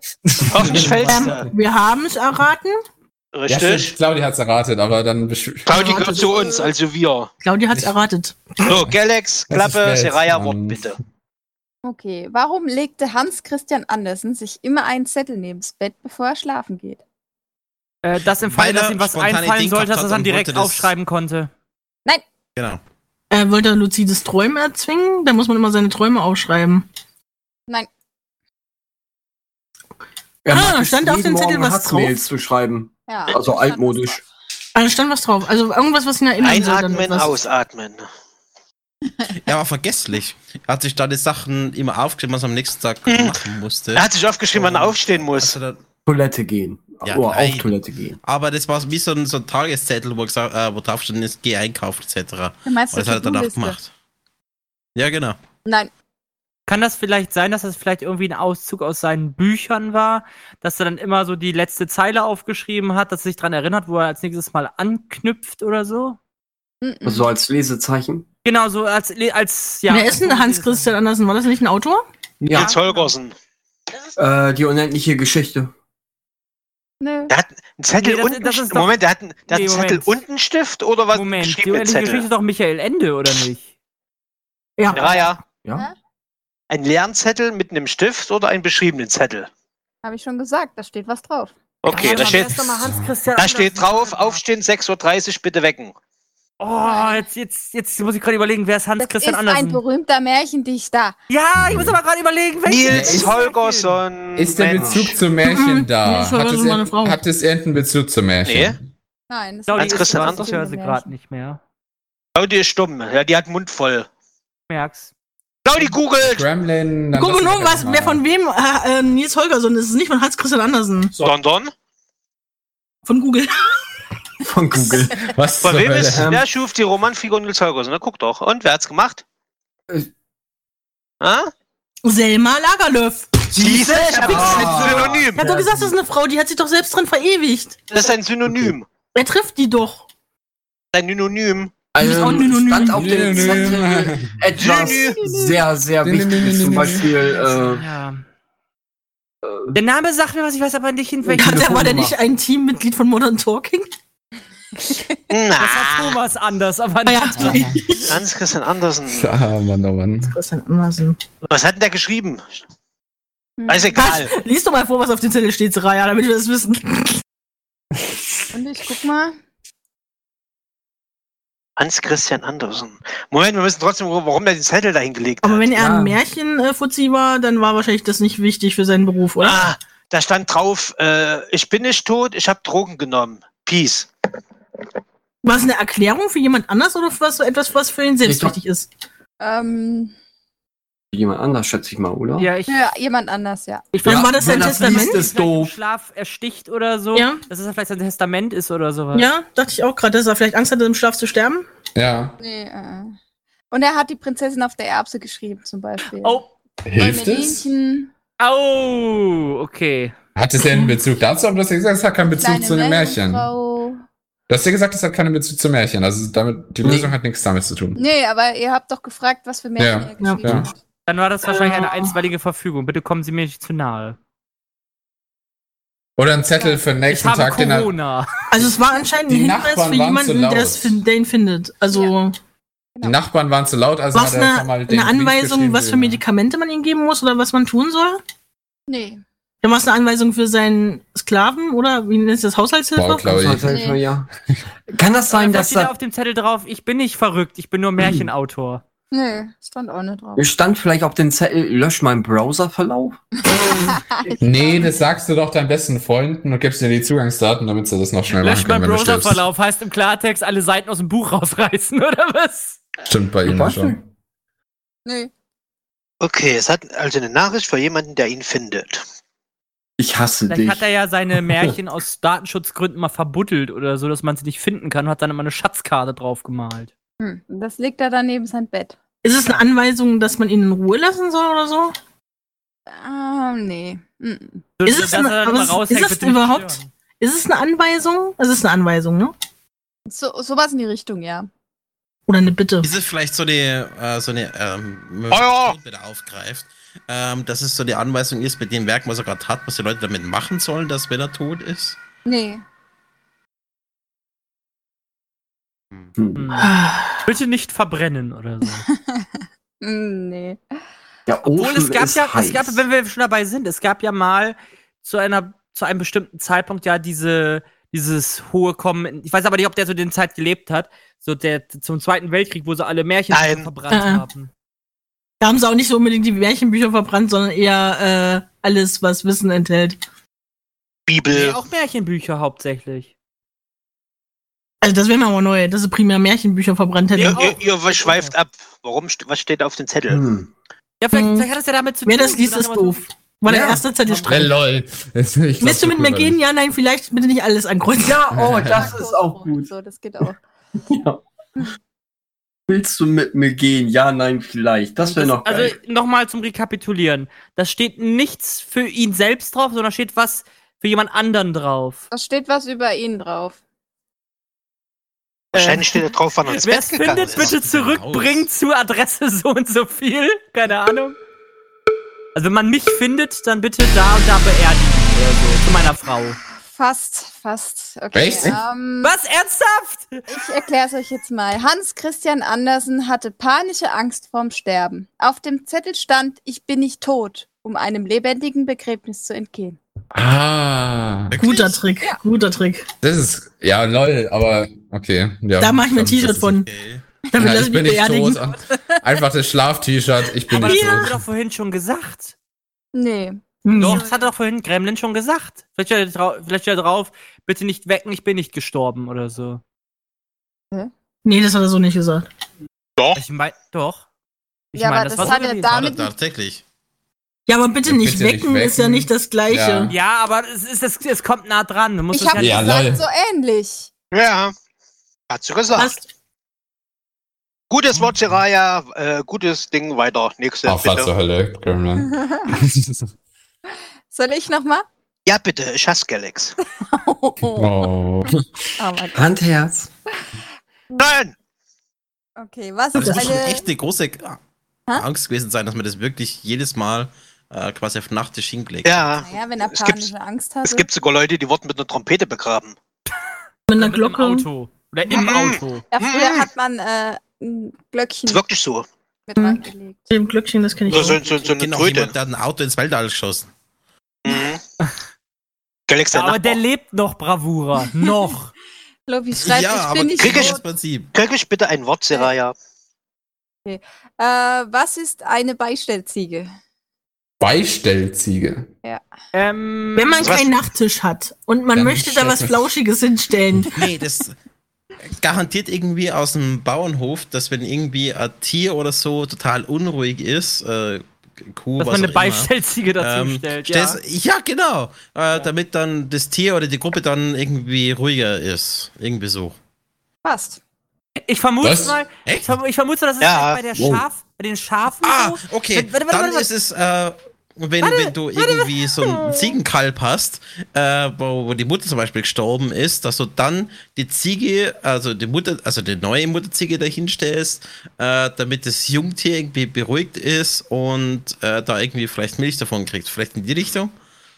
Speaker 3: Hoffentlich fällt's.
Speaker 11: Ähm, wir haben es erraten.
Speaker 12: ja,
Speaker 3: Richtig?
Speaker 12: stimmt, Claudia hat's erratet, aber dann... besch-
Speaker 3: Claudi gehört zu uns, also wir.
Speaker 11: Claudia hat es erratet.
Speaker 3: So, Galax,
Speaker 12: Das ist schwer
Speaker 3: Klappe,
Speaker 12: jetzt,
Speaker 3: Seraya, Wort
Speaker 12: ähm,
Speaker 3: bitte.
Speaker 8: Okay, warum legte Hans Christian Andersen sich immer einen Zettel neben's Bett, bevor er schlafen geht?
Speaker 1: Äh, das im Fall,
Speaker 10: Weil er
Speaker 1: dass ihm was
Speaker 10: spontane
Speaker 1: einfallen
Speaker 10: Ideen
Speaker 1: sollte,
Speaker 10: gehabt
Speaker 1: dass er
Speaker 10: hat
Speaker 1: dann
Speaker 10: und
Speaker 1: direkt
Speaker 10: wollte das-
Speaker 1: aufschreiben konnte.
Speaker 10: Genau.
Speaker 11: Äh, wollte er luzides Träumen erzwingen? Da muss man immer seine Träume aufschreiben.
Speaker 8: Nein.
Speaker 11: Ah,
Speaker 9: mag es
Speaker 11: stand auf
Speaker 9: jeden
Speaker 11: dem Zettel
Speaker 9: Morgen,
Speaker 11: was
Speaker 9: Hassmails zu schreiben.
Speaker 8: Ja.
Speaker 9: Also altmodisch.
Speaker 11: Also stand was drauf. Also irgendwas, was ihn erinnern soll. dann
Speaker 3: Einatmen,
Speaker 11: etwas.
Speaker 3: ausatmen.
Speaker 10: Er war vergesslich. Er hat sich da die Sachen immer aufgeschrieben, was er am nächsten Tag machen musste.
Speaker 3: Hm. Er hat sich aufgeschrieben, wann er aufstehen muss.
Speaker 9: Toilette gehen.
Speaker 10: Ja,
Speaker 9: Oder
Speaker 10: nein.
Speaker 9: auf Toilette gehen.
Speaker 10: Aber das war wie so ein, so ein Tageszettel, wo, gesagt, äh, wo drauf stand ist, geh einkaufen, etc.
Speaker 8: Du
Speaker 10: Und das
Speaker 8: meinst so
Speaker 10: hat er halt danach
Speaker 8: To-Do-Liste.
Speaker 10: gemacht. Ja, genau.
Speaker 8: Nein,
Speaker 1: Kann das vielleicht sein, dass das vielleicht irgendwie ein Auszug aus seinen Büchern war, dass er dann immer so die letzte Zeile aufgeschrieben hat, dass er sich dran erinnert, wo er als nächstes Mal anknüpft oder so?
Speaker 11: Mhm.
Speaker 8: mm-mm.
Speaker 9: Also als Lesezeichen.
Speaker 1: Genau, so als, als ja.
Speaker 11: Wer ist denn Hans Christian Andersen? War das nicht ein Autor?
Speaker 9: Ja,
Speaker 3: Nils Holgersen.
Speaker 9: äh, die unendliche Geschichte.
Speaker 8: nö.
Speaker 3: Der hat einen Zettel
Speaker 1: Nee, das-
Speaker 3: und einen
Speaker 1: das ist
Speaker 3: Stift.
Speaker 1: doch-
Speaker 3: Moment, der hat, einen- der hat einen
Speaker 1: Nee,
Speaker 3: Zettel
Speaker 1: Moment.
Speaker 3: und einen Stift oder was?
Speaker 1: Moment, die
Speaker 3: geschrieben mit
Speaker 1: unendliche Geschichte
Speaker 3: Zettel.
Speaker 1: ist doch Michael Ende, oder nicht?
Speaker 11: Ja.
Speaker 3: Seraya,
Speaker 9: Ja.
Speaker 3: ein Lernzettel mit einem Stift oder einen beschriebenen Zettel?
Speaker 8: Habe ich schon gesagt, da steht was drauf.
Speaker 3: Okay, da steht, da steht drauf, aufstehen, 6.30 Uhr, bitte wecken.
Speaker 1: Oh, jetzt, jetzt, jetzt muss ich gerade überlegen, wer ist Hans
Speaker 8: Das ist
Speaker 1: Christian
Speaker 8: ein
Speaker 1: Andersen?
Speaker 8: berühmter Märchendichter.
Speaker 1: Ja, ich muss aber gerade überlegen,
Speaker 3: Nils
Speaker 1: welchen-
Speaker 3: Holgersson.
Speaker 12: Ist der
Speaker 3: Mensch.
Speaker 12: Bezug zum Märchen
Speaker 11: Mhm. Nee,
Speaker 12: da?
Speaker 11: das war
Speaker 12: Hat
Speaker 11: nur
Speaker 12: es,
Speaker 11: meine
Speaker 12: irgend-
Speaker 11: Frau.
Speaker 12: hat es irgendeinen Bezug zum Märchen?
Speaker 8: Nein, das
Speaker 1: Claudi
Speaker 3: Hans
Speaker 1: ist
Speaker 3: Christian
Speaker 1: was,
Speaker 3: Andersen?
Speaker 1: Ich höre sie gerade nicht mehr.
Speaker 3: Claudi ist stumm. Ja, die hat den Mund voll.
Speaker 1: Merk's.
Speaker 3: Claudi googelt!
Speaker 12: Gremlin. dann
Speaker 11: Guck
Speaker 12: lass
Speaker 11: nur,
Speaker 12: uns
Speaker 11: was,
Speaker 12: mal-
Speaker 11: wer von wem? Äh, äh, Nils Holgersson ist es nicht von Hans Christian Andersen.
Speaker 3: Don Don?
Speaker 11: Von Google.
Speaker 9: Von Google.
Speaker 12: Was
Speaker 3: Bei
Speaker 12: zur
Speaker 3: wem
Speaker 12: Hölle?
Speaker 3: ist,
Speaker 9: Ähm.
Speaker 3: wer schuf die
Speaker 12: Äh.
Speaker 3: Romanfigur Nils Holgersson? Na, guck doch. Und, wer hat's gemacht?
Speaker 9: Äh.
Speaker 3: Ah?
Speaker 11: Selma Lagerlöf.
Speaker 3: Siehste, ich hab
Speaker 11: gesagt.
Speaker 3: ein Synonym.
Speaker 11: Ich hab doch gesagt, das ist eine Frau, die hat sich doch selbst drin verewigt.
Speaker 3: Das ist ein Synonym.
Speaker 11: Er trifft die doch.
Speaker 3: Ein Synonym.
Speaker 9: Ähm, stand auf dem Zettel etwas sehr, sehr wichtig. Zum Beispiel, äh,
Speaker 3: Äh.
Speaker 1: Der Name sagt mir was, ich weiß aber nicht, in welchem
Speaker 11: Hat er war der nicht ein Teammitglied von Modern Talking?
Speaker 3: Na. Das
Speaker 1: war Thomas anders, aber nicht.
Speaker 3: Hans Christian Andersen.
Speaker 12: Ah, Mann, oh Mann.
Speaker 3: Was hat denn der geschrieben?
Speaker 8: Hm.
Speaker 3: Ist egal.
Speaker 11: Was? Lies doch mal vor, was auf dem Zettel steht, Raya, damit wir das wissen.
Speaker 8: Und ich guck mal.
Speaker 3: Hans Christian Andersen. Moment, wir müssen trotzdem, warum der den Zettel da hingelegt hat.
Speaker 11: Aber wenn er ein Märchenfuzzi war, dann war wahrscheinlich das nicht wichtig für seinen Beruf, oder?
Speaker 3: Ah, da stand drauf, äh, ich bin nicht tot, ich habe Drogen genommen. Peace.
Speaker 11: War es eine Erklärung für jemand anders oder was etwas, was für ihn selbst wichtig ist?
Speaker 8: Ähm,
Speaker 9: äh, jemand anders, schätze ich mal, oder?
Speaker 1: Ja, ich,
Speaker 8: ja, jemand anders, ja.
Speaker 11: Ich weiß, war das sein
Speaker 9: wenn er
Speaker 11: Testament?
Speaker 9: Fließt, ist
Speaker 1: Im
Speaker 9: doof.
Speaker 1: Schlaf ersticht oder so,
Speaker 11: Ja.
Speaker 1: dass es vielleicht sein Testament ist oder sowas.
Speaker 11: Ja, dachte ich auch gerade, dass er vielleicht Angst hatte, im Schlaf zu sterben.
Speaker 12: Ja.
Speaker 8: Nee, äh. Und er hat die Prinzessin auf der Erbse geschrieben, zum Beispiel.
Speaker 1: Oh.
Speaker 12: Hilft es?
Speaker 8: Mädchen,
Speaker 1: Au, okay.
Speaker 12: Hat es denn einen Bezug dazu? Aber du hast ja gesagt, es hat keinen Bezug
Speaker 8: kleine
Speaker 12: zu den Märchen.
Speaker 8: Wellenfrau.
Speaker 12: Du hast ja gesagt, es hat keinen Bezug zu Märchen. Also damit, die Lösung hat nichts damit zu tun.
Speaker 8: Nee, aber ihr habt doch gefragt, was für Märchen er
Speaker 12: Ja.
Speaker 8: geschrieben
Speaker 12: ja.
Speaker 8: hat.
Speaker 1: Dann war das wahrscheinlich eine
Speaker 8: Ah.
Speaker 1: einstweilige Verfügung. Bitte kommen Sie mir nicht zu nahe.
Speaker 12: Oder ein Zettel für den nächsten
Speaker 1: habe
Speaker 12: Tag, den er.
Speaker 1: Corona.
Speaker 11: Also es war anscheinend ein
Speaker 12: Die
Speaker 11: Hinweis
Speaker 12: Nachbarn
Speaker 11: für
Speaker 12: waren zu
Speaker 11: jemanden,
Speaker 12: laut.
Speaker 11: der es fin- den findet. Also
Speaker 12: Die
Speaker 8: Genau.
Speaker 12: Nachbarn waren zu laut, also
Speaker 11: war es
Speaker 12: hat er schon
Speaker 11: eine,
Speaker 12: mal den
Speaker 11: eine
Speaker 12: Brief
Speaker 11: Anweisung,
Speaker 12: geschrieben,
Speaker 11: was für
Speaker 12: den-
Speaker 11: Medikamente man ihm geben muss oder was man tun soll?
Speaker 8: Nee.
Speaker 11: Dann war es eine Anweisung für seinen Sklaven oder wie nennt sich das Haushaltshilfe?
Speaker 12: Boah, Claudia.
Speaker 9: Haushaltshilfe, ja. Kann das sein,
Speaker 1: Da
Speaker 9: dass
Speaker 1: steht ja
Speaker 9: da
Speaker 1: auf dem Zettel drauf, ich bin nicht verrückt, ich bin nur Märchenautor.
Speaker 8: Nee, stand auch nicht drauf.
Speaker 9: stand vielleicht auf dem Zettel, lösch meinen Browserverlauf?
Speaker 8: Ah,
Speaker 12: Nee, das sagst du doch deinen besten Freunden und gibst dir die Zugangsdaten, damit sie das noch schnell machen
Speaker 1: Lösch
Speaker 12: können,
Speaker 1: beim
Speaker 12: wenn du stirbst.
Speaker 1: Browserverlauf heißt im Klartext alle Seiten aus dem Buch rausreißen, oder was?
Speaker 12: Stimmt bei ihnen
Speaker 9: Weißt du?
Speaker 12: schon.
Speaker 8: Nee.
Speaker 3: Okay, es hat also eine Nachricht für jemanden, der ihn findet.
Speaker 9: Ich hasse
Speaker 1: Vielleicht
Speaker 9: dich.
Speaker 1: hat er ja seine Märchen aus Datenschutzgründen mal verbuddelt oder so, dass man sie nicht finden kann und hat dann immer eine Schatzkarte drauf gemalt.
Speaker 8: Hm. Das legt er dann neben sein Bett.
Speaker 11: Ist es eine Anweisung, dass man ihn in Ruhe lassen soll oder so?
Speaker 8: Ah, nee. Mm.
Speaker 1: So,
Speaker 11: Ist es
Speaker 1: dass
Speaker 11: eine-
Speaker 1: er
Speaker 11: aber
Speaker 1: mal
Speaker 11: es-
Speaker 1: raushängt,
Speaker 11: ist es
Speaker 1: bitte nicht
Speaker 11: überhaupt-
Speaker 1: stören.
Speaker 11: Ist es eine Anweisung? Es ist eine Anweisung, ne?
Speaker 8: So, sowas in die Richtung, ja.
Speaker 11: Oder eine Bitte?
Speaker 10: Ist es vielleicht so eine, äh, so eine ähm,
Speaker 3: Feuer!
Speaker 10: bitte aufgreift, ähm, dass es so die Anweisung ist, mit dem Werk, was er gerade hat, was die Leute damit machen sollen, dass wenn er tot ist?
Speaker 8: Nee.
Speaker 1: Hm.
Speaker 11: Ah,
Speaker 1: Bitte nicht verbrennen oder so.
Speaker 8: Mm, nee.
Speaker 9: Der
Speaker 1: Obwohl
Speaker 9: Ofen
Speaker 1: es gab
Speaker 9: ist
Speaker 1: ja,
Speaker 9: heiß.
Speaker 1: es gab, wenn wir schon dabei sind, es gab ja mal zu einer, zu einem bestimmten Zeitpunkt ja diese, dieses hohe Kommen. Ich weiß aber nicht, ob der zu den Zeit gelebt hat. So der zum Zweiten Weltkrieg, wo sie alle Märchen
Speaker 3: Nein.
Speaker 1: verbrannt
Speaker 11: Äh.
Speaker 1: haben.
Speaker 11: Da haben sie auch nicht so unbedingt die Märchenbücher verbrannt, sondern eher äh, alles, was Wissen enthält.
Speaker 1: Nee,
Speaker 3: Bibel.
Speaker 1: auch Märchenbücher hauptsächlich.
Speaker 11: Also das wäre mir aber neu, dass sie primär Märchenbücher verbrannt hätten.
Speaker 1: Ja,
Speaker 3: Ihr,
Speaker 1: auch.
Speaker 3: ihr, ihr schweift ab. Warum, st- was steht auf dem Zettel?
Speaker 9: Hm.
Speaker 1: Ja, vielleicht,
Speaker 11: Hm.
Speaker 1: vielleicht hat es ja damit zu tun.
Speaker 11: Wer das liest,
Speaker 1: dass
Speaker 11: ist
Speaker 1: man so-
Speaker 11: doof. Weil
Speaker 12: Ja.
Speaker 11: der erste Zettel
Speaker 12: Äh,
Speaker 11: streicht.
Speaker 12: lol. Ich glaub,
Speaker 11: Willst du
Speaker 12: so
Speaker 11: mit
Speaker 12: cool
Speaker 11: mir
Speaker 12: war
Speaker 11: gehen?
Speaker 12: das.
Speaker 11: Ja, nein, vielleicht bitte nicht alles ankreuzen.
Speaker 9: Ja, oh, das ist auch gut.
Speaker 8: So, das geht auch.
Speaker 9: Willst du mit mir gehen? Ja, nein, vielleicht. Das wäre
Speaker 1: Das-
Speaker 9: noch geil.
Speaker 1: also nochmal zum Rekapitulieren. Da steht nichts für ihn selbst drauf, sondern steht was für jemand anderen drauf.
Speaker 8: Da steht was über ihn drauf.
Speaker 3: Wahrscheinlich steht da drauf, wann er ins
Speaker 1: Wer
Speaker 3: Bett
Speaker 1: es
Speaker 3: gegangen
Speaker 1: findet,
Speaker 3: ist.
Speaker 1: bitte zurückbringen zur Adresse so und so viel. Keine Ahnung. Also wenn man mich findet, dann bitte da und da beerdigen oder so. Zu meiner Frau.
Speaker 8: Fast, fast. Okay.
Speaker 12: Echt?
Speaker 8: Ähm,
Speaker 1: Was? Ernsthaft?
Speaker 8: ich erkläre es euch jetzt mal. Hans Christian Andersen hatte panische Angst vorm Sterben. Auf dem Zettel stand, ich bin nicht tot, um einem lebendigen Begräbnis zu entgehen.
Speaker 12: Ah,
Speaker 11: Guter Trick, guter Trick.
Speaker 12: das ist, ja, lol, aber, okay. Ja,
Speaker 11: da mache ich mir ein
Speaker 12: Stimmt, das
Speaker 11: T-Shirt
Speaker 12: ist-
Speaker 11: von.
Speaker 10: Okay.
Speaker 11: Damit
Speaker 12: Ja,
Speaker 11: lass
Speaker 12: ich
Speaker 11: ich
Speaker 12: bin
Speaker 11: mich
Speaker 12: nicht tot.
Speaker 11: beerdigen.
Speaker 12: Einfach das Schlaf-T-Shirt, ich bin
Speaker 1: Aber das
Speaker 12: nicht
Speaker 1: hat
Speaker 12: tot.
Speaker 1: er doch vorhin schon gesagt.
Speaker 8: Nee.
Speaker 1: Doch,
Speaker 11: Doch.
Speaker 1: das hat er doch vorhin Gremlin schon gesagt. Vielleicht steht, da drau- vielleicht steht da drauf, bitte nicht wecken, ich bin nicht gestorben oder so.
Speaker 11: Nee, das hat er so nicht gesagt.
Speaker 1: Ich mein, doch. Ich
Speaker 8: Ja,
Speaker 1: mein,
Speaker 8: aber das
Speaker 1: war so
Speaker 8: hat er
Speaker 1: gewesen.
Speaker 10: Ah,
Speaker 8: damit-
Speaker 10: da- tatsächlich.
Speaker 11: Ja, aber bitte
Speaker 12: Ja,
Speaker 11: nicht
Speaker 12: bitte nicht
Speaker 11: wecken, ist ja
Speaker 12: wecken.
Speaker 11: nicht das Gleiche.
Speaker 1: Ja, aber es, ist, es, es kommt nah dran. Du musst
Speaker 8: Ich
Speaker 1: es
Speaker 8: habe
Speaker 1: ja
Speaker 12: Ja,
Speaker 8: gesagt, so
Speaker 12: lol.
Speaker 8: ähnlich.
Speaker 3: Ja. Hat sie gesagt.
Speaker 11: Passt.
Speaker 3: Gutes Wort, Jiraya. Äh, gutes Ding weiter. Nächste.
Speaker 12: Ach, was zur Hölle, Gremlin.
Speaker 8: Soll ich nochmal?
Speaker 3: Ja, bitte. Ich hasse Galax. Genau.
Speaker 12: Oh.
Speaker 8: Oh mein Gott.
Speaker 9: Handherz.
Speaker 3: Nein!
Speaker 8: Okay, was
Speaker 10: Aber das
Speaker 8: ist
Speaker 10: Also muss schon
Speaker 8: eine.
Speaker 10: echt eine große Angst gewesen sein, dass man das wirklich jedes Mal äh, quasi auf den Nachttisch hingelegt
Speaker 3: Ja.
Speaker 8: Naja, wenn er
Speaker 3: Es gibt-
Speaker 8: panische Angst
Speaker 1: Also-
Speaker 8: hat.
Speaker 3: Es gibt sogar Leute, die wurden mit einer Trompete begraben.
Speaker 11: Mit einer Glocke.
Speaker 1: Im Auto. Oder im Auto.
Speaker 8: Ja,
Speaker 3: Hm,
Speaker 8: früher hat man äh, ein Glöckchen
Speaker 3: Ist wirklich so.
Speaker 8: mit reingelegt.
Speaker 3: Hm.
Speaker 11: Mit dem Glöckchen, das kann ich
Speaker 3: So, so,
Speaker 11: auch.
Speaker 3: so, so eine
Speaker 10: Genau,
Speaker 3: Tröte.
Speaker 10: jemand, der hat ein Auto ins Weltall geschossen.
Speaker 3: Galax, der
Speaker 1: Aber
Speaker 3: Nachbar.
Speaker 1: der lebt noch, Bravura. Noch.
Speaker 8: Lobby schreibt, ich bin nicht
Speaker 10: genau
Speaker 3: krieg ich,
Speaker 8: tot.
Speaker 3: krieg ich bitte ein Wort, Seraya?
Speaker 8: Okay. Äh, was ist eine Beistellziege?
Speaker 12: Beistellziege.
Speaker 8: Ja.
Speaker 1: Ähm,
Speaker 11: Wenn man
Speaker 12: Was?
Speaker 11: keinen Nachttisch hat und man
Speaker 12: Dann
Speaker 11: möchte da was
Speaker 12: scheiße.
Speaker 11: Flauschiges hinstellen.
Speaker 10: Nee, das garantiert irgendwie aus dem Bauernhof, dass wenn irgendwie ein Tier oder so total unruhig ist, äh, Kuh,
Speaker 1: Dass
Speaker 10: was
Speaker 1: man eine
Speaker 10: auch immer,
Speaker 1: Beistellziege dazu stellt, ja.
Speaker 10: stellst- ja, genau. Äh, Damit dann das Tier oder die Gruppe dann irgendwie ruhiger ist. Irgendwie so.
Speaker 8: Passt.
Speaker 1: Ich vermute
Speaker 10: Was?
Speaker 1: mal,
Speaker 10: Echt?
Speaker 1: ich, verm ich vermute, dass es
Speaker 10: Ja.
Speaker 1: bei der
Speaker 10: Wow.
Speaker 1: Schaf, bei den Schafen
Speaker 10: Ah,
Speaker 1: so.
Speaker 10: okay.
Speaker 1: Wenn- Warte, warte,
Speaker 10: dann
Speaker 1: warte,
Speaker 10: ist
Speaker 1: warte.
Speaker 10: es, äh, wenn, wenn du irgendwie so einen Ziegenkalb hast, äh, wo, wo die Mutter zum Beispiel gestorben ist, dass du dann die Ziege, also die Mutter, also die neue Mutterziege dahinstellst, äh, damit das Jungtier irgendwie beruhigt ist und äh, da irgendwie vielleicht Milch davon kriegt. Vielleicht in die Richtung?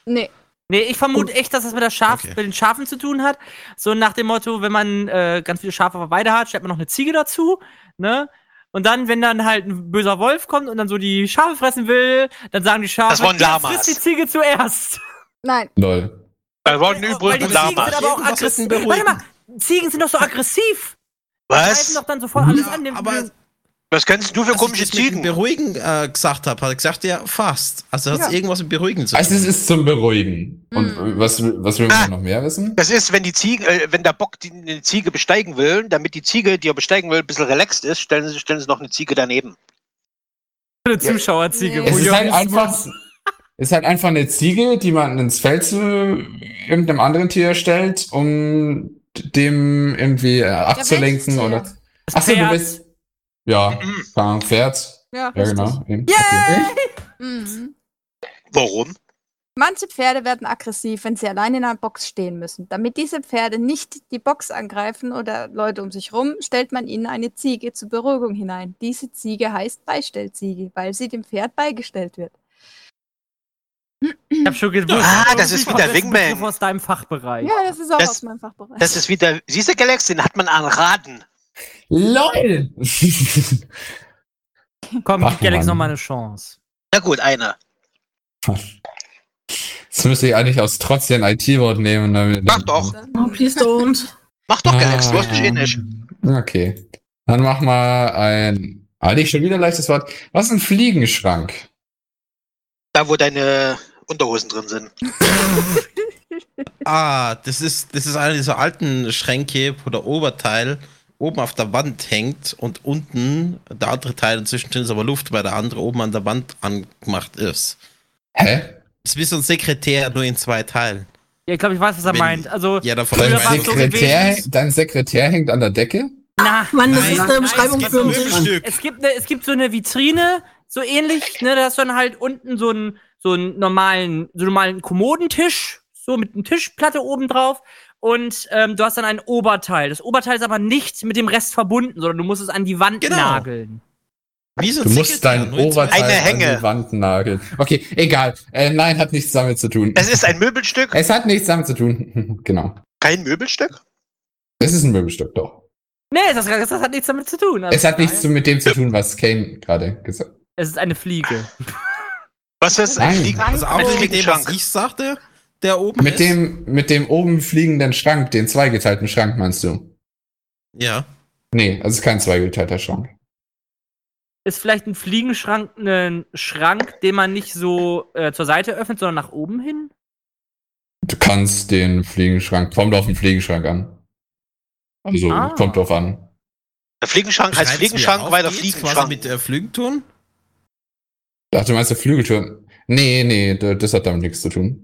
Speaker 8: Nee.
Speaker 1: Nee, ich vermute echt, dass das mit, der Schaf, mit den Schafen zu tun hat. So nach dem Motto, wenn man äh, ganz viele Schafe auf der Weide hat, stellt man noch eine Ziege dazu, ne? Und dann, wenn dann halt ein böser Wolf kommt und dann so die Schafe fressen will, dann sagen die Schafe,
Speaker 3: Das waren
Speaker 1: "Ja,
Speaker 3: Lamas."
Speaker 1: frisst die Ziege zuerst.
Speaker 8: Nein.
Speaker 12: Lol.
Speaker 3: Da wurden
Speaker 1: Weil die
Speaker 3: übrigens
Speaker 1: Ziegen
Speaker 3: Lamas.
Speaker 1: sind aber auch
Speaker 10: Irgendwas wird
Speaker 1: aggressiv.
Speaker 10: ihn beruhigen.
Speaker 1: Warte mal, Ziegen sind doch so aggressiv.
Speaker 3: Was?
Speaker 1: Die greifen doch dann sofort alles an. Dem
Speaker 10: aber-
Speaker 3: Was kannst du für komische
Speaker 10: Als ich das mit dem
Speaker 3: Ziegen?
Speaker 10: Beruhigen äh, gesagt habe, hat er gesagt, ja, fast. Also hat es
Speaker 8: Ja.
Speaker 10: irgendwas mit Beruhigen zu tun.
Speaker 12: Also es ist zum Beruhigen.
Speaker 1: Hm.
Speaker 12: Und was, was will man noch mehr wissen?
Speaker 3: Das ist, wenn die Ziege, äh, wenn der Bock die, eine Ziege besteigen will, damit die Ziege, die er besteigen will, ein bisschen relaxed ist, stellen sie, stellen sie noch eine Ziege daneben.
Speaker 1: Eine Zuschauerziege.
Speaker 12: Es
Speaker 1: wo
Speaker 12: ist
Speaker 1: Jürgen
Speaker 12: halt einfach, es ist halt einfach eine Ziege, die man ins Feld zu irgendeinem anderen Tier stellt, um dem irgendwie äh, abzulenken oder. Achso, du
Speaker 1: Pferd.
Speaker 12: bist. Ja, keine Ahnung, Pferd.
Speaker 8: Ja,
Speaker 12: Ja,
Speaker 8: richtig.
Speaker 12: genau. eben.
Speaker 8: Mhm.
Speaker 3: Warum?
Speaker 8: Manche Pferde werden aggressiv, wenn sie allein in einer Box stehen müssen. Damit diese Pferde nicht die Box angreifen oder Leute um sich rum, stellt man ihnen eine Ziege zur Beruhigung hinein. Diese Ziege heißt Beistellziege, weil sie dem Pferd beigestellt wird.
Speaker 1: Ich hab schon gewusst.
Speaker 3: Ah,
Speaker 1: aber
Speaker 3: das
Speaker 1: du
Speaker 3: ist
Speaker 1: bist
Speaker 3: wie
Speaker 1: doch
Speaker 3: der
Speaker 1: am besten
Speaker 3: Wingman.
Speaker 1: Begriff aus deinem Fachbereich.
Speaker 8: Ja, das ist auch
Speaker 3: Das-
Speaker 8: aus meinem Fachbereich.
Speaker 3: Das ist wieder, siehst du, Galax, den hat man an Raden.
Speaker 12: LOL!
Speaker 1: Komm,
Speaker 12: Ach,
Speaker 1: gib Galax
Speaker 12: Mann.
Speaker 1: nochmal eine Chance.
Speaker 3: Na gut, einer.
Speaker 12: Das müsste ich eigentlich aus Trotz hier ein IT-Wort nehmen. Damit,
Speaker 3: Mach doch.
Speaker 11: Oh, please don't.
Speaker 3: Mach doch, Galax, du hast dich eh nicht.
Speaker 12: Ah. Okay. Dann mach mal ein. Eigentlich schon wieder ein leichtes Wort. Was ist ein Fliegenschrank?
Speaker 3: Da, wo deine Unterhosen drin sind.
Speaker 10: Ah, das ist, das ist eine dieser alten Schränke, wo der Oberteil oben auf der Wand hängt und unten der andere Teil inzwischen drin ist aber Luft, weil der andere oben an der Wand angemacht ist.
Speaker 12: Hä?
Speaker 10: Das ist wie so ein Sekretär, nur in zwei Teilen.
Speaker 1: Ja, ich glaube, ich weiß, was er
Speaker 10: Wenn-
Speaker 1: meint. Also,
Speaker 10: Ja, davon
Speaker 12: Dein
Speaker 1: war's so
Speaker 12: Sekretär,
Speaker 1: gewesen.
Speaker 12: dein Sekretär hängt an der Decke?
Speaker 1: na,
Speaker 11: Mann, das
Speaker 1: Nein,
Speaker 11: ist eine
Speaker 1: nein,
Speaker 11: Beschreibung
Speaker 1: es
Speaker 11: für
Speaker 10: um
Speaker 1: gibt-
Speaker 11: uns.
Speaker 1: es gibt, ne, es gibt so eine Vitrine, so ähnlich, ne, da hast du dann halt unten so einen, so einen normalen, so einen normalen Kommodentisch, so mit einer Tischplatte oben drauf. Und ähm, du hast dann ein Oberteil. Das Oberteil ist aber nicht mit dem Rest verbunden, sondern du musst es an die Wand
Speaker 10: Genau.
Speaker 1: nageln.
Speaker 10: Wie so ein
Speaker 12: Du musst
Speaker 10: Sekretär,
Speaker 12: dein
Speaker 10: nur in zwei
Speaker 12: Oberteil
Speaker 3: Eine
Speaker 12: an
Speaker 3: Hänge.
Speaker 12: die Wand nageln. Okay, egal. Äh, nein, hat nichts damit zu tun.
Speaker 3: Es ist ein Möbelstück.
Speaker 12: Es hat nichts damit zu tun. genau.
Speaker 3: Kein Möbelstück?
Speaker 12: Es ist ein Möbelstück, doch.
Speaker 1: Nee, das, das hat nichts damit zu tun. Also,
Speaker 12: Es hat nichts zu- mit dem zu tun, was Kane gerade gesagt hat.
Speaker 1: Es ist eine Fliege.
Speaker 3: Was ist ein
Speaker 12: Nein.
Speaker 3: Fliegen?
Speaker 10: Also auch
Speaker 3: Ein
Speaker 10: mit dem, was
Speaker 3: Fliegenschrank.
Speaker 10: ich sagte, der oben
Speaker 12: Mit
Speaker 10: ist.
Speaker 12: dem, mit dem oben fliegenden Schrank, den zweigeteilten Schrank meinst du?
Speaker 10: Ja.
Speaker 12: Nee, also es ist kein zweigeteilter Schrank.
Speaker 1: Ist vielleicht ein Fliegenschrank ein Schrank, den man nicht so äh, zur Seite öffnet, sondern nach oben hin?
Speaker 12: Du kannst den Fliegenschrank, kommt auf den Fliegenschrank an. Also,
Speaker 1: Ah.
Speaker 12: kommt drauf an.
Speaker 3: Der Fliegenschrank heißt
Speaker 10: Schreib's mir
Speaker 3: Fliegenschrank,
Speaker 10: auf,
Speaker 3: weil der
Speaker 10: geht's Quasi
Speaker 3: Fliegenschrank.
Speaker 10: mit äh, Flügelton?
Speaker 12: Ach, du meinst der Flügeltür? Nee, nee, d- das hat damit nichts zu tun.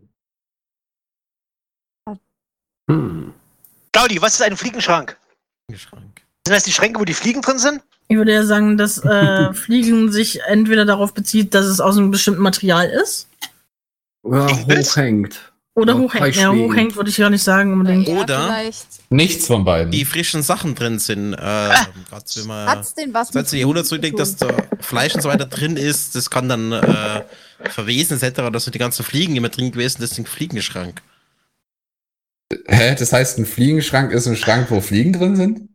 Speaker 3: Claudi, was ist ein Fliegenschrank?
Speaker 9: Hm.
Speaker 10: Fliegenschrank.
Speaker 3: Sind das die Schränke, wo die Fliegen drin sind?
Speaker 11: Ich würde ja sagen, dass äh, Fliegen sich entweder darauf bezieht, dass es aus einem bestimmten Material ist.
Speaker 9: Oder hochhängt.
Speaker 11: Oder
Speaker 9: Ja,
Speaker 11: hochhängt. Ja,
Speaker 10: Beispiel.
Speaker 11: hochhängt würde ich gar nicht sagen unbedingt.
Speaker 10: Oder
Speaker 12: nichts von beiden.
Speaker 10: Die frischen Sachen drin sind. Äh,
Speaker 3: Ah.
Speaker 10: Gott, wenn
Speaker 3: äh,
Speaker 10: man
Speaker 8: Hat's denn was
Speaker 10: seit dem Jahrhundert zurückdenkt, dass da Fleisch und so weiter drin ist, das kann dann äh, verwesen etc. Da sind die ganzen Fliegen immer drin gewesen, deswegen Fliegenschrank.
Speaker 12: Hä? Das heißt, ein Fliegenschrank ist ein Schrank, wo Fliegen drin sind?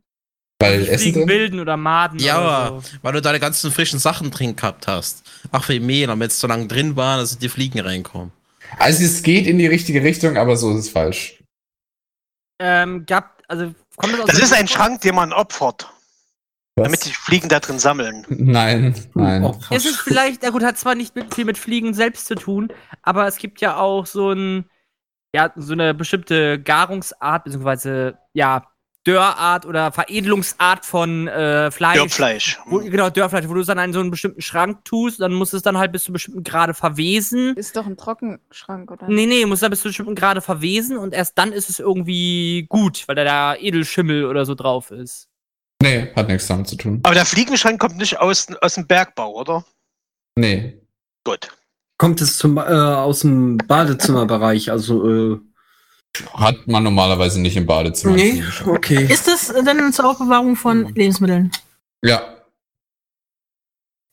Speaker 12: Weil Äh, Essen
Speaker 1: Fliegen
Speaker 12: drin?
Speaker 1: bilden oder Maden.
Speaker 10: Ja,
Speaker 1: oder
Speaker 10: aber weil du deine ganzen frischen Sachen drin gehabt hast. Ach, wie Mehl, aber jetzt so lange drin waren, dass die Fliegen reinkommen.
Speaker 12: Also es geht in die richtige Richtung, aber so ist es falsch.
Speaker 1: Ähm, gab, also, kommt das aus
Speaker 3: Das
Speaker 1: der
Speaker 3: ist ein
Speaker 1: Zukunft?
Speaker 3: Schrank, den man opfert. Damit die Fliegen da drin sammeln.
Speaker 12: Nein, nein.
Speaker 1: Es ist vielleicht, na gut, hat zwar nicht mit, viel mit Fliegen selbst zu tun, aber es gibt ja auch so ein, ja, so eine bestimmte Garungsart, beziehungsweise, ja, Dörrart oder Veredelungsart von äh, Fleisch.
Speaker 3: Dörrfleisch.
Speaker 1: Wo, genau, Dörrfleisch, wo du es dann in so einen bestimmten Schrank tust, dann muss es dann halt bis zu einem bestimmten Grade verwesen.
Speaker 8: Ist doch ein Trockenschrank, oder?
Speaker 1: Nee, nee, muss da bis zu einem bestimmten Grade verwesen und erst dann ist es irgendwie gut, weil da da Edelschimmel oder so drauf ist.
Speaker 12: Nee, hat nichts damit zu tun.
Speaker 3: Aber der Fliegenschrank kommt nicht aus, aus dem Bergbau, oder?
Speaker 12: Nee.
Speaker 3: Gut.
Speaker 9: Kommt es zum, äh, aus dem Badezimmerbereich? Also, äh,
Speaker 12: Hat man normalerweise nicht im Badezimmer.
Speaker 9: Nee, okay.
Speaker 11: Äh, Ist das denn zur Aufbewahrung von Lebensmitteln?
Speaker 12: Ja.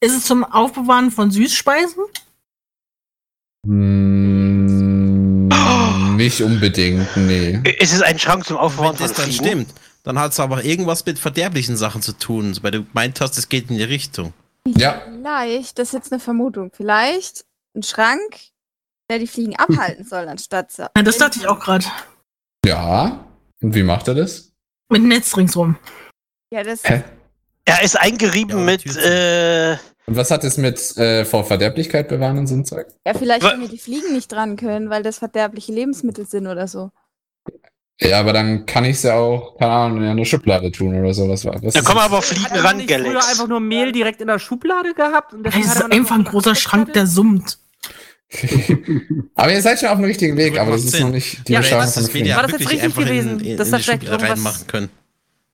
Speaker 11: Ist es zum Aufbewahren von Süßspeisen?
Speaker 12: Hm,
Speaker 10: Ah.
Speaker 12: nicht unbedingt, nee.
Speaker 3: Ist es ein Schrank zum Aufbewahren
Speaker 10: Wenn das dann stimmt, dann hat es aber irgendwas mit verderblichen Sachen zu tun, weil du gemeint hast, es geht in die Richtung.
Speaker 12: Ja.
Speaker 8: Vielleicht, das ist jetzt eine Vermutung, vielleicht ein Schrank, der die Fliegen abhalten soll, anstatt sie.
Speaker 11: Ja, das dachte ich auch gerade.
Speaker 12: Ja. Und wie macht er das?
Speaker 11: Mit Netz ringsrum.
Speaker 8: Ja, das
Speaker 12: Hä?
Speaker 3: Er ist eingerieben mit. Äh,
Speaker 12: Und was hat es mit äh, vor Verderblichkeit bewahren und so ein Zeug?
Speaker 8: ja, vielleicht
Speaker 12: Wa-
Speaker 8: wenn wir die Fliegen nicht dran können, weil das verderbliche Lebensmittel sind oder so.
Speaker 12: Ja, aber dann kann ich es ja auch, keine Ahnung, in eine Schublade tun oder sowas. Was
Speaker 3: da
Speaker 12: ist
Speaker 3: kommen
Speaker 12: das?
Speaker 3: aber Fliegen
Speaker 1: Hat man
Speaker 3: ran,
Speaker 1: nicht früher
Speaker 3: Galax.
Speaker 1: einfach nur Mehl direkt in der Schublade gehabt? Und
Speaker 11: Es ist einfach ein großer Schrank, der summt.
Speaker 12: aber ihr seid schon auf dem richtigen Weg, aber das ist noch nicht die
Speaker 10: ja,
Speaker 12: Beschreibung
Speaker 10: das
Speaker 12: von
Speaker 10: ist
Speaker 12: Fliegen.
Speaker 10: wieder wirklich einfach gewesen, in, in, in die Schublade reinmachen können.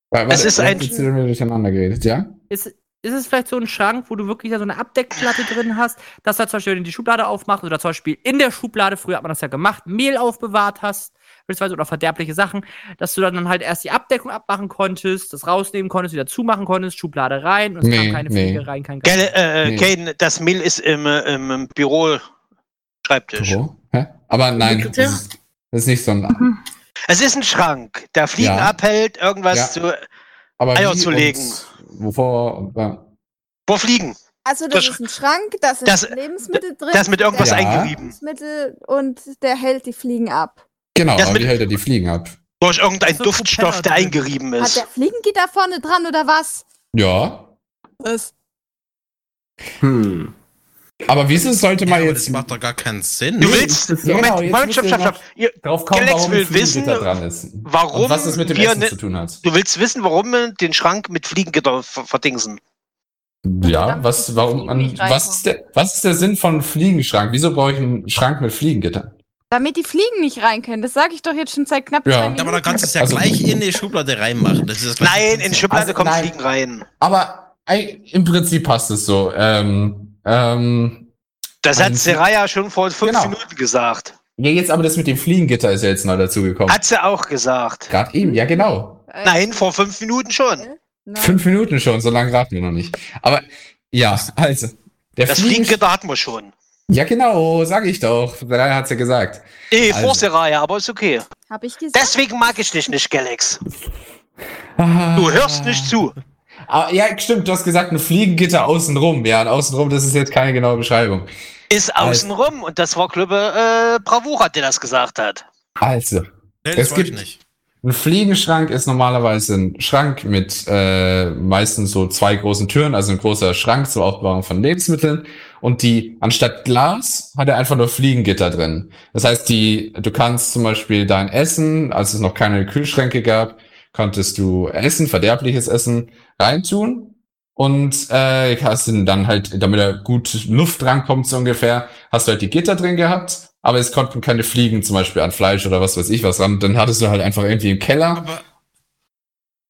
Speaker 12: Weil,
Speaker 10: Es
Speaker 12: warte,
Speaker 10: ist
Speaker 12: ihr
Speaker 10: ein-
Speaker 12: habt jetzt wieder durcheinander geredet, ja?
Speaker 1: Ist, ist es vielleicht so ein Schrank, wo du wirklich da so eine Abdeckplatte drin hast, dass da zum Beispiel, wenn du die Schublade aufmachst oder zum Beispiel in der Schublade, früher hat man das ja gemacht, Mehl aufbewahrt hast, beispielsweise oder verderbliche Sachen, dass du dann halt erst die Abdeckung abmachen konntest, das rausnehmen konntest, wieder zumachen konntest, Schublade rein und es kam keine Fliege rein, kein
Speaker 3: Gal äh,
Speaker 12: Nee.
Speaker 3: Kane, das Mehl ist im, äh, im Büro. Schreibtisch.
Speaker 12: Büro? Hä? Aber nein,
Speaker 3: Sekretär?
Speaker 12: das ist, das ist nicht so
Speaker 10: Mhm.
Speaker 12: ein.
Speaker 3: Es ist ein Schrank, der Fliegen
Speaker 12: Ja.
Speaker 3: abhält, irgendwas
Speaker 12: Ja.
Speaker 3: zu
Speaker 12: Aber
Speaker 3: Eier
Speaker 12: wie
Speaker 3: zu
Speaker 12: und
Speaker 3: legen.
Speaker 12: Wovor? und, äh,
Speaker 3: Wo Fliegen?
Speaker 8: Also das
Speaker 3: Das-
Speaker 8: ist ein Schrank, da sind
Speaker 3: das-
Speaker 8: Lebensmittel drin.
Speaker 3: das mit irgendwas
Speaker 8: verderbliche
Speaker 3: eingerieben.
Speaker 8: Lebensmittel und der hält die Fliegen ab.
Speaker 12: Genau,
Speaker 3: Das
Speaker 12: aber
Speaker 3: mit-
Speaker 12: wie hält er die Fliegen ab?
Speaker 3: Durch irgendeinen Duftstoff, der eingerieben
Speaker 8: Hat
Speaker 3: ist.
Speaker 8: der Fliegengitter vorne dran oder was?
Speaker 12: Ja.
Speaker 8: Das
Speaker 9: Hm.
Speaker 12: Aber wieso sollte man
Speaker 10: Das
Speaker 12: jetzt.
Speaker 10: macht doch gar keinen Sinn.
Speaker 3: Du willst.
Speaker 12: Genau,
Speaker 3: Moment, Moment, stopp, stopp, stopp. Ihr-
Speaker 12: Drauf kommen,
Speaker 3: Galax
Speaker 12: warum
Speaker 3: will
Speaker 12: Fliegen
Speaker 3: wissen,
Speaker 12: da dran ist.
Speaker 3: warum
Speaker 12: Und was es mit dem
Speaker 3: wir
Speaker 12: Essen
Speaker 3: ne-
Speaker 12: zu tun hat.
Speaker 3: Du willst wissen, warum wir den Schrank mit Fliegengitter ver- verdingsen.
Speaker 12: Ja, was, warum, an, was, ist der, was ist der Sinn von Fliegenschrank? Wieso brauche ich einen Schrank mit Fliegengittern?
Speaker 8: Damit die Fliegen nicht rein können. Das sage ich doch jetzt schon seit knapp zwei
Speaker 12: Ja.
Speaker 8: Minuten.
Speaker 10: Aber dann kannst du es ja gleich in die Schublade reinmachen. Das ist das gleiche
Speaker 3: Nein, in
Speaker 10: Prinzip.
Speaker 3: Schublade
Speaker 12: Also
Speaker 3: kommen
Speaker 12: nein.
Speaker 3: Fliegen rein.
Speaker 12: Aber ei- im Prinzip passt es so. Ähm, ähm,
Speaker 3: Das hat
Speaker 12: ein-
Speaker 3: Seraya schon vor fünf
Speaker 12: Genau.
Speaker 3: Minuten gesagt.
Speaker 12: Ja, jetzt aber das mit dem Fliegengitter ist ja jetzt neu dazugekommen.
Speaker 3: Hat sie auch gesagt.
Speaker 12: Gerade eben, ja genau.
Speaker 8: Äh,
Speaker 3: Nein, vor fünf Minuten schon.
Speaker 12: Fünf Minuten schon, so lange raten wir noch nicht. Aber ja, also. Der
Speaker 3: Das
Speaker 12: Fliegen-
Speaker 3: Fliegengitter hatten wir schon.
Speaker 12: Ja genau, sage ich doch. Drei hat's ja gesagt.
Speaker 3: Eh,
Speaker 12: Also.
Speaker 3: vor Seraya, aber ist okay.
Speaker 8: Hab ich gesagt.
Speaker 3: Deswegen mag ich dich nicht, Galax.
Speaker 12: Ah.
Speaker 3: Du hörst nicht zu.
Speaker 12: Ah, ja, stimmt, du hast gesagt, ein Fliegengitter außenrum. Ja, und außenrum, das ist jetzt keine genaue Beschreibung.
Speaker 3: Ist außenrum und das war Klüppe äh, Bravura, der das gesagt hat.
Speaker 12: Also,
Speaker 10: das
Speaker 12: es
Speaker 10: weiß
Speaker 12: gibt
Speaker 10: ich nicht.
Speaker 12: ein Fliegenschrank ist normalerweise ein Schrank mit äh, meistens so zwei großen Türen, also ein großer Schrank zur Aufbewahrung von Lebensmitteln. Und die, anstatt Glas, hat er einfach nur Fliegengitter drin. Das heißt, die, du kannst zum Beispiel dein Essen, als es noch keine Kühlschränke gab, konntest du Essen, verderbliches Essen, reintun. Und äh, hast ihn dann halt, damit er gut Luft rankommt so ungefähr, hast du halt die Gitter drin gehabt, aber es konnten keine Fliegen zum Beispiel an Fleisch oder was weiß ich was ran. Dann hattest du halt einfach irgendwie im Keller.
Speaker 10: Aber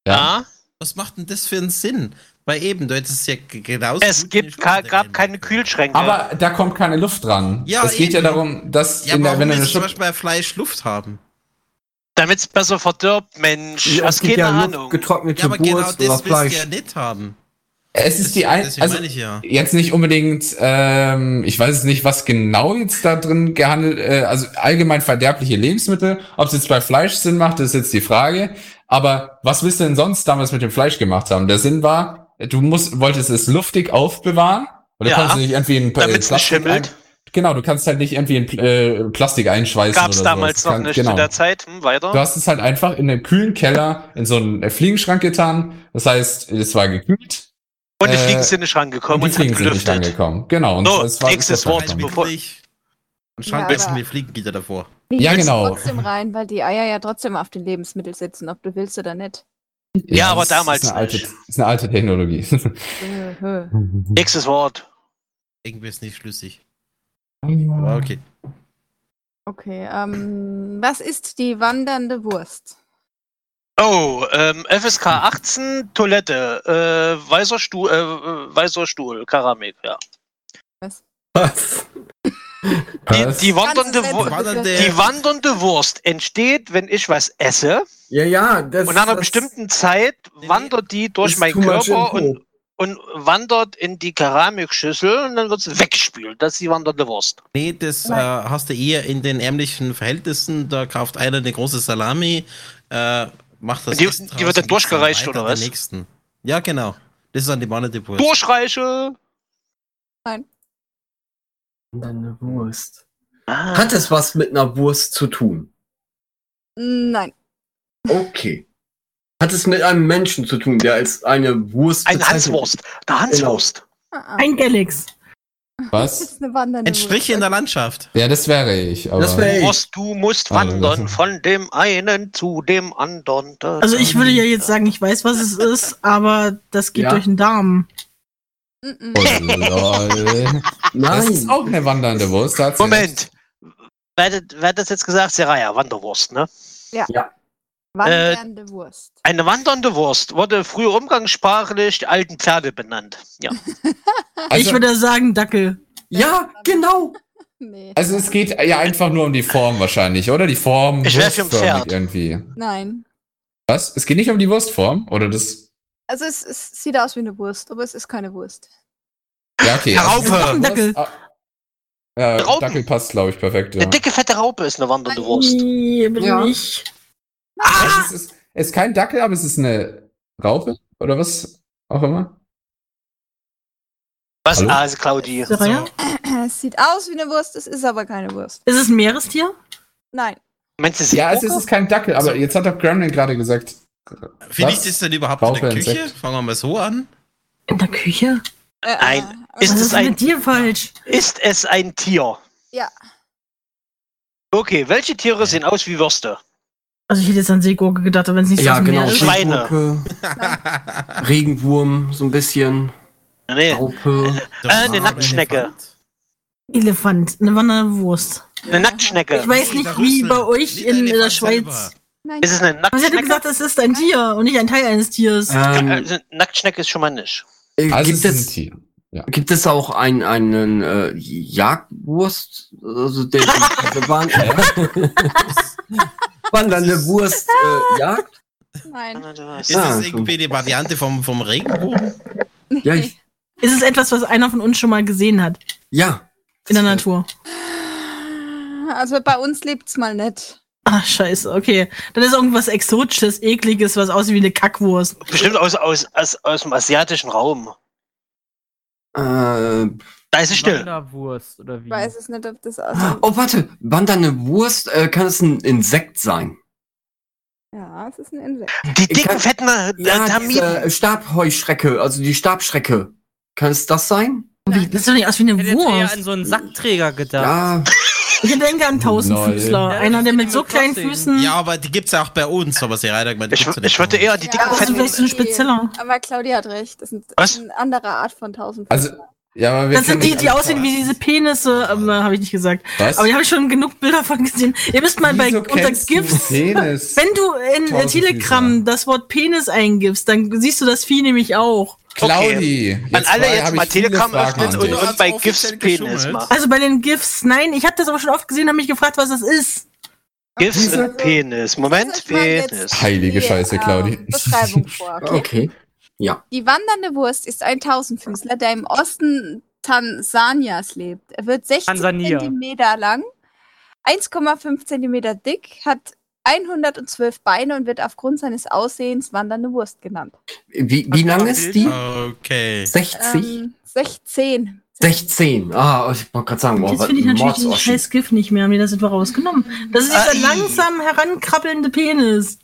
Speaker 12: Ja.
Speaker 3: Ah?
Speaker 10: was macht denn das für einen Sinn? Weil eben, du hättest ja g- genauso.
Speaker 3: Es gibt, ka- gab keine Kühlschränke.
Speaker 12: Aber da kommt keine Luft dran.
Speaker 10: Ja,
Speaker 12: es geht ja
Speaker 10: eben.
Speaker 12: darum, dass
Speaker 10: ja,
Speaker 12: in der,
Speaker 10: warum
Speaker 12: wenn du
Speaker 10: willst
Speaker 12: eine
Speaker 10: du zum
Speaker 12: Schub-
Speaker 10: Beispiel bei Fleisch Luft haben?
Speaker 3: Damit es besser verdirbt, Mensch.
Speaker 10: Ja,
Speaker 3: Hast
Speaker 10: es gibt
Speaker 3: keine
Speaker 10: ja Luft-
Speaker 3: Ahnung.
Speaker 10: Ja,
Speaker 12: getrocknete
Speaker 10: aber genau
Speaker 12: Wurst
Speaker 10: das
Speaker 12: oder
Speaker 10: willst du
Speaker 12: Fleisch.
Speaker 10: ja nicht haben.
Speaker 12: Es ist die ein,
Speaker 10: deswegen
Speaker 12: also
Speaker 10: meine ich ja.
Speaker 12: jetzt nicht unbedingt, ähm, ich weiß es nicht, was genau jetzt da drin gehandelt, äh, also allgemein verderbliche Lebensmittel. Ob es jetzt bei Fleisch Sinn macht, ist jetzt die Frage. Aber was willst du denn sonst damals mit dem Fleisch gemacht haben? Der Sinn war, du musst, wolltest es luftig aufbewahren oder
Speaker 3: Ja,
Speaker 12: konntest du nicht irgendwie in Pa-
Speaker 3: damit's nicht schimmelt.
Speaker 12: Ein, genau, du kannst halt nicht irgendwie in äh, Plastik einschweißen
Speaker 3: Gab es
Speaker 12: oder
Speaker 3: damals
Speaker 12: sowas.
Speaker 3: noch
Speaker 12: Kann-
Speaker 3: nicht
Speaker 12: genau.
Speaker 3: zu der Zeit. Hm, weiter.
Speaker 12: Du hast es halt einfach in einem kühlen Keller in so einen äh, Fliegenschrank getan. Das heißt, es war gekühlt.
Speaker 3: und die
Speaker 12: äh,
Speaker 3: Fliegen sind nicht rangekommen
Speaker 12: Und die
Speaker 3: und,
Speaker 12: Fliegen
Speaker 3: hat
Speaker 12: sind nicht
Speaker 3: gelüftet.
Speaker 12: angekommen. Genau. Und
Speaker 3: So,
Speaker 12: das war-
Speaker 3: nächstes
Speaker 12: das war
Speaker 3: Wort,
Speaker 12: dann-
Speaker 3: bevor-
Speaker 10: Anscheinend
Speaker 8: Ja,
Speaker 10: ja,
Speaker 8: aber-
Speaker 10: die Fliegengitter davor.
Speaker 8: Die
Speaker 12: Ja,
Speaker 8: willst
Speaker 12: genau.
Speaker 8: trotzdem rein, weil die Eier ja trotzdem auf den Lebensmitteln sitzen, ob du willst oder nicht.
Speaker 12: Ja,
Speaker 3: aber
Speaker 12: das
Speaker 3: damals
Speaker 12: Ist eine alte, ist eine alte Technologie.
Speaker 8: Äh,
Speaker 3: Nächstes Wort.
Speaker 10: Irgendwie ist nicht schlüssig.
Speaker 12: Aber
Speaker 10: okay.
Speaker 8: Okay, ähm, was ist die wandernde Wurst?
Speaker 3: Oh, ähm, FSK 18, Toilette, äh, weißer Stuhl, äh, äh, weißer Stuhl, Keramik, ja.
Speaker 8: Was?
Speaker 3: Was? Die, die, wandernde,
Speaker 8: Ganzes
Speaker 3: Wur-
Speaker 8: Wandernde-
Speaker 3: die wandernde Wurst entsteht, wenn ich was esse.
Speaker 9: Ja, ja, das
Speaker 3: Und nach einer
Speaker 9: das-
Speaker 3: bestimmten Zeit wandert die durch
Speaker 9: Ist
Speaker 3: meinen
Speaker 9: too much
Speaker 3: Körper
Speaker 9: info.
Speaker 3: und, und wandert in die Keramikschüssel und dann wird es weggespült. Das ist die wandernde Wurst.
Speaker 10: Nee, das äh, hast du eher in den ärmlichen Verhältnissen. Da kauft einer eine große Salami, äh, macht das.
Speaker 3: Die-
Speaker 10: Essen
Speaker 3: die
Speaker 10: draus und
Speaker 3: wird dann
Speaker 10: gibt's
Speaker 3: durchgereicht,
Speaker 10: weiter
Speaker 3: oder
Speaker 10: den
Speaker 3: was?
Speaker 10: Nächsten. Ja, genau. Das ist an die Manne Wurst.
Speaker 3: Durchreiche!
Speaker 8: Nein.
Speaker 9: Eine Wurst.
Speaker 11: Ah,
Speaker 9: Hat es was mit einer Wurst zu tun?
Speaker 8: Nein.
Speaker 9: Okay. Hat es mit einem Menschen zu tun, der als eine Wurst.
Speaker 3: Eine
Speaker 9: bezeichnet wird?
Speaker 3: Hanswurst. Eine
Speaker 12: Genau.
Speaker 3: Hanswurst.
Speaker 8: Ah,
Speaker 11: Ein Galax.
Speaker 12: Was?
Speaker 8: Eine wandernde
Speaker 10: Ein Strich in der Landschaft.
Speaker 12: Ja, das wäre ich. Aber
Speaker 9: Das wäre
Speaker 3: Du
Speaker 9: ich.
Speaker 3: musst, du musst
Speaker 12: Aber
Speaker 3: wandern
Speaker 12: das-
Speaker 3: von dem einen zu dem anderen.
Speaker 11: Also ich würde ja jetzt sagen, ich weiß, was es ist, aber das geht
Speaker 12: Ja.
Speaker 11: durch den Darm.
Speaker 8: Äh, mm,
Speaker 12: Oh, lol. Das ist auch eine wandernde Wurst. da hat sie
Speaker 3: Moment. Wer hat- wer hat das jetzt gesagt? Seraya, Wanderwurst, ne?
Speaker 8: Ja.
Speaker 9: Ja.
Speaker 8: Wandernde Wurst.
Speaker 3: Eine wandernde Wurst wurde früher umgangssprachlich die alten Pferde benannt. Ja.
Speaker 11: ich würde sagen Dackel.
Speaker 9: Ja, genau.
Speaker 12: Also es geht ja einfach nur um die Form wahrscheinlich, oder? Die Form
Speaker 3: Ich werf hier ein
Speaker 12: wurstförmig
Speaker 3: Pferd.
Speaker 12: irgendwie.
Speaker 8: Nein.
Speaker 12: Was? Es geht nicht um die Wurstform? Oder das.
Speaker 8: Also es, es sieht aus wie eine Wurst, aber es ist keine Wurst.
Speaker 12: Ja, okay.
Speaker 3: Herr
Speaker 12: also-
Speaker 3: Raupe.
Speaker 11: Dackel.
Speaker 12: Ja,
Speaker 3: Raupen.
Speaker 12: Dackel passt, glaube ich, perfekt. Ja.
Speaker 3: Eine dicke, fette Raupe ist eine wandernde Wurst.
Speaker 11: Ja. Ich.
Speaker 12: Also Es ist, es ist kein Dackel, aber es ist eine Raupe oder was auch immer.
Speaker 3: Was?
Speaker 12: Hallo?
Speaker 3: Ah, ist Claudi.
Speaker 11: Seraya?
Speaker 8: Es sieht aus wie eine Wurst, es ist aber keine Wurst.
Speaker 11: Ist es ein Meerestier?
Speaker 8: Nein.
Speaker 3: Meinst du, sie
Speaker 12: Ja, es ist, es ist kein Dackel, aber jetzt hat doch Gremlin gerade gesagt.
Speaker 10: Finde ich
Speaker 12: was?
Speaker 10: das denn überhaupt in der
Speaker 12: Raupe,
Speaker 10: Küche?
Speaker 12: Insekt.
Speaker 10: Fangen wir mal so an.
Speaker 11: In der Küche?
Speaker 8: Äh,
Speaker 3: Ein,
Speaker 11: was
Speaker 3: ist,
Speaker 11: ist
Speaker 3: es ein,
Speaker 11: mit dir falsch?
Speaker 3: ist es ein Tier?
Speaker 8: Ja.
Speaker 3: Okay, welche Tiere sehen aus wie Würste?
Speaker 11: Also ich hätte jetzt an Seegurke gedacht, aber wenn es nicht
Speaker 9: Ja,
Speaker 11: so
Speaker 9: genau.
Speaker 11: ist.
Speaker 3: Schweine.
Speaker 9: Schildgurke,
Speaker 3: Äh,
Speaker 9: Regenwurm, so ein bisschen.
Speaker 3: Nee,
Speaker 9: Raupe.
Speaker 3: äh, eine Nacktschnecke.
Speaker 11: Elefant, eine wandernde Wurst.
Speaker 3: Eine Nacktschnecke.
Speaker 11: Ich weiß nicht, wie bei euch in der Schweiz.
Speaker 8: Nein.
Speaker 3: Ist es eine
Speaker 11: Aber ich hätte
Speaker 3: Nacktschnecke?
Speaker 11: gesagt, es ist ein Tier und nicht ein Teil eines Tiers.
Speaker 9: Ähm,
Speaker 3: Also, Nacktschnecke ist schon mal nicht.
Speaker 9: äh,
Speaker 12: Also
Speaker 9: gibt,
Speaker 12: es ist ein
Speaker 9: es,
Speaker 12: Tier.
Speaker 9: gibt es auch ein, einen äh, Jagdwurst? Also der, der waren, wandernde Wurst äh, Jagd?
Speaker 8: Nein.
Speaker 10: Ist
Speaker 9: Ah,
Speaker 10: das irgendwie die Variante vom, vom Regenbogen?
Speaker 9: Ja, ich,
Speaker 11: Ist es etwas, was einer von uns schon mal gesehen hat?
Speaker 9: ja.
Speaker 11: In der Natur.
Speaker 8: Also bei uns lebt's mal nicht.
Speaker 11: Ah, scheiße, okay. Dann ist irgendwas Exotisches, Ekliges, was aussieht wie eine Kackwurst.
Speaker 3: Bestimmt aus, aus, aus, aus dem asiatischen Raum.
Speaker 9: Äh,
Speaker 3: Da ist es still.
Speaker 1: Wanderwurst oder
Speaker 8: Ich
Speaker 1: wie?
Speaker 8: weiß es nicht, ob das aussieht.
Speaker 9: oh, warte. Wandernde Wurst, äh, kann es ein Insekt sein?
Speaker 8: Ja, es ist ein Insekt.
Speaker 3: Die dicken, fetten äh,
Speaker 9: Ja,
Speaker 3: Termiten.
Speaker 9: diese Stabheuschrecke, also die Stabschrecke. Kann es das sein?
Speaker 11: Wie, das sieht doch nicht aus wie
Speaker 1: Ich
Speaker 11: eine
Speaker 1: hätte jetzt eher
Speaker 11: Wurst.
Speaker 1: an so einen Sackträger gedacht.
Speaker 9: Ja.
Speaker 11: Ich denke an Tausendfüßler.
Speaker 1: Lol.
Speaker 11: Einer, der mit so
Speaker 1: Ja, das
Speaker 11: kleinen
Speaker 1: ist
Speaker 11: Füßen.
Speaker 10: Ja, aber die gibt's ja auch bei uns, aber sie leider gemeint, die
Speaker 3: Ich,
Speaker 10: gibt's ja
Speaker 3: ich würde eher die dicken,
Speaker 8: Ja,
Speaker 11: Also
Speaker 3: fetten.
Speaker 11: vielleicht so ein Spezieller.
Speaker 8: Aber Claudia hat recht, das ist
Speaker 3: Was?
Speaker 8: eine andere Art von tausend.
Speaker 12: Also, ja, aber wir
Speaker 11: Das sind
Speaker 12: können
Speaker 11: die, die
Speaker 12: nicht alle-
Speaker 11: aussehen wie diese Penisse, aber habe ich nicht gesagt.
Speaker 12: Was?
Speaker 11: Aber ich habe ich schon genug Bilder von gesehen. Ihr müsst mal bei
Speaker 12: Wieso
Speaker 11: unter
Speaker 12: kennst du
Speaker 11: GIFs.
Speaker 12: Penis?
Speaker 11: Wenn du in äh,
Speaker 12: Tausendfüßler.
Speaker 11: Telegram das Wort Penis eingibst, dann siehst du das Vieh nämlich auch.
Speaker 12: Claudi,
Speaker 3: An alle
Speaker 12: war-
Speaker 3: jetzt
Speaker 12: hab
Speaker 3: mal
Speaker 12: ich viele
Speaker 3: Telegram
Speaker 12: Fragen
Speaker 3: öffnen
Speaker 12: an
Speaker 3: und,
Speaker 12: dich.
Speaker 3: und bei GIFs Penis machen.
Speaker 11: Also bei den GIFs, nein, ich habe das aber schon oft gesehen, habe mich gefragt, was das ist.
Speaker 3: GIFs
Speaker 11: oh,
Speaker 3: und Penis. Moment, Penis.
Speaker 12: Heilige Scheiße, Claudi.
Speaker 8: ähm, Beschreibung vor. Okay?
Speaker 9: ja.
Speaker 8: Die wandernde Wurst ist ein Tausendfüßler, der im Osten Tansanias lebt. Er wird 16
Speaker 1: Tansania.
Speaker 8: Zentimeter lang, 1,5 Zentimeter dick, hat 112 Beine und wird aufgrund seines Aussehens wandernde Wurst genannt.
Speaker 9: Wie, wie lang ist die?
Speaker 10: Ähm, Okay.
Speaker 9: 60?
Speaker 8: Ähm, 16.
Speaker 9: 16. Ah, ich wollte gerade sagen, boah,
Speaker 11: Jetzt
Speaker 9: was
Speaker 11: finde ich
Speaker 9: ein
Speaker 11: natürlich diesen
Speaker 9: Mordsoschi.
Speaker 11: scheiß GIF nicht mehr, haben die das etwa rausgenommen. Das ist dieser langsam herankrabbelnde Penis.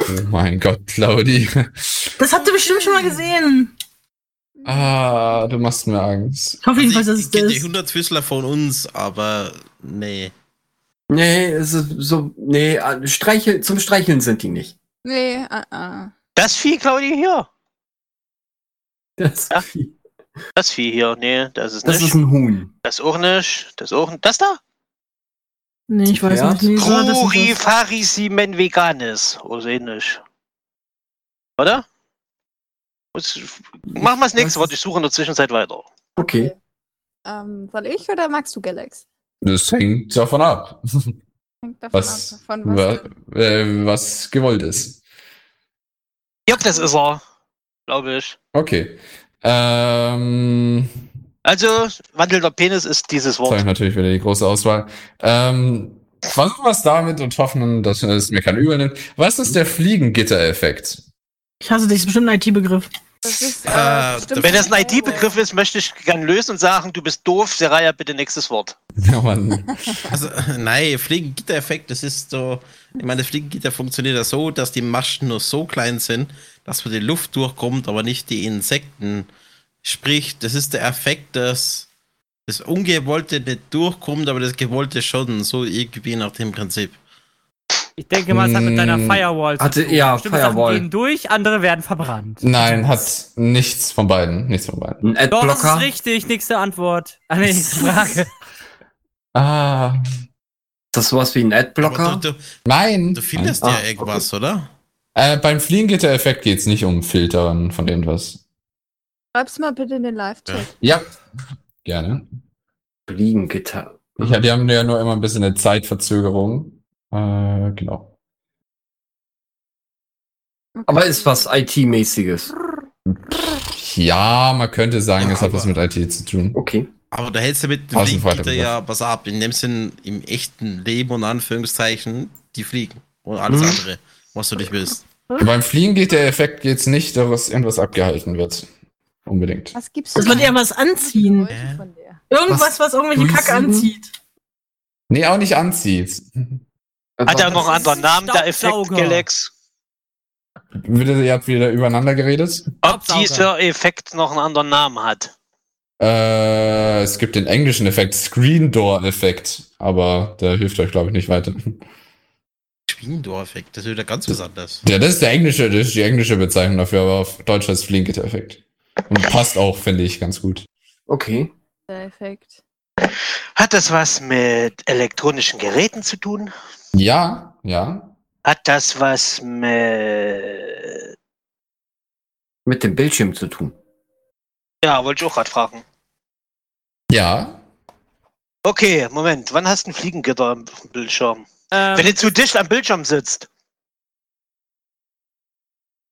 Speaker 12: Oh mein Gott, Claudi.
Speaker 11: Das habt ihr bestimmt schon mal gesehen.
Speaker 12: Ah, du machst mir Angst.
Speaker 11: Also Ich hoffe jedenfalls, dass es
Speaker 10: Die,
Speaker 11: der
Speaker 10: Also die
Speaker 11: ist.
Speaker 10: 100 Füßler von uns, aber nee.
Speaker 9: Nee, es ist so, nee, ah, Streichel, zum Streicheln sind die nicht.
Speaker 8: Nee, ah, ah.
Speaker 3: Das Vieh, Claudi, hier.
Speaker 9: Das,
Speaker 3: Das Vieh hier, nee, das ist
Speaker 9: das
Speaker 3: nicht.
Speaker 9: ist ein Huhn.
Speaker 3: das auch nicht. Das auch nicht. Das da?
Speaker 11: Nee, ich weiß
Speaker 9: Ja.
Speaker 11: nicht. Nee, so, das ist das.
Speaker 3: Prurifarissimen veganis. Oder ähnlich. Oh, Oder? Was- Machen wir das nächste Wort. Ich suche in der Zwischenzeit weiter.
Speaker 9: Okay.
Speaker 8: Ähm, soll ich oder magst du Galax?
Speaker 12: Das hängt davon ab.
Speaker 8: Hängt davon ab,
Speaker 12: Was,
Speaker 8: davon Also was.
Speaker 12: wa äh, was gewollt ist.
Speaker 3: Jupp, das ist er. Glaube ich.
Speaker 12: Okay. Ähm,
Speaker 3: Also, wandelnder Penis ist dieses
Speaker 12: Zeige
Speaker 3: Wort.
Speaker 12: ich natürlich wieder die große Auswahl. Ähm, versuchen wir es damit und hoffen, dass es mir keiner übernimmt. Was ist der Fliegengittereffekt?
Speaker 11: Ich hasse dich, ist bestimmt ein IT-Begriff.
Speaker 8: äh,
Speaker 3: Äh, Wenn das ein IT-Begriff ist, möchte ich gern lösen und sagen, du bist doof. Seraya, bitte nächstes Wort.
Speaker 12: Ja, Mann.
Speaker 10: Also, nein, Fliegengittereffekt, das ist so. Ich meine, das Fliegengitter funktioniert ja so, dass die Maschen nur so klein sind, dass man die Luft durchkommt, aber nicht die Insekten. Sprich, das ist der Effekt, dass das Ungewollte nicht durchkommt, aber das Gewollte schon. So irgendwie nach dem Prinzip.
Speaker 1: Ich denke mal, es hat mit
Speaker 11: Mm.
Speaker 1: deiner Firewall
Speaker 11: Ah,
Speaker 12: Hatte- ja,
Speaker 1: Bestimmte
Speaker 12: Firewall.
Speaker 1: Sachen gehen durch, andere werden verbrannt.
Speaker 12: Nein, hat nichts von beiden. Nichts von beiden.
Speaker 9: Ein
Speaker 1: Doch, das ist richtig. Nächste Antwort. Ah, nee, nächste Frage.
Speaker 12: Ah.
Speaker 9: Ist das sowas wie ein Adblocker?
Speaker 10: Du,
Speaker 12: Nein. Du
Speaker 10: findest ja irgendwas, oder?
Speaker 12: Äh, beim Fliegengittereffekt geht es nicht um Filtern von irgendwas.
Speaker 8: Schreib's mal bitte in den Live-Chat.
Speaker 12: Ja, gerne.
Speaker 9: Fliegengitter.
Speaker 12: Ich, die haben ja nur immer ein bisschen eine Zeitverzögerung. Äh, genau.
Speaker 9: Aber ist was IT-mäßiges.
Speaker 12: Ja, man könnte sagen, es hat was mit IT zu tun.
Speaker 9: Okay.
Speaker 10: Aber da hältst du mit dem
Speaker 12: Außen vor der
Speaker 10: Fliegengitter ja, pass ab, in dem Sinn, im echten Leben und Anführungszeichen, die fliegen. Und alles
Speaker 12: Mhm.
Speaker 10: andere, was du nicht willst.
Speaker 12: Beim Fliegengitter-Effekt geht es nicht, dass irgendwas abgehalten wird. Unbedingt.
Speaker 8: Was gibt's
Speaker 11: Das wird eher was anziehen. Irgendwas, was irgendwelche Kacke anzieht.
Speaker 12: Nee, auch nicht anzieht.
Speaker 3: Hat er noch einen anderen Namen, der Effekt
Speaker 1: Staubsauger.
Speaker 3: Galax?
Speaker 12: Bitte, ihr habt wieder übereinander geredet.
Speaker 3: Ob dieser Effekt noch einen anderen Namen hat.
Speaker 12: Äh, es gibt den englischen Effekt, Screen Door-Effekt, aber der hilft euch, glaube ich, nicht weiter.
Speaker 10: Schwindor-Effekt, das ist wieder ganz was anderes.
Speaker 12: Ja, das ist der englische, das ist die englische Bezeichnung dafür, aber auf Deutsch heißt Flinkit-Effekt. Und passt auch, finde ich, ganz gut.
Speaker 9: Okay.
Speaker 8: Der Effekt.
Speaker 3: Hat das was mit elektronischen Geräten zu tun?
Speaker 12: Ja, ja.
Speaker 3: Hat das was mit.
Speaker 9: Mit dem Bildschirm zu tun.
Speaker 3: Ja, wollte ich auch gerade fragen.
Speaker 12: Ja.
Speaker 3: Okay, Moment. Wann hast du ein Fliegengitter am Bildschirm?
Speaker 1: Ähm,
Speaker 3: Wenn du zu dicht am Bildschirm sitzt.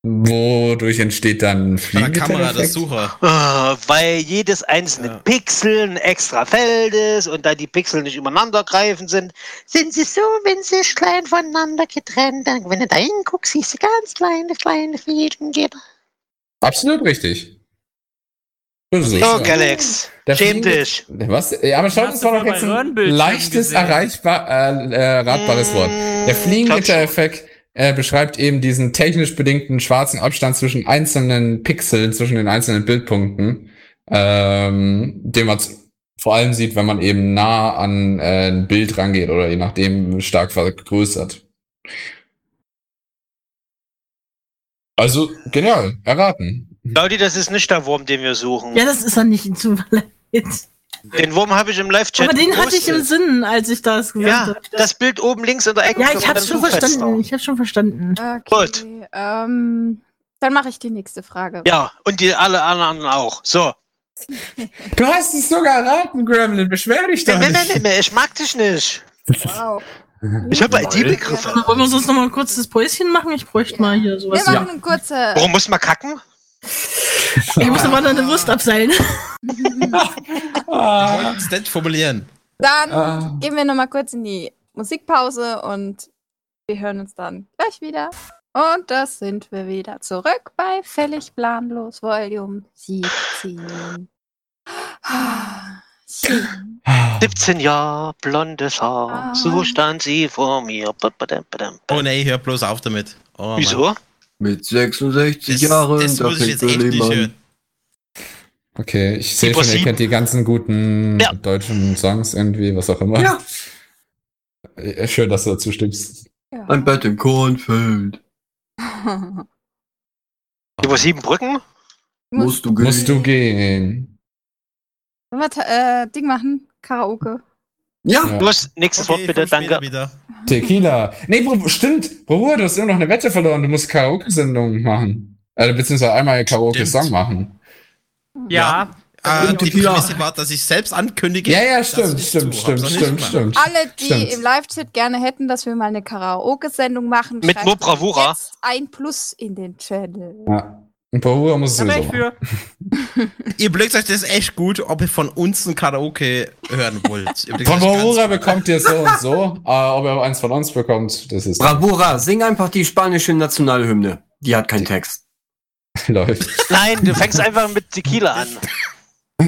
Speaker 12: Wodurch entsteht dann
Speaker 10: Bei der Kamera der
Speaker 12: Fliegengittereffekt?
Speaker 10: Sucher.
Speaker 3: Ah, Weil jedes einzelne Pixel ein extra Feld ist und da die Pixel nicht übereinander greifend sind.
Speaker 13: Sind sie so winzig klein voneinander getrennt, dann, wenn du da hinguckst, siehst du ganz kleine, kleine Fliegengitter.
Speaker 12: Absolut richtig. Das ist
Speaker 3: So,
Speaker 12: es.
Speaker 3: Oh, Galax.
Speaker 12: Der
Speaker 3: Schäm
Speaker 12: Fliegen-
Speaker 3: dich.
Speaker 12: Was? Ja, aber schau,
Speaker 1: Hast
Speaker 12: das
Speaker 1: du
Speaker 12: war doch
Speaker 1: mal
Speaker 12: jetzt
Speaker 1: bei
Speaker 12: ein
Speaker 1: Röhrenbildschirmen
Speaker 12: leichtes,
Speaker 1: gesehen?
Speaker 12: erreichbar, äh, äh, ratbares Wort.
Speaker 3: Mm.
Speaker 12: Der Fliegengitter-Effekt äh, beschreibt eben diesen technisch bedingten schwarzen Abstand zwischen einzelnen Pixeln, zwischen den einzelnen Bildpunkten, ähm, den man z- vor allem sieht, wenn man eben nah an äh, ein Bild rangeht oder je nachdem stark vergrößert. Also genial, erraten.
Speaker 3: Claudi, das ist nicht der Wurm, den wir suchen.
Speaker 11: Ja, das ist dann nicht in Zufall.
Speaker 3: den Wurm habe ich im Live-Chat.
Speaker 11: Aber den hatte ich im
Speaker 3: gepostet.
Speaker 11: Sinn, als ich das gesagt
Speaker 3: Ja,
Speaker 11: habe.
Speaker 3: das Bild oben links in der Ecke.
Speaker 11: Ja,
Speaker 3: kann
Speaker 11: ich
Speaker 3: man
Speaker 11: hab's
Speaker 3: dann
Speaker 11: schon
Speaker 3: zufenstern.
Speaker 11: verstanden. Ich hab's schon verstanden.
Speaker 8: Okay, ähm, Dann mache ich die nächste Frage.
Speaker 3: Ja, und die alle anderen auch. So.
Speaker 12: Du hast es sogar erraten, Gremlin. Beschwer dich doch
Speaker 3: Nein, nein,
Speaker 12: nicht.
Speaker 3: nein, ich mag dich nicht.
Speaker 8: Wow.
Speaker 3: Ich habe IT-Begriffe.
Speaker 11: Wollen wir sonst noch mal kurz das Päuschen machen? Ich bräuchte mal hier
Speaker 8: Wir
Speaker 11: sowas.
Speaker 8: machen eine kurze.
Speaker 3: Warum muss man kacken?
Speaker 11: Ich muss aber deine Wurst abseilen.
Speaker 10: Ah. Ich nicht formulieren.
Speaker 8: Dann
Speaker 10: Ah.
Speaker 8: gehen wir nochmal kurz in die Musikpause und wir hören uns dann gleich wieder. Und das sind wir wieder zurück bei Fällig Planlos Volume 17. Ah,
Speaker 3: 17 Jahre, blondes Haar,
Speaker 8: Ah.
Speaker 3: so stand sie vor mir. Ba, ba, dam, ba, dam.
Speaker 10: Oh nee, hör bloß auf damit. Oh, Mann.
Speaker 3: Wieso?
Speaker 9: Mit 66
Speaker 10: Das-
Speaker 9: Jahren,
Speaker 10: das
Speaker 9: da
Speaker 10: muss ich
Speaker 9: fängt
Speaker 10: jetzt echt
Speaker 9: der
Speaker 10: nicht
Speaker 9: Leben an.
Speaker 10: hören.
Speaker 12: Okay, ich sehe schon, ihr
Speaker 9: Impossible.
Speaker 12: kennt die ganzen guten
Speaker 3: Ja.
Speaker 12: deutschen Songs irgendwie, was auch immer.
Speaker 9: Ja.
Speaker 12: Äh, Schön, dass du dazu stimmst.
Speaker 8: Ja.
Speaker 9: Ein Bett im Kornfeld.
Speaker 3: Über sieben Brücken?
Speaker 9: Musst du gehen.
Speaker 8: Äh.
Speaker 12: Musst du gehen.
Speaker 8: Sollen wir ta- äh, Ding machen? Karaoke.
Speaker 9: Ja.
Speaker 3: Los, nächstes Wort bitte, danke.
Speaker 12: Tequila. Nee, Bro, stimmt. Bruder, du hast immer noch eine Wette verloren. Du musst Karaoke-Sendungen machen. Also, beziehungsweise einmal einen Karaoke-Song machen.
Speaker 1: Ja.
Speaker 10: Äh, die Prämisse war, dass ich selbst ankündige.
Speaker 12: Ja, ja,
Speaker 10: dass
Speaker 12: stimmt,
Speaker 10: ich
Speaker 12: stimmt,
Speaker 10: zu hab's
Speaker 12: stimmt,
Speaker 10: noch
Speaker 12: stimmt,
Speaker 10: nicht
Speaker 12: stimmt.
Speaker 8: Alle, die
Speaker 12: Stimmt.
Speaker 8: im Live-Chat gerne hätten, dass wir mal eine Karaoke-Sendung machen,
Speaker 3: Mit
Speaker 8: schreibt
Speaker 3: nur Bravura.
Speaker 8: jetzt ein Plus in den Channel.
Speaker 12: Ja. Ein Bruder muss es
Speaker 10: Da wär
Speaker 12: sowieso
Speaker 10: ich
Speaker 12: machen.
Speaker 1: Für.
Speaker 10: Ihr blökt euch das echt gut, ob ihr von uns ein Karaoke hören wollt. Ihr blökt
Speaker 12: Von
Speaker 10: euch ganz-
Speaker 12: Bravura bekommt ihr so und so. Äh, ob ihr eins von uns bekommt, das ist.
Speaker 9: Bravura, sing einfach die spanische Nationalhymne. Die hat keinen Text.
Speaker 12: Läuft.
Speaker 3: Nein, du fängst einfach mit Tequila an.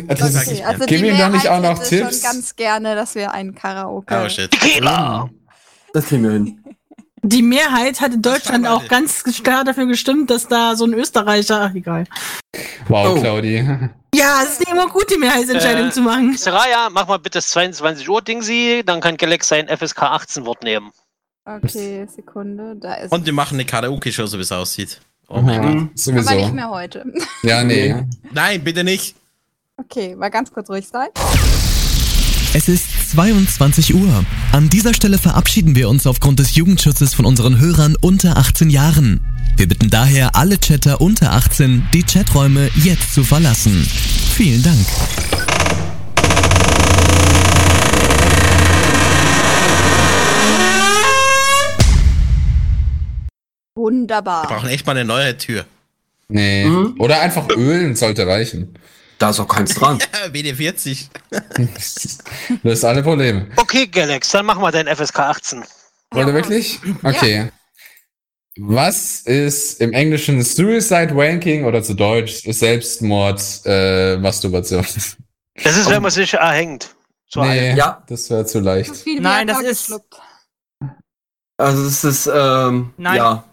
Speaker 12: Das ist
Speaker 8: Okay, also
Speaker 12: Gib
Speaker 8: die
Speaker 12: ihm doch nicht auch
Speaker 8: Mehrheit
Speaker 12: noch
Speaker 8: hätte
Speaker 12: Tipps.
Speaker 8: schon ganz gerne, dass wir einen Karaoke.
Speaker 10: Oh shit.
Speaker 3: Tequila!
Speaker 9: Das kriegen wir hin.
Speaker 11: Die Mehrheit hat in Deutschland auch ganz klar dafür gestimmt, dass da so ein Österreicher, ach, egal.
Speaker 3: Oh.
Speaker 12: Wow, Claudi.
Speaker 11: Ja, es ist nicht immer gut, die Mehrheitsentscheidung
Speaker 3: Äh,
Speaker 11: zu machen.
Speaker 3: Seraya, mach mal bitte das 22 Uhr Dingsi, dann kann Galax sein FSK 18 Wort nehmen.
Speaker 8: Okay, Sekunde, da ist.
Speaker 10: Und wir machen eine Karaoke-Show, so wie es aussieht. Oh
Speaker 12: Ja,
Speaker 8: aber nicht
Speaker 12: sowieso.
Speaker 8: mehr heute.
Speaker 12: Ja, nee.
Speaker 10: Nein, bitte nicht.
Speaker 8: Okay, mal ganz kurz ruhig sein.
Speaker 14: Es ist 22 Uhr. An dieser Stelle verabschieden wir uns aufgrund des Jugendschutzes von unseren Hörern unter 18 Jahren. Wir bitten daher alle Chatter unter 18, die Chaträume jetzt zu verlassen. Vielen Dank.
Speaker 10: Wir
Speaker 8: Wunderbar.
Speaker 10: brauchen echt mal eine neue Tür.
Speaker 12: Nee.
Speaker 3: Hm?
Speaker 12: Oder einfach ölen sollte reichen.
Speaker 9: Da ist auch keins dran.
Speaker 10: WD40.
Speaker 12: Löst alle Probleme.
Speaker 3: Okay, Galax, dann machen wir dein FSK 18.
Speaker 12: Wollt ihr wirklich? Okay. Was ist im Englischen Suicide Wanking oder zu Deutsch Selbstmord, äh, Masturbation?
Speaker 3: Das ist, wenn man sich erhängt. So
Speaker 12: nee,
Speaker 3: ein-
Speaker 12: ja. das wäre zu leicht.
Speaker 1: Nein, das ist.
Speaker 9: Also es ist, ähm,
Speaker 1: Nein.
Speaker 9: ja.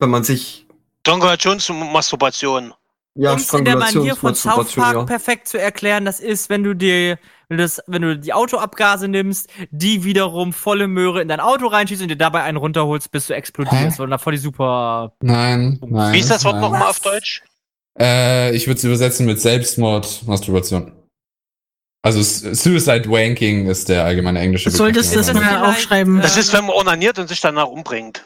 Speaker 9: Wenn man sich,
Speaker 3: Donker Jones und Masturbation.
Speaker 9: ja,
Speaker 1: um es in der Manier von South Park
Speaker 9: Strangulationsmasturbation, ja.
Speaker 1: perfekt zu erklären, das ist, wenn du dir, wenn du, das, wenn du die Autoabgase nimmst, die wiederum volle Möhre in dein Auto reinschießt und dir dabei einen runterholst, bis du explodierst. Und davor die super.
Speaker 12: Nein, nein.
Speaker 3: Wie ist das Wort
Speaker 12: nein.
Speaker 3: nochmal auf Deutsch?
Speaker 12: Äh, ich würde es übersetzen mit Selbstmord, Masturbation. Also Su- Suicide Wanking ist der allgemeine englische Begriff.
Speaker 11: Solltest du das mal aufschreiben.
Speaker 3: Das ist, wenn man onaniert und sich danach umbringt.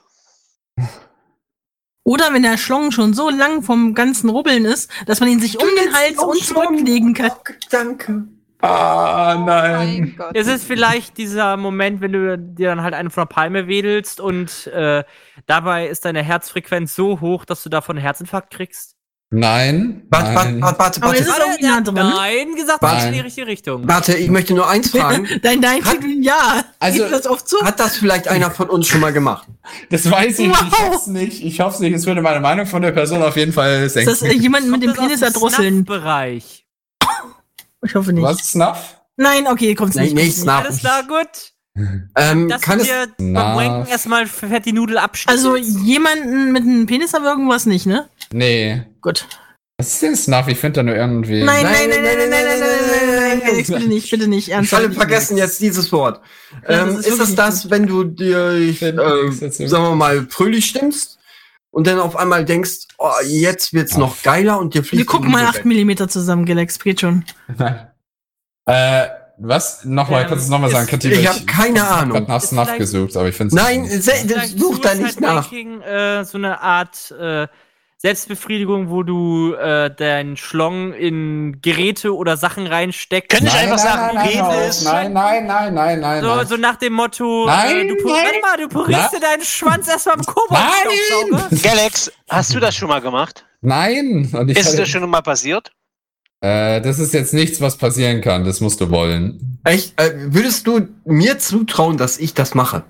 Speaker 11: Oder wenn der Schlong schon so lang vom ganzen Rubbeln ist, dass man ihn sich um den Hals und zurücklegen kann.
Speaker 9: Danke.
Speaker 12: Ah, nein.
Speaker 1: Es Ähm, ist vielleicht dieser Moment, wenn du dir dann halt einen von der Palme wedelst und äh, dabei ist deine Herzfrequenz so hoch, dass du davon einen Herzinfarkt kriegst.
Speaker 12: Nein.
Speaker 9: Warte, warte,
Speaker 12: nein.
Speaker 9: warte, warte,
Speaker 11: Aber es ist
Speaker 9: warte.
Speaker 11: irgendwie nah dran.
Speaker 1: Nein, gesagt, das ist in die
Speaker 12: Nein.
Speaker 1: richtige Richtung.
Speaker 9: Warte, ich möchte nur eins fragen.
Speaker 11: Dein Nein klingt wie ein Ja.
Speaker 12: Also-
Speaker 11: Gib das oft zu.
Speaker 9: Hat das vielleicht einer von uns schon mal gemacht?
Speaker 12: Das weiß ich nicht. Ich
Speaker 11: Wow.
Speaker 12: hoffe es nicht. Ich hoffe es nicht. Es würde meine Meinung von der Person auf jeden Fall
Speaker 11: Ist
Speaker 12: senken.
Speaker 11: das äh, jemand mit dem Penis erdrosseln?
Speaker 1: Bereich.
Speaker 11: Ich hoffe nicht.
Speaker 12: Was? Snuff?
Speaker 11: Nein, okay, kommt's
Speaker 9: Nee,
Speaker 11: nicht.
Speaker 9: nee,
Speaker 11: kommt's nicht.
Speaker 9: Snuff.
Speaker 1: Alles klar, gut.
Speaker 9: Ähm,
Speaker 1: Dass
Speaker 9: kann
Speaker 1: du
Speaker 9: es,
Speaker 1: dir
Speaker 12: Na.
Speaker 1: beim Wanken erstmal fett die Nudel abschneidest.
Speaker 11: Also jemanden mit einem Penis aber irgendwas nicht, ne?
Speaker 12: Nee.
Speaker 11: Gut.
Speaker 12: Was ist denn Snuff? Ich finde da nur irgendwie.
Speaker 11: Nein, nein, nein, nein, nein, nein, nein, nein, nein, nein, nein, nein, bitte nicht, bitte nicht, ernsthaft.
Speaker 9: alle vergessen jetzt dieses Wort.
Speaker 11: Ja, das
Speaker 9: ähm,
Speaker 11: ist
Speaker 9: ist, das
Speaker 11: wirklich
Speaker 9: das, wenn du dir, ich, äh,
Speaker 12: Wenn nichts dazu-
Speaker 9: sagen wir mal, fröhlich stimmst und dann auf einmal denkst, oh, jetzt wird's noch geiler und dir fliegt
Speaker 11: Wir gucken
Speaker 9: die
Speaker 11: mal
Speaker 9: Liebe
Speaker 11: 8
Speaker 9: weg.
Speaker 11: mm zusammen, Galax, geht schon.
Speaker 12: Nein. Äh, Was? Nochmal,
Speaker 11: Ähm,
Speaker 12: kannst du es nochmal sagen? Katie,
Speaker 9: ich
Speaker 12: weil
Speaker 9: habe keine Ahnung.
Speaker 12: hab nach Snuff gesucht, aber ich finde es
Speaker 9: Nein, se- such da
Speaker 11: halt
Speaker 9: nicht nach.
Speaker 1: Making, äh, so eine Art äh, Selbstbefriedigung, wo du äh, deinen Schlong in Geräte oder Sachen reinsteckst.
Speaker 12: Könnte ich Nein, einfach nein, sagen, nein, nein, Rede nein, ist- nein, nein, nein, nein, nein,
Speaker 1: So,
Speaker 12: nein.
Speaker 1: so nach dem Motto,
Speaker 12: Nein,
Speaker 1: äh, du,
Speaker 12: nein.
Speaker 1: Warte mal, du purierst
Speaker 12: Nein.
Speaker 1: dir deinen Schwanz erstmal im Koboldstaubsauger.
Speaker 3: Galax, hast du das schon mal gemacht?
Speaker 12: Nein! Und ich
Speaker 3: Ist
Speaker 12: hatte-
Speaker 3: das schon mal passiert?
Speaker 12: äh, das ist jetzt nichts, was passieren kann. Das musst du wollen.
Speaker 9: Echt, äh, würdest du mir zutrauen, dass ich das mache?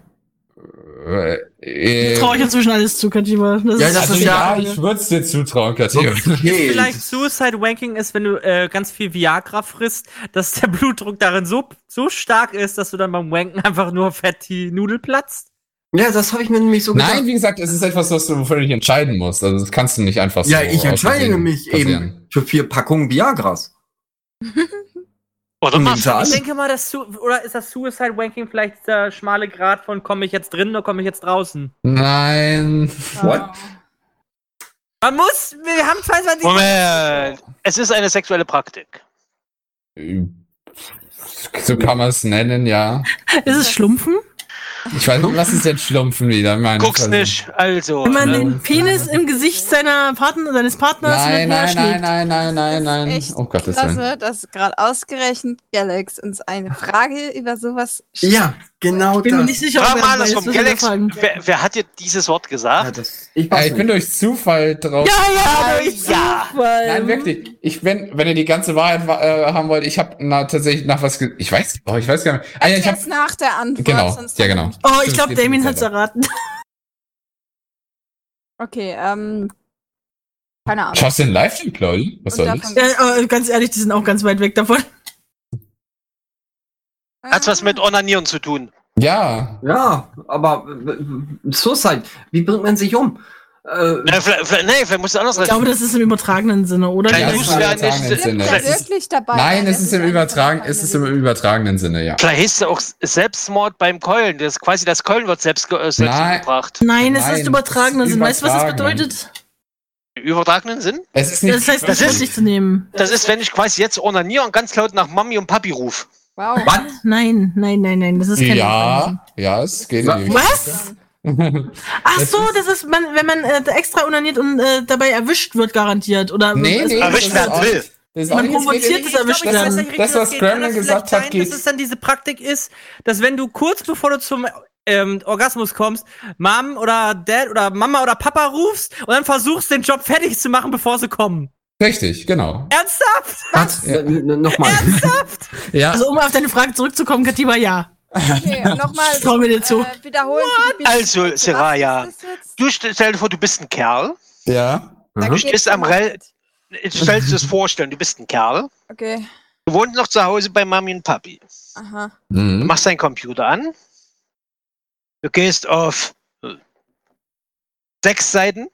Speaker 12: Äh, äh,
Speaker 11: Traue ich inzwischen alles zu, Katiba.
Speaker 12: ja, das also ist ja, ich würde es dir zutrauen, Katia.
Speaker 1: Vielleicht Suicide Wanking ist, wenn du äh, ganz viel Viagra frisst, dass der Blutdruck darin so, so stark ist, dass du dann beim Wanken einfach nur fett die Nudel platzt.
Speaker 9: Ja, das habe ich mir nämlich so
Speaker 12: Nein, wie gesagt, es ist etwas, was du wofür du dich entscheiden musst. Also das kannst du nicht einfach so
Speaker 9: ja, ich
Speaker 12: aus
Speaker 9: entscheide
Speaker 12: Versehen
Speaker 9: mich
Speaker 12: passieren.
Speaker 9: eben für vier Packungen Viagras.
Speaker 3: Oder
Speaker 9: machst
Speaker 1: Ich denke mal, dass Su oder ist das Suicide Wanking vielleicht dieser schmale Grad von komme ich jetzt drin oder komme ich jetzt draußen?
Speaker 12: Nein.
Speaker 11: Ah.
Speaker 9: What?
Speaker 1: Man muss, wir haben 22
Speaker 3: Moment. Es ist eine sexuelle Praktik.
Speaker 12: So kann man es nennen, ja.
Speaker 11: Ist es Schlumpfen?
Speaker 12: Ich weiß nicht, was ist jetzt Schlumpfen wieder? Meine
Speaker 3: Guck's
Speaker 12: Fresse.
Speaker 3: nicht, also.
Speaker 11: Wenn man
Speaker 3: ne?
Speaker 11: den Penis im Gesicht seiner Partner, seines Partners
Speaker 12: Nein,
Speaker 11: mit
Speaker 12: nein, nein,
Speaker 11: schlägt.
Speaker 12: nein, nein, nein, nein.
Speaker 8: Echt
Speaker 12: Oh Gottes Willen.
Speaker 8: klasse, dass gerade ausgerechnet Galax uns eine Frage über sowas stellt.
Speaker 9: Ja, genau
Speaker 11: bin mir
Speaker 9: das.
Speaker 11: nicht sicher, ob
Speaker 3: Frag
Speaker 11: er
Speaker 3: mal
Speaker 11: weiß, was
Speaker 3: andersrum.
Speaker 11: er da
Speaker 3: Galax,
Speaker 11: fragen.
Speaker 3: wer, wer hat dir dieses Wort
Speaker 9: Ja,
Speaker 3: gesagt?
Speaker 9: das, ich, weiß
Speaker 12: Ja, ich bin
Speaker 9: nicht.
Speaker 12: durch Zufall drauf.
Speaker 11: ja,
Speaker 3: Ja.
Speaker 12: Nein, wirklich. Ich bin, wenn ihr die ganze Wahrheit wa- äh, haben wollt, ich habe na, tatsächlich nach was. Ge ich weiß, oh, ich weiß gar nicht. Ah, ja, ich hab,
Speaker 8: Erst nach der Antwort.
Speaker 12: genau,
Speaker 8: sonst
Speaker 12: ja genau.
Speaker 11: Oh, ich
Speaker 12: Stimmt,
Speaker 11: glaube,
Speaker 12: geht
Speaker 11: Damien
Speaker 12: nicht
Speaker 11: hat's
Speaker 12: weiter.
Speaker 11: erraten.
Speaker 8: Okay, ähm. Keine Ahnung.
Speaker 12: Schaust du den Livestream, Claudia? Was
Speaker 8: Und
Speaker 12: soll das?
Speaker 8: davon-
Speaker 11: Ja, äh, ganz ehrlich, die sind auch ganz weit weg davon.
Speaker 3: Hat's
Speaker 8: Äh,
Speaker 3: was mit Onanieren zu tun?
Speaker 12: Ja.
Speaker 9: Ja, aber äh, Suicide, wie bringt man sich um? Äh,
Speaker 3: Na, vielleicht, vielleicht, Ne, nee, vielleicht musst du anders
Speaker 11: Ich glaube, das ist im übertragenen Sinne, oder?
Speaker 3: Vielleicht
Speaker 12: Ja,
Speaker 3: musst
Speaker 12: das
Speaker 3: du
Speaker 12: war
Speaker 3: ja
Speaker 12: jetzt auch
Speaker 3: nicht.
Speaker 12: nicht Sinn, ne?
Speaker 8: Ist
Speaker 3: Vielleicht,
Speaker 8: er wirklich dabei?
Speaker 12: Nein,
Speaker 8: Das
Speaker 12: es ist
Speaker 8: ist
Speaker 12: im
Speaker 8: eine
Speaker 12: Übertragen,
Speaker 8: Frage
Speaker 12: es ist im übertragenen Sinne, ja.
Speaker 3: vielleicht hieß es auch Selbstmord beim Keulen. Das quasi das Keulen wird selbst, ge- äh, selbst
Speaker 12: Nein.
Speaker 3: gebracht.
Speaker 11: Nein, es
Speaker 12: Nein,
Speaker 11: ist übertragener
Speaker 12: es ist
Speaker 11: Sinn. Weißt du, was das
Speaker 12: übertragen.
Speaker 11: bedeutet?
Speaker 3: Im übertragenen Sinn?
Speaker 12: Es ist nicht.
Speaker 11: Das heißt,
Speaker 3: Das
Speaker 11: das
Speaker 3: ist-
Speaker 11: ist zu nehmen.
Speaker 3: Das ist, wenn ich quasi jetzt onaniere und ganz laut nach Mami und Papi rufe.
Speaker 8: Wow.
Speaker 9: was?
Speaker 11: Nein, nein, nein, nein, das ist kein
Speaker 12: ja, ja, es geht in die
Speaker 11: Was? Ach so, das ist, man, wenn man äh, extra unaniert und äh, dabei erwischt wird, garantiert. Oder Also,
Speaker 12: Nee, nee,
Speaker 3: erwischt
Speaker 12: das ist
Speaker 3: werden
Speaker 12: auch-
Speaker 3: will.
Speaker 12: das ist auch
Speaker 11: Man
Speaker 12: nicht-
Speaker 11: provoziert das Erwischt
Speaker 12: das-
Speaker 11: werden.
Speaker 12: Das, was Gremlin gesagt hat,
Speaker 1: geht.
Speaker 12: geht.
Speaker 1: Dass es dann diese Praktik ist, dass wenn du kurz bevor du zum ähm, Orgasmus kommst, Mom oder Dad oder Mama oder Papa rufst und dann versuchst, den Job fertig zu machen, bevor sie kommen.
Speaker 12: Richtig, genau.
Speaker 1: Ernsthaft?
Speaker 9: Was? Nochmal.
Speaker 12: Ja,
Speaker 11: Also, um auf deine Frage zurückzukommen, Katiba, ja.
Speaker 8: Okay, und nochmal.
Speaker 11: Trauen wir dir zu.
Speaker 8: Äh, wiederholen. bitte.
Speaker 3: Also, Seraya,
Speaker 8: Was ist das jetzt?
Speaker 3: du st- stell dir vor, du bist ein Kerl.
Speaker 12: ja.
Speaker 8: Da
Speaker 3: Du
Speaker 8: geht's
Speaker 3: stehst am
Speaker 8: um-
Speaker 3: Rel. Jetzt Stellst du das vorstellen, du bist ein Kerl.
Speaker 8: Okay,
Speaker 3: Du wohnst noch zu Hause bei Mami und Papi.
Speaker 8: aha.
Speaker 3: Du
Speaker 12: Hm? Mhm.
Speaker 3: machst deinen Computer an. Du gehst auf äh, sechs Seiten.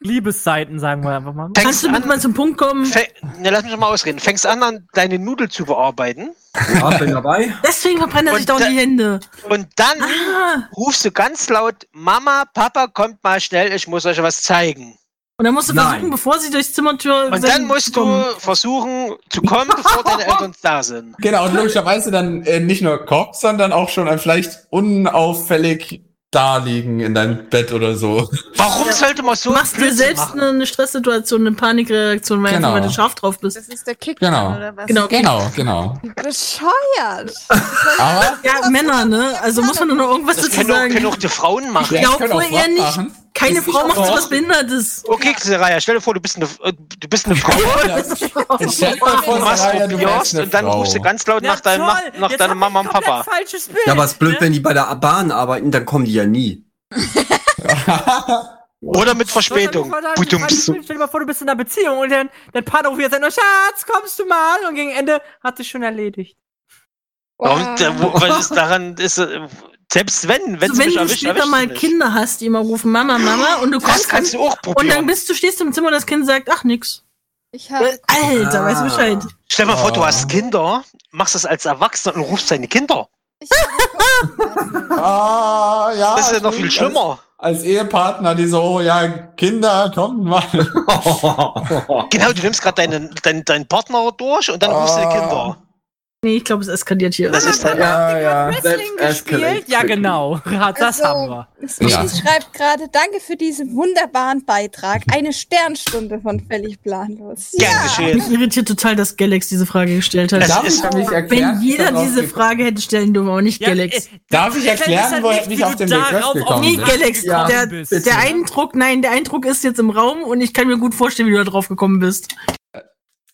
Speaker 1: Liebesseiten, sagen wir einfach mal.
Speaker 11: Kannst
Speaker 3: Fängst
Speaker 11: du mit
Speaker 3: an,
Speaker 11: mal zum Punkt kommen?
Speaker 3: fäng, ne, lass mich doch mal ausreden. Fängst an, an deine Nudel zu bearbeiten.
Speaker 9: Ja, bin dabei.
Speaker 11: Deswegen verbrennt er
Speaker 3: Und
Speaker 11: sich doch
Speaker 3: da-
Speaker 11: die Hände.
Speaker 3: Und dann
Speaker 11: Ah,
Speaker 3: rufst du ganz laut: Mama, Papa, kommt mal schnell, ich muss euch was zeigen.
Speaker 11: und dann musst du
Speaker 9: Nein.
Speaker 11: versuchen, bevor sie durchs Zimmertür
Speaker 3: Und dann
Speaker 11: senden-
Speaker 3: musst
Speaker 11: kommen.
Speaker 3: du versuchen zu kommen, bevor deine Eltern da sind.
Speaker 12: Genau, und logischerweise dann äh, nicht nur Kopf, sondern auch schon ein vielleicht unauffällig daliegen in deinem Bett oder so.
Speaker 3: Warum sollte man so
Speaker 11: Du machst dir
Speaker 3: Blödsinn
Speaker 11: selbst
Speaker 3: machen?
Speaker 11: eine, eine Stresssituation, eine Panikreaktion, weil
Speaker 12: Genau.
Speaker 11: du einfach scharf drauf bist.
Speaker 8: Das ist der Kick,
Speaker 12: Genau.
Speaker 8: oder was?
Speaker 11: Genau.
Speaker 12: Genau, genau.
Speaker 8: Bescheuert.
Speaker 12: Aber
Speaker 11: Ja, Männer, ne? Also muss man nur noch irgendwas
Speaker 3: Das
Speaker 11: dazu
Speaker 3: können auch,
Speaker 11: sagen.
Speaker 3: können auch die Frauen machen.
Speaker 12: Ja,
Speaker 11: glaub
Speaker 12: können
Speaker 11: wohl
Speaker 12: auch
Speaker 11: eher
Speaker 12: was
Speaker 11: nicht.
Speaker 12: machen.
Speaker 11: Keine
Speaker 12: Ist
Speaker 11: Frau macht
Speaker 12: doch-
Speaker 11: sowas Behindertes.
Speaker 3: Okay, Seraya, stell dir vor, du bist eine, äh, du bist eine Frau,
Speaker 12: Jetzt stell dir mal vor,
Speaker 3: du
Speaker 12: Saraya, du wärst
Speaker 3: masturbierst
Speaker 12: eine
Speaker 3: und dann
Speaker 12: Frau.
Speaker 3: rufst du ganz laut nach,
Speaker 1: Na
Speaker 3: deinem, nach,
Speaker 1: toll,
Speaker 3: nach
Speaker 1: jetzt
Speaker 3: deiner
Speaker 1: hab
Speaker 3: Mama
Speaker 1: ich
Speaker 3: und
Speaker 1: komplett
Speaker 3: Papa.
Speaker 1: falsches Bild.
Speaker 9: Ja, aber es ist blöd, wenn die bei der Bahn arbeiten, dann kommen die ja nie.
Speaker 3: Oder mit Verspätung. Budums.
Speaker 1: Stell dir mal vor, du bist in einer Beziehung und dann dein Partner ruft jetzt an, Schatz, kommst du mal? Und gegen Ende hat sich schon erledigt.
Speaker 3: Warum, da, äh, wo, was ist daran ist, äh, selbst wenn, wenn
Speaker 11: Also
Speaker 3: sie
Speaker 11: wenn
Speaker 3: mich
Speaker 11: du
Speaker 3: erwischt,
Speaker 11: später
Speaker 3: erwischt
Speaker 11: mal
Speaker 3: sie mich.
Speaker 11: Kinder hast, die immer rufen, Mama, Mama, und du
Speaker 3: Das
Speaker 11: kommst
Speaker 3: kannst
Speaker 11: dann,
Speaker 3: du auch
Speaker 11: und dann
Speaker 3: probieren.
Speaker 11: bist du, stehst im Zimmer, das Kind sagt, ach nix.
Speaker 8: Ich
Speaker 11: Äh,
Speaker 8: hab.
Speaker 11: Alter, weißt
Speaker 3: Ah.
Speaker 11: du Bescheid.
Speaker 3: Stell dir mal vor, du
Speaker 12: Ah.
Speaker 3: hast Kinder, machst das als Erwachsener und rufst deine Kinder.
Speaker 8: Ich hab
Speaker 12: Ah, ja.
Speaker 3: Das ist ja noch viel
Speaker 12: als-
Speaker 3: schlimmer.
Speaker 12: Als Ehepartner, die so, oh, ja, Kinder, kommt mal.
Speaker 3: Genau, du nimmst gerade deinen, deinen, deinen Partner durch und dann rufst du die
Speaker 12: Ah.
Speaker 3: Kinder.
Speaker 11: Nee, ich glaube, es eskaliert hier.
Speaker 3: Das ist
Speaker 11: dann
Speaker 3: ja,
Speaker 11: ja.
Speaker 8: Wrestling
Speaker 9: Äh,
Speaker 1: gespielt? Ja, genau. Das
Speaker 8: also
Speaker 1: haben wir.
Speaker 8: Sweetie
Speaker 1: Ja.
Speaker 8: schreibt gerade, danke für diesen wunderbaren Beitrag. Eine Sternstunde von völlig planlos.
Speaker 11: Mich irritiert total, dass Galax diese Frage gestellt hat.
Speaker 12: Das Darf ist- ich mich erklären,
Speaker 11: Wenn jeder
Speaker 12: darauf
Speaker 11: diese
Speaker 12: ge-
Speaker 11: Frage hätte stellen dürfen, auch nicht Galax.
Speaker 2: äh,
Speaker 12: Darf ich erklären,
Speaker 2: halt
Speaker 12: wo ich mich auf den Begriff gekommen
Speaker 11: Nee,
Speaker 12: bin?
Speaker 11: Galax,
Speaker 12: Ja,
Speaker 11: der,
Speaker 12: bitte.
Speaker 11: der Eindruck, nein, der Eindruck ist jetzt im Raum und ich kann mir gut vorstellen, wie du da drauf gekommen bist.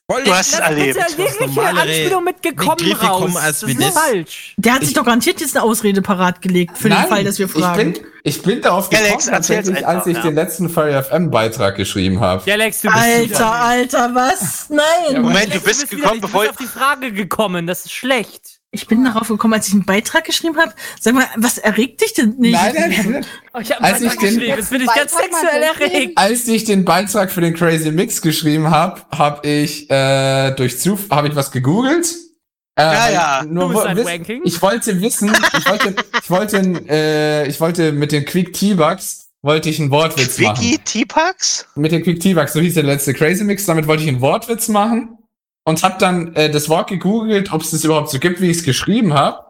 Speaker 10: Du hast es erlebt.
Speaker 11: ja wirklich hier Anspielung mit gekommen
Speaker 10: Begriffe
Speaker 11: raus.
Speaker 10: kommen als
Speaker 11: Das ist
Speaker 10: Witness.
Speaker 11: falsch. Der hat sich doch garantiert jetzt eine Ausrede parat gelegt für den Fall, dass wir fragen.
Speaker 12: Ich bin, ich bin darauf gekommen,
Speaker 11: Alex, erzähl's
Speaker 12: tatsächlich,
Speaker 11: einfach,
Speaker 12: als ich
Speaker 11: ja.
Speaker 12: den letzten Fire FM Beitrag geschrieben habe.
Speaker 1: Galax, du bist
Speaker 11: Alter, Alter, was? Nein.
Speaker 1: Moment, du bist gekommen, bevor ich auf die Frage gekommen. Das ist schlecht.
Speaker 11: Ich bin darauf gekommen, als ich einen Beitrag geschrieben habe. Sag mal, was erregt dich denn nicht?
Speaker 12: Nein, nein, nein.
Speaker 1: Oh, ich hab
Speaker 12: Als
Speaker 1: einen
Speaker 12: ich
Speaker 1: Beitrag
Speaker 12: den-
Speaker 1: geschrieben. Jetzt bin ich ganz
Speaker 11: Beitrag mal
Speaker 1: sexuell
Speaker 11: geschrieben.
Speaker 1: erregt.
Speaker 12: Als ich den Beitrag für den Crazy Mix geschrieben habe, habe ich äh, durch Zufall habe ich was gegoogelt. Äh,
Speaker 3: Ja,
Speaker 12: weil
Speaker 3: ja.
Speaker 12: Ich, nur
Speaker 3: Du bist ein
Speaker 12: wiss-
Speaker 3: Wanking.
Speaker 12: ich wollte wissen, ich wollte, ich wollte, äh, ich wollte mit den Quick T-Bucks wollte ich einen Wortwitz machen.
Speaker 3: Wiki T-Pax?
Speaker 12: mit den Quick T-Bucks, so hieß der letzte Crazy Mix, damit wollte ich einen Wortwitz machen und habe dann äh, das Wort gegoogelt, ob es das überhaupt so gibt, wie ich es geschrieben habe.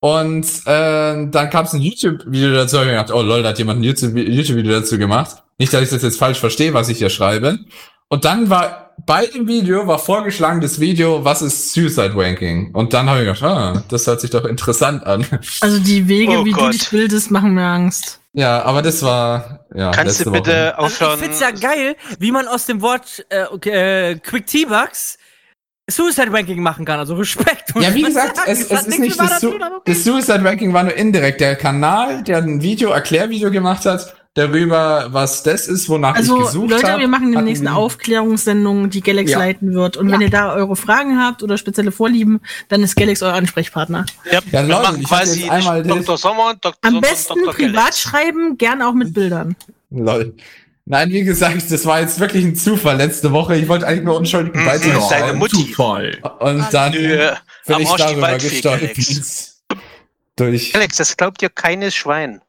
Speaker 12: Und äh, dann gab es ein YouTube-Video dazu, hab ich gedacht, oh lol, da hat jemand ein YouTube- YouTube-Video dazu gemacht. Nicht, dass ich das jetzt falsch verstehe, was ich hier schreibe. Und dann war bei dem Video war vorgeschlagen das Video, was ist Suicide Wanking? Und dann habe ich gedacht, ah, das hört sich doch interessant an.
Speaker 11: Also die Wege,
Speaker 12: Oh
Speaker 11: wie
Speaker 12: Gott.
Speaker 11: du dich bildest, machen mir Angst.
Speaker 12: Ja, aber das war ja.
Speaker 3: Kannst du
Speaker 12: letzte Woche.
Speaker 3: bitte
Speaker 1: Also ich
Speaker 3: aufhören?
Speaker 1: find's ja geil, wie man aus dem Wort äh, okay, äh, Quick T-Bucks Suicide Ranking machen kann. Also Respekt. muss
Speaker 12: Ja, wie
Speaker 1: man
Speaker 12: gesagt,
Speaker 1: sagen.
Speaker 12: es, es
Speaker 1: hat
Speaker 12: ist
Speaker 1: nichts
Speaker 12: nicht
Speaker 1: mit
Speaker 12: das,
Speaker 1: Wahrheit zu
Speaker 12: Su
Speaker 1: tun, aber okay.
Speaker 12: das Suicide Ranking war nur indirekt. Der Kanal, der ein Video, Erklärvideo gemacht hat, darüber, was das ist, wonach ich
Speaker 11: Also
Speaker 12: gesucht habe.
Speaker 11: Leute, wir machen
Speaker 12: hat
Speaker 11: demnächst eine
Speaker 12: ein-
Speaker 11: Aufklärungssendung, die Galax
Speaker 12: Ja.
Speaker 11: leiten wird. Und wenn ihr da eure Fragen habt oder spezielle Vorlieben, dann ist Galax euer Ansprechpartner.
Speaker 3: Ja,
Speaker 12: Ja,
Speaker 3: wir
Speaker 12: Leute,
Speaker 3: machen
Speaker 12: ich hab
Speaker 3: quasi
Speaker 12: jetzt einmal das-
Speaker 3: Dr. Sommer und Dr.
Speaker 11: Am
Speaker 3: Sommer
Speaker 11: besten
Speaker 3: und Dr. Kelly.
Speaker 11: privat schreiben, gern auch mit Bildern.
Speaker 12: Lol. Nein, wie gesagt, das war jetzt wirklich ein Zufall letzte Woche. Ich wollte eigentlich nur unschuldigen
Speaker 3: Mhm,
Speaker 12: Beitrag
Speaker 3: ist deine Mutti.
Speaker 12: Zufall. Und dann
Speaker 3: Nö,
Speaker 12: bin
Speaker 3: am
Speaker 12: ich
Speaker 3: Arsch die
Speaker 12: darüber
Speaker 3: Waldfee,
Speaker 12: gestolpert. Durch.
Speaker 3: Alex, das glaubt dir keines Schwein.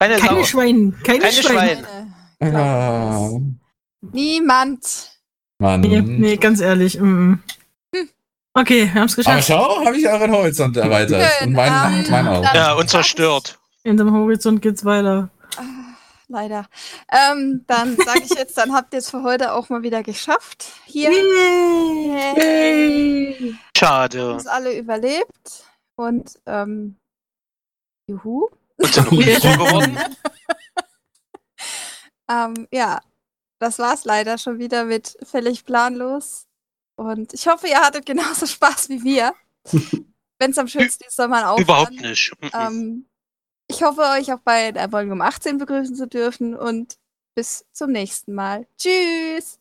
Speaker 3: Keine,
Speaker 11: Keine
Speaker 3: Sau.
Speaker 11: Schweine, keine,
Speaker 3: Keine
Speaker 11: Schweine.
Speaker 3: Schweine.
Speaker 12: Ah,
Speaker 8: Niemand.
Speaker 12: Mann.
Speaker 11: Nee, nee, ganz ehrlich. Mm -mm. Okay, wir haben es
Speaker 12: Aber
Speaker 11: geschafft.
Speaker 12: schau, habe ich euren Horizont erweitert. Und mein, mein auch.
Speaker 3: Ja, und zerstört.
Speaker 11: In dem Horizont geht's weiter.
Speaker 8: Leider. Ähm, dann sage ich jetzt, dann habt ihr es für heute auch mal wieder geschafft. Hier. Yay.
Speaker 3: Schade.
Speaker 8: Uns alle überlebt. Und ähm, juhu.
Speaker 3: Und sind ruhig geworden.
Speaker 8: Ähm, ja, das war's leider schon wieder mit völlig planlos. Und ich hoffe, ihr hattet genauso Spaß wie wir. Wenn es am schönsten ist, soll man auch.
Speaker 3: Überhaupt nicht.
Speaker 8: Ähm, ich hoffe, euch auch bei der Folge um 18 begrüßen zu dürfen und bis zum nächsten Mal. Tschüss!